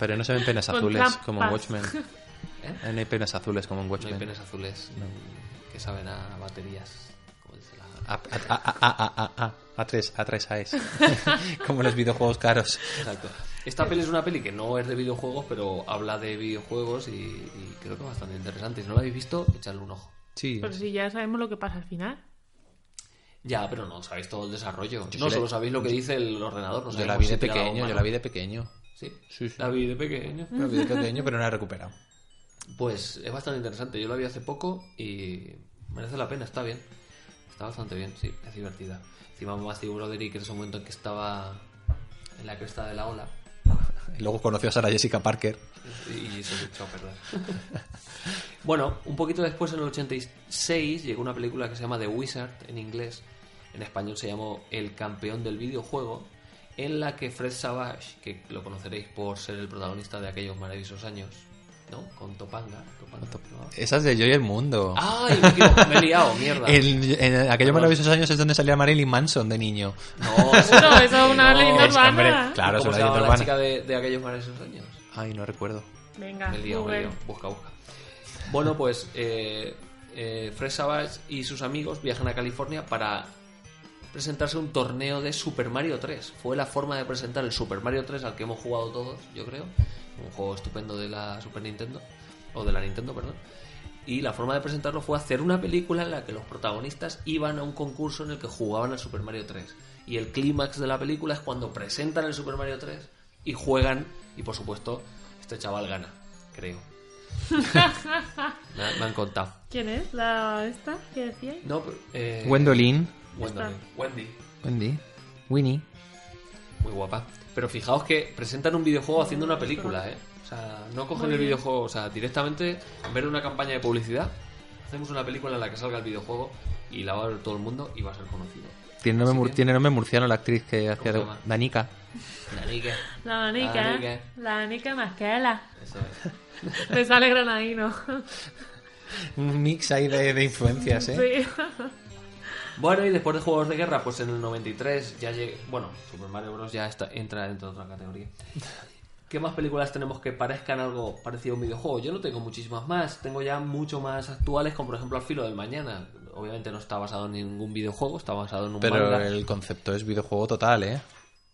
Pero no se ven penas
Con
azules
trampas.
como en Watchmen.
¿Eh?
Eh, No hay penas azules como en
Pues No hay
Watchmen.
penes azules mm, que saben a baterías, como dice la...
A, a, a, a, a, a, a, a 3, a 3 AES. como los videojuegos caros.
Exacto. Esta peli es una peli que no es de videojuegos, pero habla de videojuegos y, y creo que es bastante interesante. Si no la habéis visto, echadle un ojo.
Sí.
Pero si ya sabemos lo que pasa al final.
Ya, pero no sabéis todo el desarrollo.
Yo
no
sí la-
solo sabéis lo que dice el ordenador. No
yo
sabéis
la
cómo
vi
se
de
tira la
pequeño,
mano.
yo la vi de pequeño.
Sí,
Sí, sí.
La vi de pequeño.
La vi de pequeño, pero no la he recuperado.
Pues es bastante interesante. Yo la vi hace poco y merece la pena, está bien. Está bastante bien, sí, es divertida. Encima Matthew Broderick en ese momento en que estaba en la cresta de la ola
Y luego conoció a Sara Jessica Parker.
y se echó a perder. bueno, un poquito después, en el 86, llegó una película que se llama The Wizard en inglés. En español se llamó El campeón del videojuego. En la que Fred Savage, que lo conoceréis por ser el protagonista de aquellos maravillosos años, ¿no? Con Topanga. Topanga, ¿no?
Esa es de Joy el Mundo.
¡Ay! Me, equivoco, me he liado, mierda.
En, en aquellos maravillosos años es donde salía Marilyn Manson de niño.
No,
Bueno, eso es una leyenda
es que,
urbana.
hombre, claro,
¿Cómo
es una
se
leyenda
llamaba la
urbana.
chica de, de aquellos maravillosos años?
Ay, no recuerdo.
Venga,
Me he liado, me he
Google.
liado. Busca, busca. Bueno, pues eh, eh, Fred Savage y sus amigos viajan a California para presentarse a un torneo de Super Mario 3. Fue la forma de presentar el Super Mario 3 al que hemos jugado todos, yo creo. Un juego estupendo de la Super Nintendo. O de la Nintendo, perdón. Y la forma de presentarlo fue hacer una película en la que los protagonistas iban a un concurso en el que jugaban al Super Mario 3. Y el clímax de la película es cuando presentan el Super Mario 3 y juegan. Y por supuesto, este chaval gana, creo. me, han- me han contado.
¿Quién es la esta que decía?
No, pero, eh,
Gwendolyn.
Wendy. Wendy.
Wendy. Winnie.
Muy guapa. Pero fijaos que presentan un videojuego haciendo una película, ¿eh? O sea, no cogen el videojuego, o sea, directamente en vez de una campaña de publicidad, hacemos una película en la que salga el videojuego y la va a ver todo el mundo y va a ser conocido.
Tiene nombre,
Sí,
mur-
bien.
tiene nombre murciano la actriz que hacía
se
de-
llama?
Danica.
Nanique.
La
La
Anica.
Anica.
La Anica Masquela.
Eso es.
Me sale granadino.
Un mix ahí de, de influencias, ¿eh?
Sí.
Pues Bueno, y después de Juegos de Guerra, pues en el 93 ya llega... Bueno, Super Mario Bros. ya está, entra dentro de otra categoría. ¿Qué más películas tenemos que parezcan algo parecido a un videojuego? Yo no tengo muchísimas más. Tengo ya mucho más actuales, como por ejemplo Al Filo del Mañana. Obviamente no está basado en ningún videojuego, está basado en un
Pero
manga.
el concepto es videojuego total, ¿eh?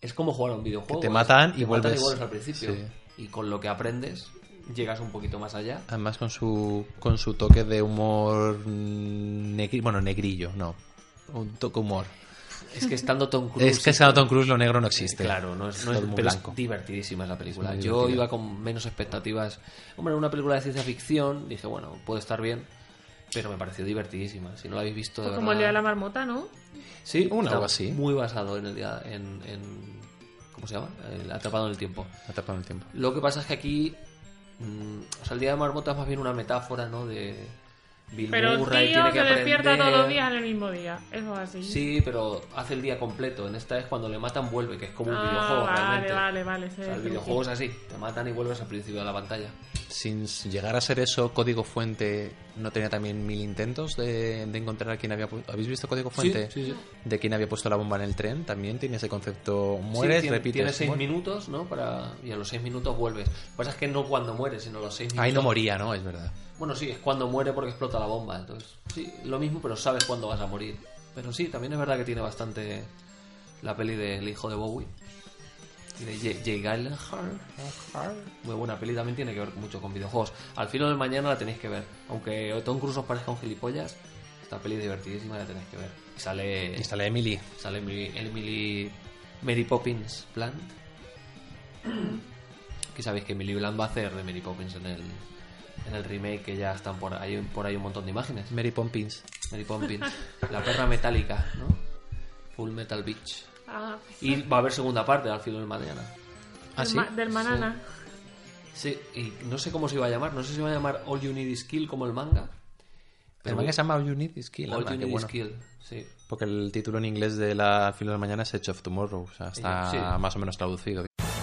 Es como jugar a un videojuego.
Que te
es-
matan y
te
vuelves.
al principio.
Sí.
Y con lo que aprendes, llegas un poquito más allá.
Además con su, con su toque de humor negri- bueno, negrillo, no. Un toque humor.
Es que estando Tom Cruise...
Es que
y-
es Tom Cruz lo negro no existe.
Claro, no es, no es,
Todo este muy
pero es
blanco.
divertidísima la película.
muy
Yo
divertida.
iba con menos expectativas. Hombre, era una película de ciencia ficción, dije, bueno, puede estar bien, pero me pareció divertidísima. Si no la habéis visto, de
Pues Como el día
verdad-
de la marmota, ¿no?
Sí,
Una,
está
algo así.
Muy basado en el día. En, en- ¿Cómo se llama? Eh, El atrapado en el tiempo.
Atrapado en el tiempo.
Lo que pasa es que aquí. mm, o sea, el día de la marmota es más bien una metáfora, ¿no? De. Bill
Pero el
Murray
tío
tiene que
se despierta todos
aprender.
los días en el mismo día. Eso es así.
Sí, pero hace el día completo. En esta es cuando le matan, vuelve, que es como un
Ah,
videojuego
vale,
realmente.
vale, vale.
O sea, el videojuego es así, te matan y vuelves al principio de la pantalla.
Sin llegar a ser eso, Código Fuente no tenía también mil intentos de, de encontrar a quien había puesto... ¿Habéis visto Código Fuente?
sí, sí.
De quien había puesto la bomba en el tren. También tiene ese concepto. Mueres,
Sí, tiene-
repites.
Tienes seis
mueres.
minutos, ¿no? Para... Y a los seis minutos vuelves. Lo que pasa es que no cuando mueres, sino a los seis minutos.
Ahí no moría, ¿no? Es verdad.
Bueno, sí, es cuando muere porque explota la bomba. Entonces, sí, lo mismo, pero sabes cuándo vas a morir. Pero sí, también es verdad que tiene bastante la peli del hijo de Bowie. Y de J- Jay Gyllenhaal. Muy buena peli, también tiene que ver mucho con videojuegos. Al filo del mañana la tenéis que ver. Aunque Tom Cruise os parezca un gilipollas, esta peli es divertidísima y la tenéis que ver. Y sale...
Y está la Emily.
Sale Emily, Emily Mary Poppins Plant. que sabéis que Emily Blunt va a hacer de Mary Poppins en el, en el remake, que ya están por ahí, por ahí un montón de imágenes.
Mary Poppins.
Mary Poppins, la perra metálica, ¿no? Full Metal Beach.
Ah,
Y va a haber segunda parte al final del mañana.
Ah,
del,
sí.
ma- del manana.
Sí, y no sé cómo se iba a llamar, no sé si se va a llamar All You Need Is Kill como el manga.
El manga se llama All You Need Is Kill.
All
anda,
You
qué
Need Is
bueno.
Kill, sí.
Porque el título en inglés de la fila de la mañana es Edge of Tomorrow. O sea, está
Sí.
más o menos traducido.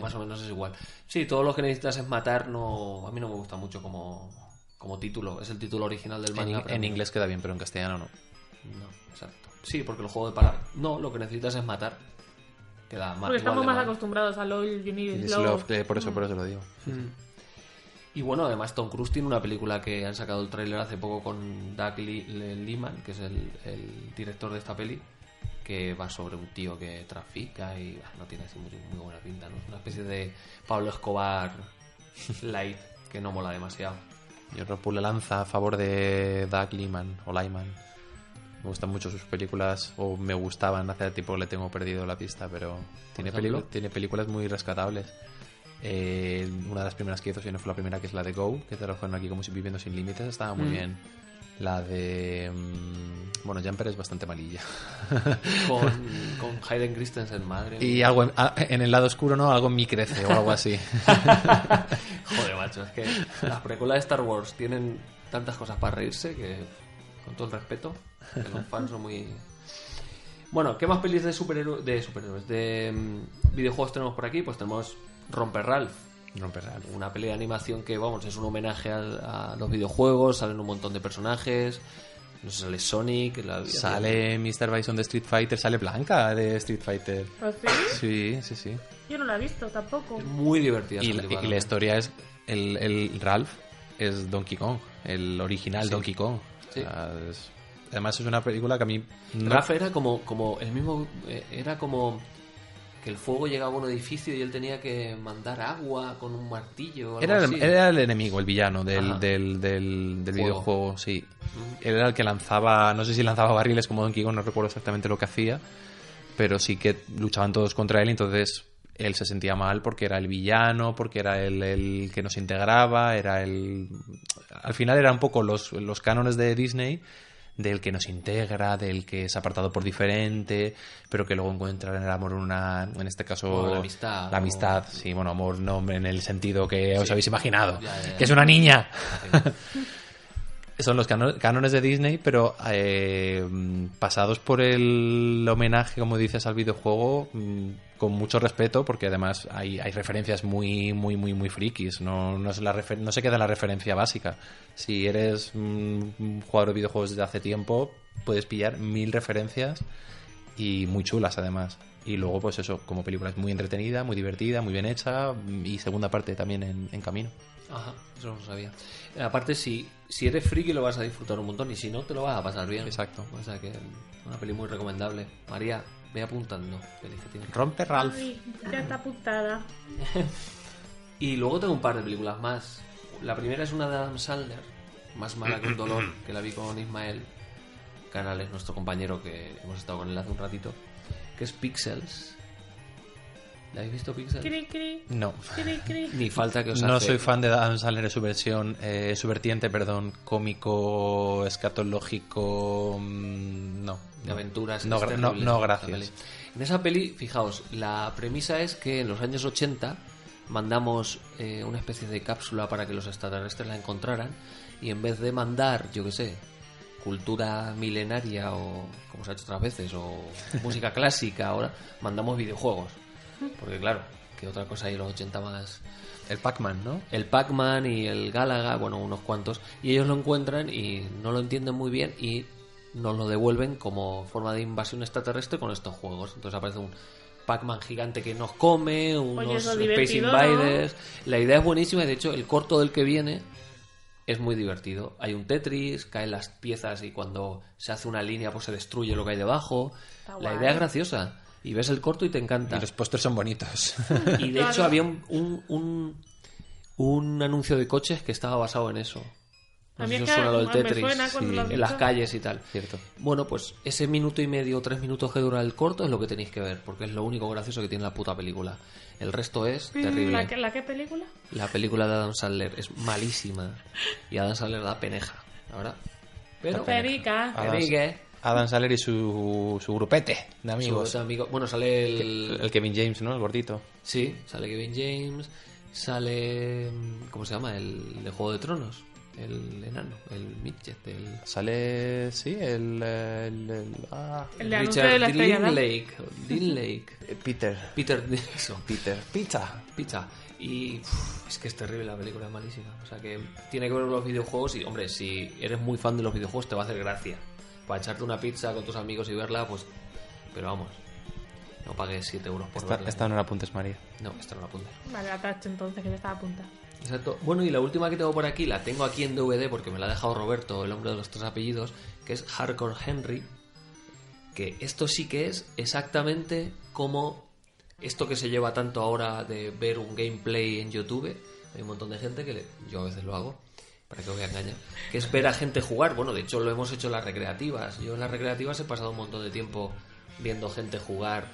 Más o menos es igual. Sí, todo lo que necesitas es matar, no... A mí no me gusta mucho como, como título. Es el título original del
En,
manga. pero
en
no-
inglés queda bien, pero en castellano no.
No, exacto. Sí, porque el juego de palabras... No, lo que necesitas es matar. Queda mal.
Porque estamos más
mal.
acostumbrados a LOL, You Need
It
Is
is
Love.
love, que por eso, por eso lo digo.
Y bueno, además Tom Cruise tiene una película que han sacado el tráiler hace poco con Doug Li- Le- Liman, que es el, el director de esta peli, que va sobre un tío que trafica y ah, no tiene así muy, muy buena pinta, ¿no? Una especie de Pablo Escobar light que no mola demasiado.
Yo rompo la lanza a favor de Doug Liman o Lyman. Me gustan mucho sus películas, o me gustaban, hace tiempo le tengo perdido la pista, pero tiene,
ejemplo.
pelicu- tiene películas muy rescatables. Eh, una de las primeras que hizo, si no fue la primera, que es la de Go, que trabajaron aquí como si viviendo sin límites, estaba muy bien. La de... mm, Bueno, Jumper es bastante malilla.
Con, con Hayden Christensen, madre.
y algo en, a- en el lado oscuro, ¿no? Algo en mi crece o algo así.
Joder, macho, es que las películas de Star Wars tienen tantas cosas para reírse que, con todo el respeto, que los fans son muy... Bueno, ¿qué más pelis de, superhéroes de superhéroes? De mm, videojuegos tenemos por aquí? Pues tenemos Romper Ralph,
Romper algo.
una peli de animación que, vamos, es un homenaje al- a, los videojuegos, salen un montón de personajes, no sé, sale Sonic, la-
Sale Mr. Bison de Street Fighter, sale Blanca de Street Fighter.
¿Ah, sí?
Sí, sí, sí.
Yo no la he visto tampoco.
Es muy divertida.
Y,
esa
la-
película
y
también.
la historia es. El, el Ralph es Donkey Kong, el original
Sí.
Donkey Kong.
Sí.
O sea, es- además, es una película que a mí. no-
Ralph era como, como el mismo. eh, Era como que el fuego llegaba a un edificio y él tenía que mandar agua con un martillo. o algo
era, el,
así.
era el enemigo, el villano del,
Ajá.
del, del- del
Juego.
videojuego, sí. Él era el que lanzaba. No sé si lanzaba barriles como Donkey Kong, no recuerdo exactamente lo que hacía. Pero sí que luchaban todos contra él, entonces él se sentía mal porque era el villano, porque era el, el que nos integraba, era el. Al final era un poco los, los cánones de Disney del que nos integra, del que es apartado por diferente, pero que luego encuentra en el amor una, en este caso,
O la amistad,
la
o-
amistad, sí, bueno, amor no en el sentido que os habéis imaginado,
Ya, ya, ya.
que es una niña. Son los cano- cánones de Disney, pero eh, pasados por el homenaje, como dices, al videojuego, mm, con mucho respeto, porque además hay, hay referencias muy, muy, muy, muy frikis. No, no, es la refer- no se queda en la referencia básica. Si eres mm, un jugador de videojuegos desde hace tiempo, puedes pillar mil referencias y muy chulas además. Y luego, pues eso, como película es muy entretenida, muy divertida, muy bien hecha y segunda parte también en, en camino.
Ajá, eso no lo sabía. Eh, Aparte, si, si eres friki, lo vas a disfrutar un montón y si no, te lo vas a pasar bien.
Exacto.
O sea que mm, una peli muy recomendable. María, ve apuntando. pelis que tienes.
Rompe Ralph.
Ay, ya está apuntada.
Y luego tengo un par de películas más. La primera es una de Adam Sandler, más mala que un dolor, que la vi con Ismael Canales, nuestro compañero que hemos estado con él hace un ratito, que es Pixels. ¿La habéis visto Pixels?
Cri, cri,
No.
cri, cri.
Ni falta que os
No
hace.
soy fan de Adam Sandler en su versión, eh, su vertiente, perdón, cómico, escatológico. mm, No.
de aventuras.
No,
es
gra-
terrible
no- no,
esa
gracias.
peli. En esa peli, fijaos, la premisa es que en los años 80 mandamos eh, una especie de cápsula para que los extraterrestres la encontraran y en vez de mandar, yo qué sé, cultura milenaria o como se ha hecho otras veces o música clásica ahora, mandamos videojuegos. Porque claro, que otra cosa hay en los 80 más
El Pac-Man, ¿no?
el Pac-Man y el Galaga, bueno, unos cuantos, y ellos lo encuentran y no lo entienden muy bien y nos lo devuelven como forma de invasión extraterrestre con estos juegos. Entonces aparece un Pac-Man gigante que nos come, unos
eso es
Space
divertido, ¿no?
Invaders. La idea es buenísima, y de hecho, el corto del que viene es muy divertido. Hay un Tetris, caen las piezas y cuando se hace una línea, pues se destruye lo que hay debajo.
Está
La
guay.
idea es graciosa. Y ves el corto y te encanta.
Y los pósters son bonitos.
Y de
Claro.
hecho había un, un, un- un anuncio de coches que estaba basado en eso. No
A mí
sé si
es
os
que
suena lo del
me
Tetris.
suena cuando
sí.
lo has
En las
dicho.
calles y tal.
Cierto.
Bueno, pues ese minuto y medio o tres minutos que dura el corto es lo que tenéis que ver, porque es lo único gracioso que tiene la puta película. El resto es terrible.
Mm, ¿La, que- ¿La qué película?
La película de Adam Sandler es malísima. Y Adam Sandler da peneja, la verdad. Pero.
Perica.
Adam,
Enrique.
Adam Saler y su, su grupete de
su
amigos.
otro amigo- Bueno, sale el.
El Kevin James, ¿no? El gordito.
Sí, sale Kevin James, sale. mm, ¿Cómo se llama? El de Juego de Tronos. El enano, el midget, el.
Sale, sí, el... el- el- ah,
El de anuncio de la estrella, ¿no?
Lake. Dean Lake.
eh, Peter.
Peter Nixon.
Peter. Pizza.
Pizza. Y uf, es que es terrible la película, es malísima. O sea que tiene que ver con los videojuegos y, hombre, si eres muy fan de los videojuegos te va a hacer gracia. Para echarte una pizza con tus amigos y verla, pues... Pero vamos, no pagues 7 euros por
Esta,
verla.
esta no la apuntes, María.
No, esta no la apuntes.
Vale, la tacho entonces, que me estaba apuntando.
Exacto. Bueno, y la última que tengo por aquí, la tengo aquí en DVD porque me la ha dejado Roberto, el hombre de los tres apellidos, que es Hardcore Henry. Que esto sí que es exactamente como esto que se lleva tanto ahora de ver un gameplay en YouTube. Hay un montón de gente que le- yo a veces lo hago, para que os voy a engañar, que es ver a gente jugar. Bueno, de hecho lo hemos hecho en las recreativas. Yo en las recreativas he pasado un montón de tiempo viendo gente jugar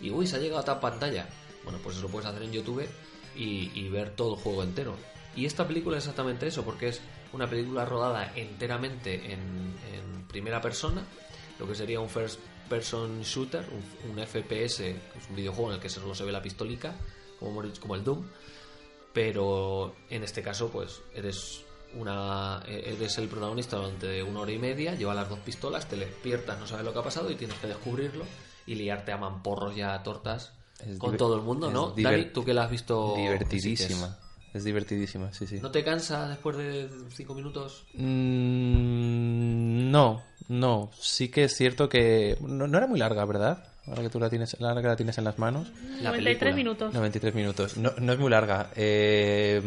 y uy, se ha llegado a tal pantalla. Bueno, pues eso lo puedes hacer en YouTube y, y ver todo el juego entero. Y esta película es exactamente eso, porque es una película rodada enteramente en, en primera persona, lo que sería un first person shooter, un, un FPS, que es un videojuego en el que solo se ve la pistolica, como, hemos dicho, como el Doom, pero en este caso pues eres una eres el protagonista durante una hora y media lleva las dos pistolas te despiertas no sabes lo que ha pasado y tienes que descubrirlo y liarte a mamporros y a tortas
Es
con
diver-
todo el mundo
es
no
diver-
Dani tú que la has visto
divertidísima.
sí
Es divertidísima, sí,
que
sí.
es. no te cansas después de cinco minutos
Mm, No, no. Sí que es cierto que... No, no era muy larga, ¿verdad? Ahora que tú la tienes, ahora que la tienes en las manos.
la
93
película.
minutos.
93 minutos. No, no es muy larga. Eh,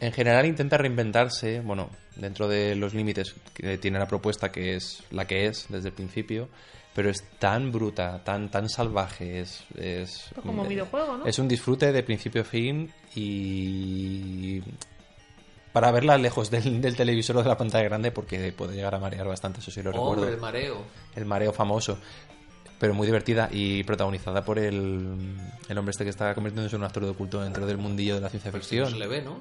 en general intenta reinventarse, bueno, dentro de los límites que tiene la propuesta, que es la que es desde el principio, pero es tan bruta, tan, tan salvaje. Es, es,
Pues como
eh,
videojuego, ¿no?
Es un disfrute de principio a fin y para verla lejos del, del televisor o de la pantalla grande porque puede llegar a marear bastante, eso sí lo recuerdo
hombre el mareo
el mareo famoso, pero muy divertida y protagonizada por el, el hombre este que está convirtiéndose en un actor de culto dentro del mundillo de la ciencia
Pero es que no se
ficción.
le ve no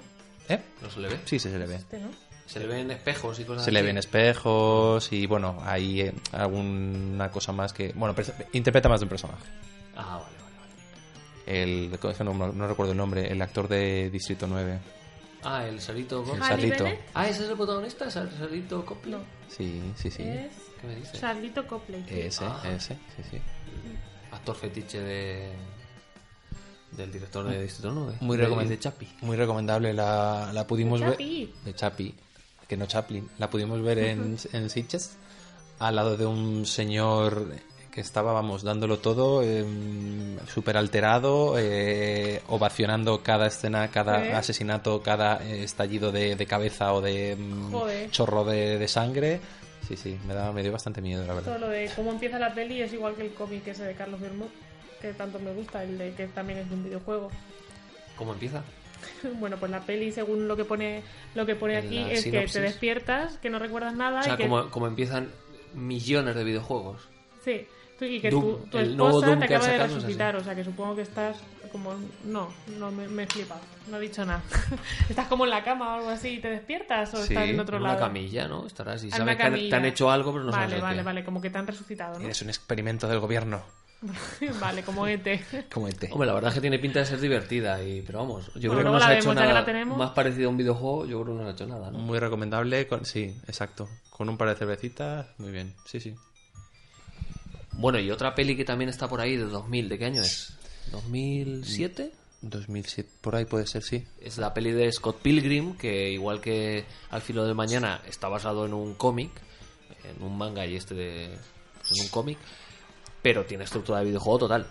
¿Eh?
no se le ve
Sí, sí, se le ve.
Este, ¿no?
se le ven espejos y cosas
Se le
así.
ven espejos y bueno, hay eh, alguna cosa más que... Bueno, pres- interpreta más de un personaje.
ah vale vale vale
El, no, no recuerdo el nombre, el actor de Distrito 9.
ah el Sarito Cop-
El
Ah,
Sarlito.
Bennett.
ah ese es el protagonista Sar- Sarito Coplo
No.
Sí, sí, sí.
Es
qué me dices
Charlito Copley.
Ese,
Ah.
ese, sí, sí.
actor fetiche de del director de Distrito 9.
Muy
de,
recomend-
de Chapi.
Muy recomendable, la, la pudimos
De
ver.
Chapi.
De Chapi, que no Chaplin. La pudimos ver en, en Sitges, al lado de un señor que estaba, vamos, dándolo todo, súper alterado, eh, ovacionando cada escena, cada
¿Eh?
asesinato, cada eh, estallido de, de cabeza o de mm,
Joder.
chorro de, de sangre. Sí, sí, me, daba, me dio bastante miedo, la verdad.
Todo lo de cómo empieza la peli es igual que el cómic ese de Carlos Bermud, que tanto me gusta, el de que también es de un videojuego.
¿Cómo empieza?
Bueno, pues la peli, según lo que pone, lo que pone
En
aquí,
la
es
sinopsis.
que te despiertas, que no recuerdas nada
O sea,
y que,
como, como empiezan millones de videojuegos.
sí, tú- y que
Doom,
tu, tu
el nuevo
esposa
Doom
te
que
acaba
han
de
sacado es así.
resucitar, o sea que supongo que estás como... No, no me, me flipa, no he dicho nada. estás como en la cama o algo así y te despiertas o
Sí,
estás en otro
En una
lado.
camilla, ¿no? Estarás y
Ah, en
sabes
una
que han- te
camilla.
han hecho algo, pero no sabes
Vale,
de
vale,
qué.
vale, como que te han resucitado, ¿no?
Eres un experimento del gobierno.
vale, como E ET.
Como E el té.
Hombre, la verdad es que tiene pinta de ser divertida, y, pero vamos, yo
Bueno,
creo que
luego
no se
la
ha hecho
vemos, ya que
nada
la tenemos.
más parecido a un videojuego, yo creo que no se ha hecho nada, ¿no?
Muy recomendable. Con... Sí, exacto. Con un par de cervecitas. Muy bien. Sí, sí.
Bueno, y otra peli que también está por ahí de 2000, ¿de qué año es? ¿2007?
2007. Por ahí puede ser, sí.
Es la peli de Scott Pilgrim, que igual que Al filo del mañana está basado en un cómic, en un manga y este de... en un cómic, pero tiene estructura de videojuego total.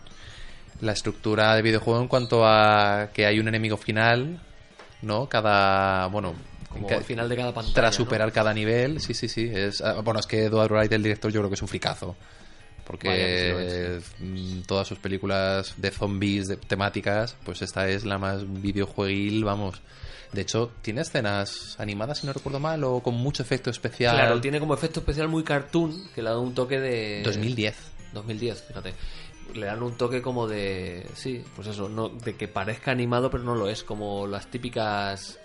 la estructura de videojuego en cuanto a que hay un enemigo final, ¿no? Cada. Bueno.
Como
ca-
al final de cada pantalla,
Tras
¿no?
superar cada nivel, sí, sí, sí. Es, ah, bueno, es que Edward Wright, el director, yo creo que es un fricazo. Porque
Vaya, pues efectivamente,
mm, todas sus películas de zombies, de temáticas, pues esta es la más videojueguil, vamos. De hecho, tiene escenas animadas, si no recuerdo mal, o con mucho efecto especial.
Claro, tiene como efecto especial muy cartoon, que le da un toque de...
2010.
2010, fíjate. Le dan un toque como de. Sí, pues eso, no, de que parezca animado, pero no lo es. Como las típicas.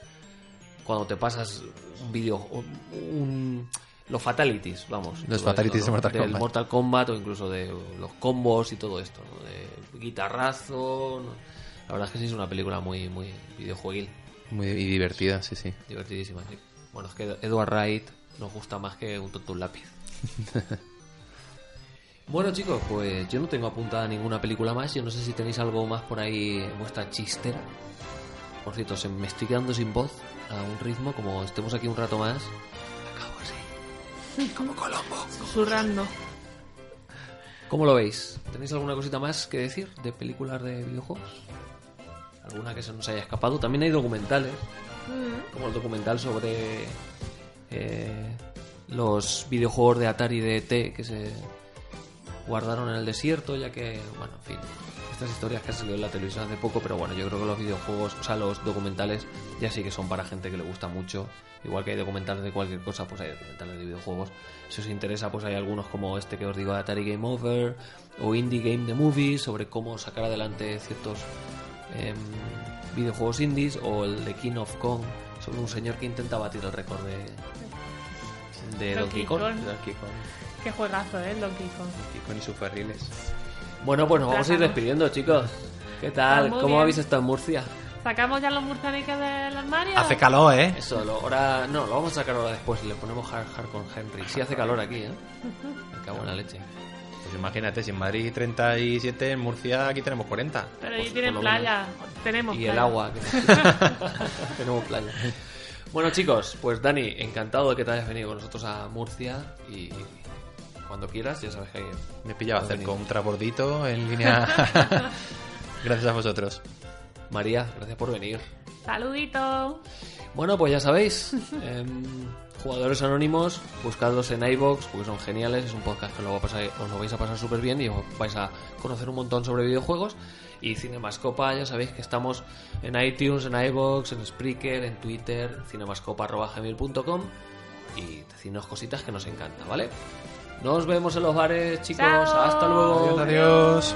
Cuando te pasas un vídeo. un- un- los fatalities, vamos.
Los
todo
fatalities
esto, ¿no?
de Mortal
Del
Kombat.
Mortal Kombat o incluso de los combos y todo esto, ¿no? De guitarrazo. ¿no? La verdad es que sí es una película muy, muy videojueguil,
Muy y divertida, sí, sí.
divertidísima. sí. Bueno, es que Edward Wright nos gusta más que un tonto un lápiz. Bueno chicos, pues yo no tengo apuntada ninguna película más. Yo no sé si tenéis algo más por ahí en vuestra chistera. Por cierto, se me estoy quedando sin voz a un ritmo. Como estemos aquí un rato más, acabo así. Como Colombo.
Susurrando.
¿Cómo lo veis? ¿Tenéis alguna cosita más que decir de películas de videojuegos? ¿Alguna que se nos haya escapado? También hay documentales. Como el documental sobre eh, los videojuegos de Atari de ET que se guardaron en el desierto, ya que, bueno, en fin, estas historias que han salido en la televisión hace poco, pero bueno, yo creo que los videojuegos, o sea, los documentales ya sí que son para gente que le gusta mucho. Igual que hay documentales de cualquier cosa, pues hay documentales de videojuegos. Si os interesa, pues hay algunos como este que os digo de Atari Game Over o Indie Game The Movie sobre cómo sacar adelante ciertos em, videojuegos indies o el de King of Kong sobre un señor que intenta batir el récord de, de Donkey
Donkey
Kong.
Kong.
Donkey Kong,
Qué juegazo, ¿eh? el Donkey Kong.
Donkey Kong y sus barriles.
Bueno, pues nos vamos a ir
Tratamos.
despidiendo, chicos. ¿Qué tal?
Pues muy
¿Cómo
bien.
habéis estado en Murcia?
¿Sacamos ya los murcianicas del armario?
Hace calor, ¿eh?
Eso, lo- ahora no, lo vamos a sacar ahora después y le ponemos hard, hard con Henry. Sí hace calor aquí, ¿eh? Me cago en la leche.
Pues imagínate, si en Madrid 37, en Murcia aquí tenemos 40.
Pero
Por-
ahí tienen
Pues, por lo menos.
playa. Tenemos
Y
playa.
el agua. que- Tenemos playa. Bueno, chicos, pues Dani, encantado de que te hayas venido con nosotros a Murcia y cuando quieras, ya sabes que hay...
Me pillaba
Madre
hacer
mía.
con un trabordito en línea. Gracias a vosotros.
María, gracias por venir.
Saludito.
Bueno, pues ya sabéis, em, jugadores anónimos, buscadlos en iBox porque son geniales, es un podcast que lo va a pasar- os lo vais a pasar súper bien y os vais a conocer un montón sobre videojuegos. Y Cinemascopa, ya sabéis que estamos en iTunes, en iBox, en Spreaker, en Twitter, cinemascopa.gmail.com y decidnos cositas que nos encanta, ¿vale? Nos vemos en los bares, chicos.
Chao.
Hasta luego.
Adiós.